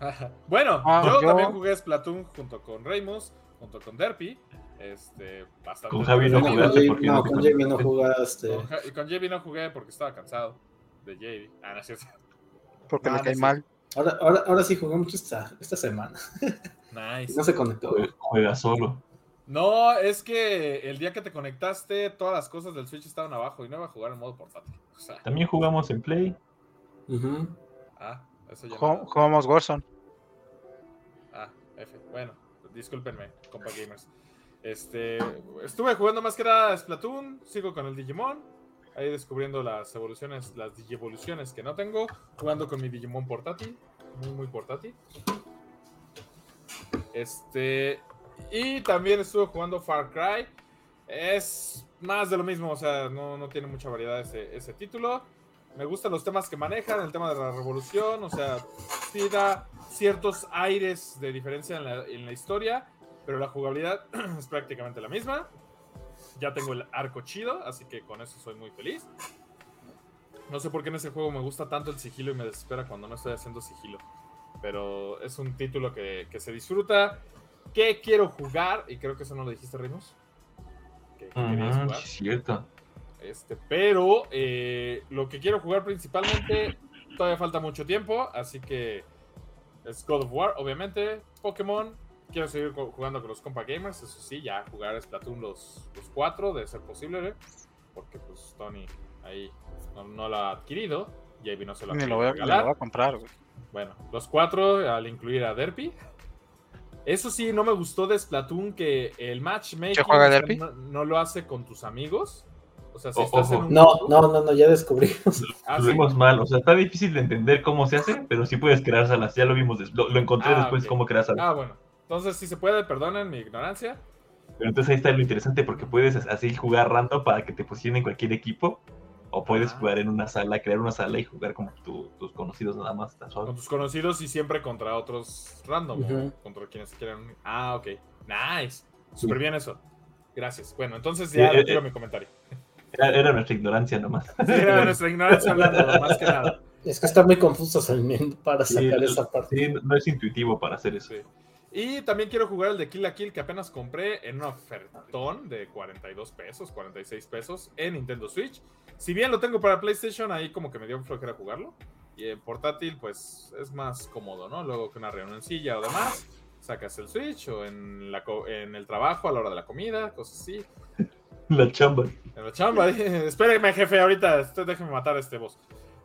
A: Ajá. Bueno,
D: Ah,
A: yo,
D: yo-
A: también jugué Splatoon junto con Ramos, junto con Derpy. Este, bastante.
B: Con Javi no
C: Con
A: entretenido.
B: jugaste
C: Jamie-
B: porque
C: no,
B: no te
C: con Jamie no este,
B: contaste.
C: jugaste.
A: Con Ja- y con JB no jugué porque estaba cansado de JB. Ah, no es cierto.
D: Porque
A: Ah,
D: me
A: no
D: cae
A: sé.
D: mal.
C: Ahora, ahora, ahora sí jugué mucho esta, esta semana.
A: Nice.
C: No se conectó.
B: Juega solo.
A: No, es que el día que te conectaste, todas las cosas del Switch estaban abajo y no iba a jugar en modo portátil. O sea,
B: También jugamos en Play.
C: Ujú.
A: ah, eso ya.
D: Jugamos-
A: no.
D: Jugamos Warzone.
A: Ah, F. Bueno, discúlpenme, compa gamers. Este, estuve jugando más que nada Splatoon, sigo con el Digimon, ahí descubriendo las evoluciones, las digievoluciones que no tengo, jugando con mi Digimon portátil, muy muy portátil. Este, y también estuve jugando Far Cry. Es más de lo mismo, o sea, no, no tiene mucha variedad ese, ese título. Me gustan los temas que manejan, el tema de la revolución, o sea, sí da ciertos aires de diferencia en la, en la historia, pero la jugabilidad es prácticamente la misma. Ya tengo el arco chido, así que con eso soy muy feliz. No sé por qué en ese juego me gusta tanto el sigilo y me desespera cuando no estoy haciendo sigilo. Pero es un título que, que se disfruta. que quiero jugar? Y creo que eso no lo dijiste, Rimos. Que, que querías
B: Ujú,
A: jugar.
B: sí, cierto.
A: Este, pero eh, lo que quiero jugar principalmente, todavía falta mucho tiempo, así que es God of War, obviamente, Pokémon. Quiero seguir co- jugando con los compa gamers, eso sí, ya jugar Splatoon los, los cuatro, de ser posible, ¿eh? porque pues Tony ahí no, no lo ha adquirido, JB no se lo ha
D: Ni
A: querido
D: lo voy a, ni lo
A: regalar.
D: voy a comprar, güey.
A: Bueno, los cuatro al incluir a Derpy. Eso sí, no me gustó de Splatoon que el matchmaking
D: ¿Se juega
A: o sea,
D: Derpy?
A: No, no lo hace con tus amigos. O sea, si
B: O-
A: estás en
B: ojo.
A: un
C: No,
A: grupo-
C: no, no, no, ya descubrí.
A: Ah,
B: Lo
A: sí.
B: vimos mal, o sea, está difícil de entender cómo se hace, pero sí puedes crear salas. Ya lo vimos, des- lo, lo encontré
A: Ah,
B: después
A: ok.
B: cómo crear salas.
A: Ah, bueno. Entonces, si se puede, perdonen mi ignorancia.
B: Pero entonces ahí está lo interesante porque puedes así jugar random para que te posicionen en cualquier equipo. O puedes
A: Ajá.
B: jugar en una sala, crear una sala y jugar con tu- tus conocidos nada más. Tan
A: Con
B: suave.
A: tus conocidos y siempre contra otros random. o
C: Ujú.
A: Contra quienes quieran. unir. Ah, ok. Nice. Súper
B: Sí.
A: bien eso. Gracias. Bueno, entonces ya
B: Eh, eh,
A: retiro
B: eh.
A: mi comentario.
B: Era, era nuestra ignorancia nomás.
A: Sí, era nuestra ignorancia hablando, más que nada.
C: Es que está muy confuso también para
B: Sí,
C: sacar
B: el-
C: esa parte.
B: Sí, no- no es intuitivo para hacer eso.
A: Sí. Y también quiero jugar el de Kill la Kill que apenas compré en un ofertón de 42 pesos, 46 pesos en Nintendo Switch. Si bien lo tengo para PlayStation, ahí como que me dio flojera jugarlo. Y en portátil, pues es más cómodo, ¿no? Luego que una reunioncilla o demás, sacas el Switch o en, la co- en el trabajo a la hora de la comida, cosas así.
B: La chamba.
A: En la chamba, espéreme, jefe, ahorita este- déjeme matar a este boss.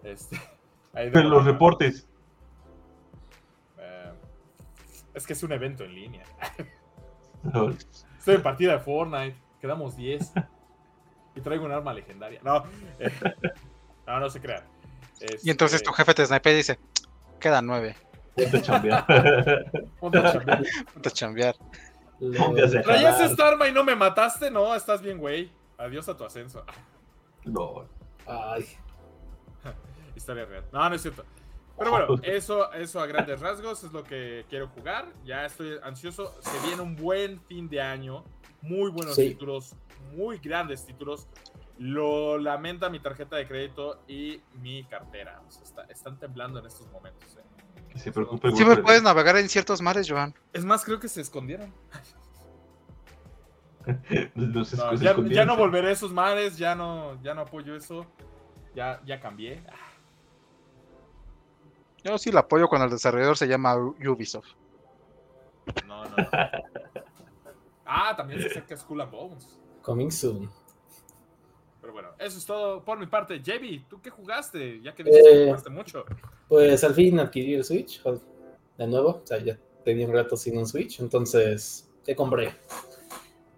A: Este, ahí dejo
B: Los
A: la-
B: reportes.
A: eh, es que es un evento en línea.
B: Lol.
A: Estoy en partida de Fortnite. Quedamos 10. Y traigo un arma legendaria. No. eh, no, no se crean.
D: Y entonces tu
A: Este,
D: jefe te snipea y dice, quedan nueve.
B: Ponte a chambear.
A: ponte a chambear.
D: Ponte a chambear.
B: Ponte a hacer
A: ¿Traías
B: jalar.
A: esta arma y no me mataste? No, estás bien, güey. Adiós a tu ascenso.
B: Lol.
C: Ay,
A: Historia real. No, no es cierto. Pero bueno, eso, eso a grandes rasgos es lo que quiero jugar. Ya estoy ansioso. Se viene un buen fin de año. Muy buenos
C: Sí.
A: títulos, muy grandes títulos. Lo lamenta mi tarjeta de crédito y mi cartera. O sea, está- están temblando en estos momentos. eh.
B: Que se preocupe.
D: Sí me
B: Wilfred.
D: puedes navegar en ciertos mares, Joan.
A: Es más, creo que se escondieron.
B: No sé,
A: No,
B: cosas
A: ya, ya
B: escondidas.
A: no volveré a esos mares, ya no, ya no apoyo eso. Ya, ya cambié. Ah,
D: Yo sí la apoyo cuando el desarrollador se llama U- Ubisoft.
A: No, no. no. Ah, también se acerca Skull and Bones.
C: Coming soon.
A: Pero bueno, eso es todo por mi parte. Javi, ¿tú qué jugaste? Ya que dices que
C: Eh.
A: jugaste mucho.
C: Pues al fin adquirí el Switch. o- De nuevo, o sea, ya tenía un rato sin un Switch. Entonces, ¿qué compré?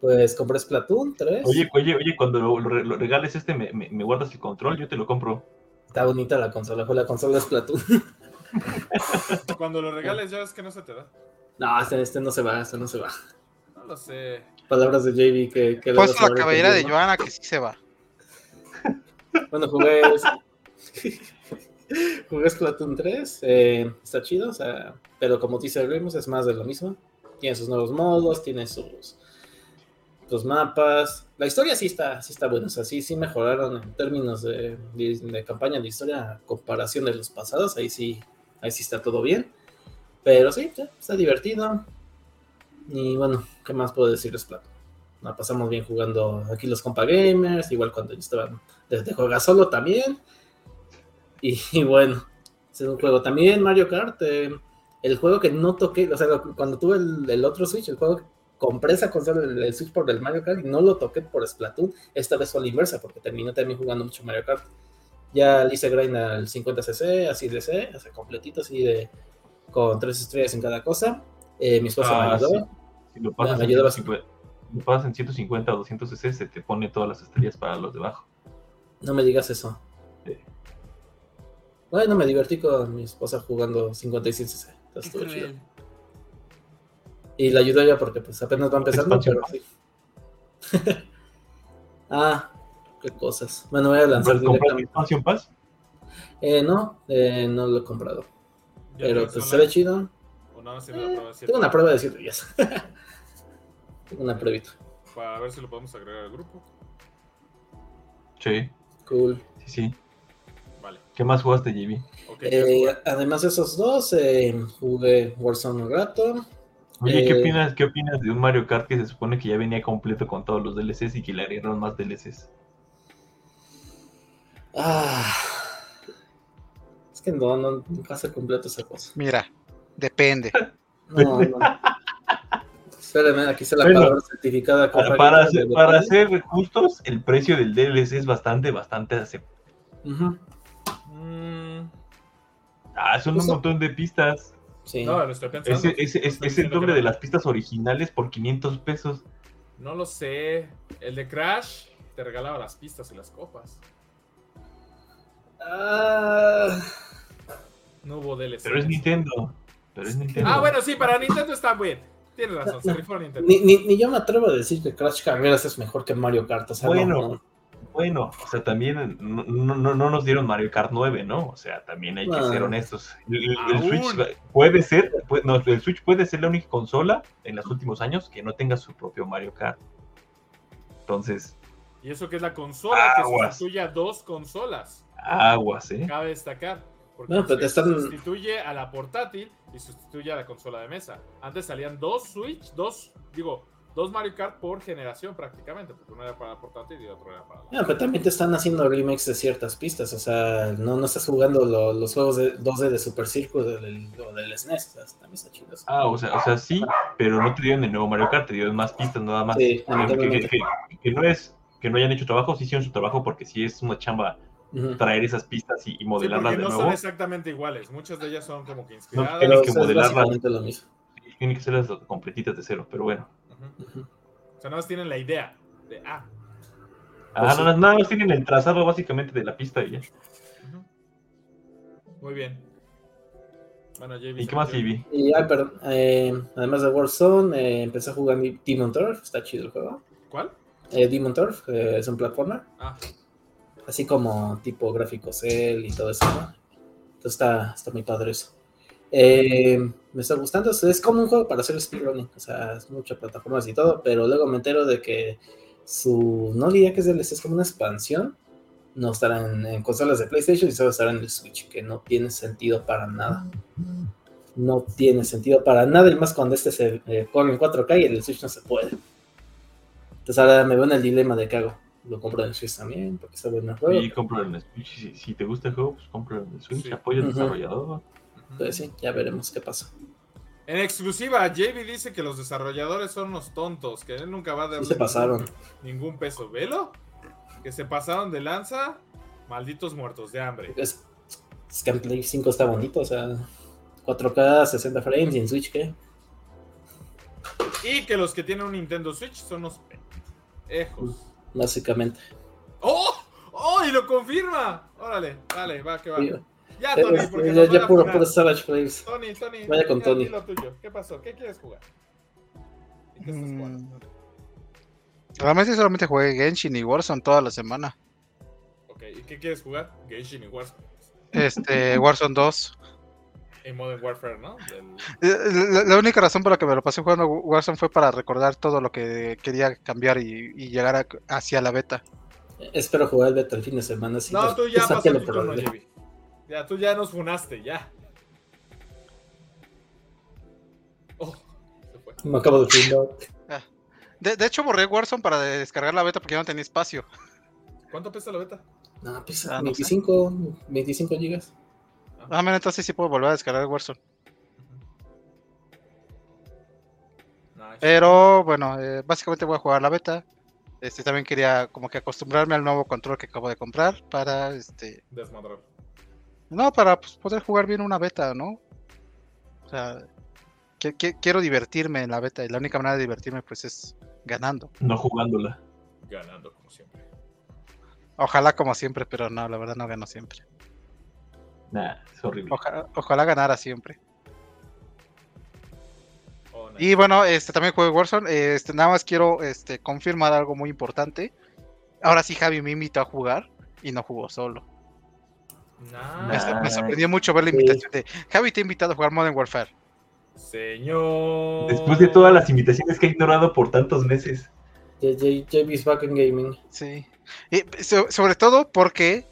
C: Pues compré Splatoon 3.
B: Oye, oye, oye, cuando lo, lo re- lo regales este, me, me- me guardas el control, yo te lo compro.
C: Está bonita la consola. Fue la consola Splatoon.
A: Cuando lo regales ya ves que no se te da.
C: no, este, este no se va, este no se va.
A: No lo sé.
C: Palabras de JB que... que luego
D: Pues
C: se
D: la
C: va a
D: cabellera de
C: arrepentir, ¿no?
D: Joana que sí se va.
C: Bueno, jugué... jugué Splatoon 3. eh, está chido, o sea... Pero como dice Remus, es más de lo mismo. Tiene sus nuevos modos, tiene sus... Los mapas. La historia sí está, sí está buena. O sea, sí, sí mejoraron en términos de, de- de campaña de historia a comparación de los pasados. Ahí sí, ahí sí está todo bien. Pero sí, ya, está divertido. Y bueno, ¿qué más puedo decirles, Plato? La pasamos bien jugando aquí los compa gamers, igual cuando yo estaba desde juega solo también. Y, y bueno, ese es un juego. También Mario Kart, eh, el juego que no toqué, o sea, lo- cuando tuve el, el otro Switch, el juego que compré esa consola, el, el Switch por el Mario Kart, y no lo toqué por Splatoon, esta vez fue la inversa, porque terminé también jugando mucho Mario Kart. Ya le hice grind al 50cc, así de C, así completito, así de con tres estrellas en cada cosa. Eh, mi esposa me
B: Ah,
C: ayudó.
B: sí. Si lo pasas,
C: me
B: en
C: ayuda
B: 150 lo pasas en 150 o 200 cc, se te pone todas las estrellas para los de abajo.
C: No me digas eso.
B: Sí.
C: Bueno, me divertí con mi esposa jugando 56 Entonces, estuvo Pues chido. Y la ayudé ya porque pues apenas va empezando,
B: Expansión.
C: pero sí. ah, qué cosas. Bueno, voy a lanzar
B: ¿Compras, compras
C: directamente.
B: Expansion Pass?
C: Eh, no, eh, no lo he comprado.
A: Ya
C: Pero
A: tienes
C: pues se
A: online.
C: ve chido. Eh,
A: O nada más sirve la prueba de siete.
C: Tengo una prueba de 7 días. Tengo una pruebita.
A: Para ver si lo podemos agregar al grupo.
B: Sí,
C: Cool.
B: sí, sí.
A: Vale.
B: ¿Qué más jugaste, JB?
A: Ok,
C: Eh,
A: ¿quieres jugar?
C: además de esos dos, eh, jugué Warzone un rato.
B: Oye, ¿qué
C: Eh,
B: opinas, ¿qué opinas de un Mario Kart que se supone que ya venía completo con todos los DLCs y que le agregaron más DLCs?
C: Ah, es que no, no, nunca se completa esa cosa.
D: Mira, depende.
C: No, no. Espérame, aquí se la
B: Bueno,
C: palabra certificada.
B: Para,
C: compadre,
B: para,
C: de
B: ser,
C: lo
B: para
C: que-
B: ser justos, el precio del DLC es bastante, bastante aceptable.
C: Ujú,
A: Mm,
B: Ah, son un
C: Justo.
B: montón de pistas.
C: Sí.
A: no, lo estoy pensando.
B: Ese, eh. ese- es,
A: Estoy
B: es el
A: diciendo que
B: doble
A: no.
B: de las pistas originales por 500 pesos.
A: No lo sé. El de Crash te regalaba las pistas y las copas.
C: Ah,
A: No hubo DLC.
B: Pero es Nintendo. Pero es Nintendo.
A: Ah, bueno, sí, para Nintendo está bien. Tienes razón, se rifó Nintendo.
C: ni, ni, ni yo me atrevo a decir que Crash Carreras es mejor que Mario Kart. O sea, no,
B: Bueno.
C: no.
B: Bueno, o sea, también eh, no, no- no- no nos dieron Mario Kart 9, ¿no? O sea, también hay que
C: Ah.
B: ser honestos. El, el- el
A: Aún.
B: Switch va- puede ser, pu- no, el Switch puede ser la única consola en los últimos años que no tenga su propio Mario Kart. Entonces,
A: Y eso que es la consola que
B: Aguas.
A: sustituye a dos consolas.
B: aguas, ¿eh?
A: Cabe destacar. Porque
C: No, pero te
A: se
C: están-
A: sustituye a la portátil y sustituye a la consola de mesa. Antes salían dos Switch, dos, digo, dos Mario Kart por generación prácticamente, porque uno era para la portátil y el otro era para la.
C: Ah, pero también te están haciendo remakes de ciertas pistas. O sea, no, no estás jugando lo- los juegos de 2D de Super Circuit o del, o del SNES. O sea, también está chido eso.
B: Ah, o sea, o sea, sí, pero no te dieron el nuevo Mario Kart, te dieron más pistas, nada más.
C: Sí,
B: Que, que-
C: lamentablemente.
B: que- que no es que no hayan hecho trabajo, sí hicieron su trabajo porque sí es una chamba
C: Ujú.
B: traer esas pistas y, y
A: Sí,
B: modelarlas
A: porque
B: de
A: no
B: nuevo.
A: son exactamente iguales. Muchas de ellas son como que inspiradas.
B: Tienes
C: Pero
B: que
C: o sea, es
B: modelarla.
C: básicamente lo mismo.
B: Tienen que ser las completitas de cero, pero bueno.
A: Ujú.
C: Ujú.
A: O sea, nada más tienen la idea de, ah,
B: Ah,
A: Pues,
C: sí.
B: no, no, nada más tienen el trazado básicamente de la pista y ya.
A: Muy bien. Bueno, JB.
B: ¿Y
A: se
B: qué más,
A: metió.
B: Ivy?
C: Y, ay, perdón, eh, además de Warzone, eh, empecé a jugar Demon Turf, está chido el juego.
A: ¿Cuál?
C: Eh, Demon Turf eh, es un platformer,
A: Ah,
C: así como tipo gráfico cel y todo eso, ¿no? Entonces está, está muy padre eso. Eh, me está gustando, es- es como un juego para hacer speedrunning, o sea, es muchas plataformas y todo, pero luego me entero de que su, no diría que es DLC, es como una expansión, no estará en, en consolas de PlayStation y solo estará en el Switch, que no tiene sentido para nada. no tiene sentido para nada, y más cuando este se eh, corre en 4K y en el Switch no se puede. Entonces ahora me veo en el dilema de qué hago. Lo compro en el Switch también, porque está bueno el juego.
B: Y compro en el Switch. Si, si te gusta el juego, pues compro en el Switch.
A: Sí.
B: Apoya al
C: Ujú.
B: desarrollador.
C: Entonces Pues sí, ya veremos qué pasa.
A: En exclusiva, JB dice que los desarrolladores son unos tontos, que él nunca va a dar
C: Sí se pasaron.
A: ningún peso. ¿Velo? Que se pasaron de lanza, malditos muertos de hambre.
C: Es, es que en Play 5 está bonito, o sea, 4K, 60 frames y en Switch, ¿qué?
A: Y que los que tienen un Nintendo Switch son unos pendejos.
C: Pues, Básicamente.
A: ¡Oh! ¡Oh! ¡Y lo confirma! Órale, dale, va, que va.
C: Sí,
A: Ya,
C: eh,
A: Tony,
C: es-
A: Ah, porque
C: ya,
A: nos
C: ya
A: van a
C: puro,
A: funar.
C: puro Savage Frames.
A: Tony, Tony.
C: Vaya con
A: ya
C: Tony.
A: di lo tuyo. ¿Qué pasó? ¿Qué quieres jugar? ¿Y qué estás jugando?
D: Mm. Realmente yo solamente jugué Genshin y Warzone toda la semana.
A: Ok, ¿y qué quieres jugar? Genshin y Warzone.
D: Este, Warzone 2.
A: En Modern Warfare, ¿no? Del-
D: Eh, La, la única razón por la que me lo pasé jugando Warzone fue para recordar todo lo que quería cambiar y, y llegar a- hacia la beta.
C: Eh, Espero jugar el beta el fin de semana. sí,
A: No,
C: pues,
A: tú ya
C: quizá
A: pasaste
C: que lo
A: tu turno,
C: probaré.
A: Jimmy. Ya, tú ya nos funaste, ya. Oh, se fue.
C: Me acabo de filmar.
D: Ah. De, de hecho, borré Warzone para descargar la beta porque ya no tenía espacio.
A: ¿Cuánto pesa la beta?
C: No, pues
D: Ah, no sé.
C: 25, 25 gigas.
D: Ah, mira, entonces sí puedo volver a descargar Warzone.
A: Nice.
D: Pero bueno, eh, básicamente voy a jugar la beta. Este, también quería como que acostumbrarme al nuevo control que acabo de comprar para este
A: Desmadrar.
D: No, para pues, poder jugar bien una beta, ¿no? O sea, que- que- quiero divertirme en la beta y la única manera de divertirme pues es ganando.
B: No jugándola.
A: Ganando, como siempre.
D: Ojalá como siempre, pero no, la verdad no gano siempre.
B: Nah, es horrible.
D: Oja- ojalá ganara siempre.
A: Oh, nice.
D: Y bueno, este también juego Warzone. Este, nada más quiero este, confirmar algo muy importante. Ahora sí, Javi me invitó a jugar y no jugó solo. Me,
A: Nice.
D: sor- me
B: Nice.
D: sorprendió mucho ver la
C: Sí.
D: invitación de Javi te ha invitado a jugar Modern Warfare.
A: Señor.
B: Después de todas las invitaciones que he ignorado por tantos meses.
C: JB's Back in Gaming.
D: Sí. Y so- sobre todo porque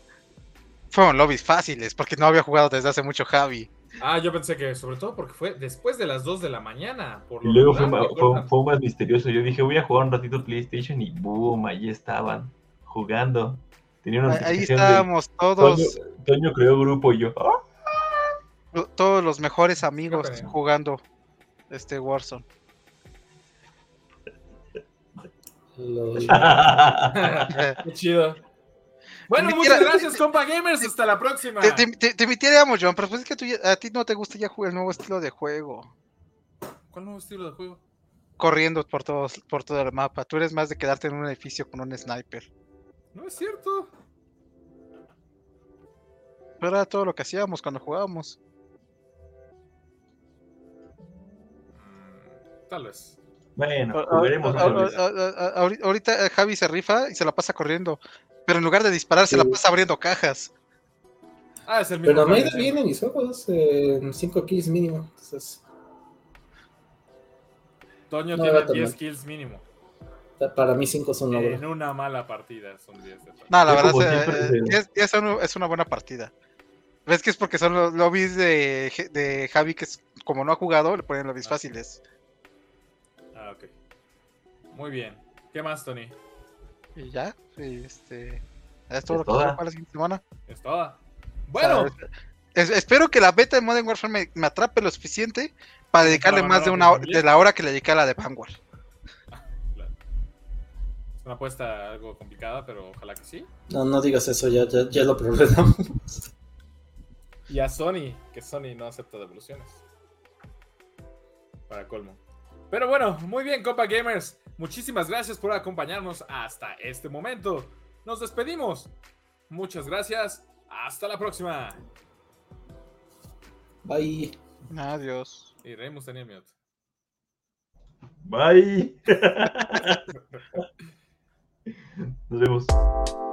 D: fueron lobbies fáciles, porque no había jugado desde hace mucho Javi.
A: Ah, yo pensé que, sobre todo porque fue después de las 2 de la mañana. Por
B: Y
A: lo
B: luego fue,
A: regular,
B: ma-
A: que
B: fue-
A: cortan.
B: fue más misterioso. Yo dije, voy a jugar un ratito PlayStation y boom, ahí estaban, jugando. Tenía una
D: Ahí- Ahí
B: notificación de-
D: estábamos todos,
B: Toño, Toño creó grupo y yo. "Ah".
D: lo- todos los mejores amigos
A: Fíjate.
D: jugando este Warzone.
C: Lo-
A: Qué chido. Bueno,
D: Ni
A: muchas
D: siquiera-
A: gracias, compa gamers. Hasta la próxima.
D: Te, te, te- te invitaríamos, John, pero pues es que tú ya- a ti no te gusta ya jugar el nuevo estilo de juego,
A: ¿Cuál nuevo estilo de juego?
D: corriendo por todos por todo el mapa. Tú eres más de quedarte en un edificio con un sniper.
A: No es cierto.
D: Pero era todo lo que hacíamos cuando jugábamos.
A: Mm, Tal vez.
B: Bueno,
D: A- a-
B: jugaremos
D: a-
B: otra
D: a-
B: vez.
D: a- a- ahori- Ahorita eh, Javi se rifa y se la pasa corriendo, pero en lugar de disparar se la
C: Sí.
D: pasa abriendo cajas.
A: Ah, es el mismo.
C: Pero me ha ido
A: juego, sí.
C: bien en mis juegos, eh, 5 kills mínimo. Entonces,
A: Toño
C: No,
A: tiene
C: gato,
A: 10
C: no.
A: kills mínimo.
C: ta- para mí 5 son logro.
A: En una mala partida son 10 de Toño.
D: No, la
B: Yo
D: verdad
B: como
D: eh,
B: siempre
D: eh,
B: desde-
D: es, es un- es una buena partida. ¿Ves que es porque son los lobbies de, Je- de Javi que es- como no ha jugado, le ponen lobbies
A: Ah.
D: fáciles?
A: Ah, ok. Muy bien. ¿Qué más, Tony?
D: Y ya, y este... Es
B: Es
D: todo lo que quiero
B: toda.
D: para la siguiente semana.
A: Es todo.
D: O sea,
A: Bueno,
D: es- espero que la beta de Modern Warfare me, me atrape lo suficiente para dedicarle
A: mandar
D: más
A: a
D: de
A: mi
D: una hora,
A: familia?
D: de la hora que le dediqué a la de Vanguard.
A: es una apuesta algo complicada, pero ojalá que sí.
C: No, no digas eso, ya, ya, ya lo programamos.
A: Y a Sony, que Sony no acepta devoluciones. Para colmo. Pero bueno, muy bien, Copa Gamers. Muchísimas gracias por acompañarnos hasta este momento. Nos despedimos. Muchas gracias. Hasta la próxima.
C: Bye.
D: Adiós.
A: Y Remus tenía miedo.
B: Bye. Nos vemos.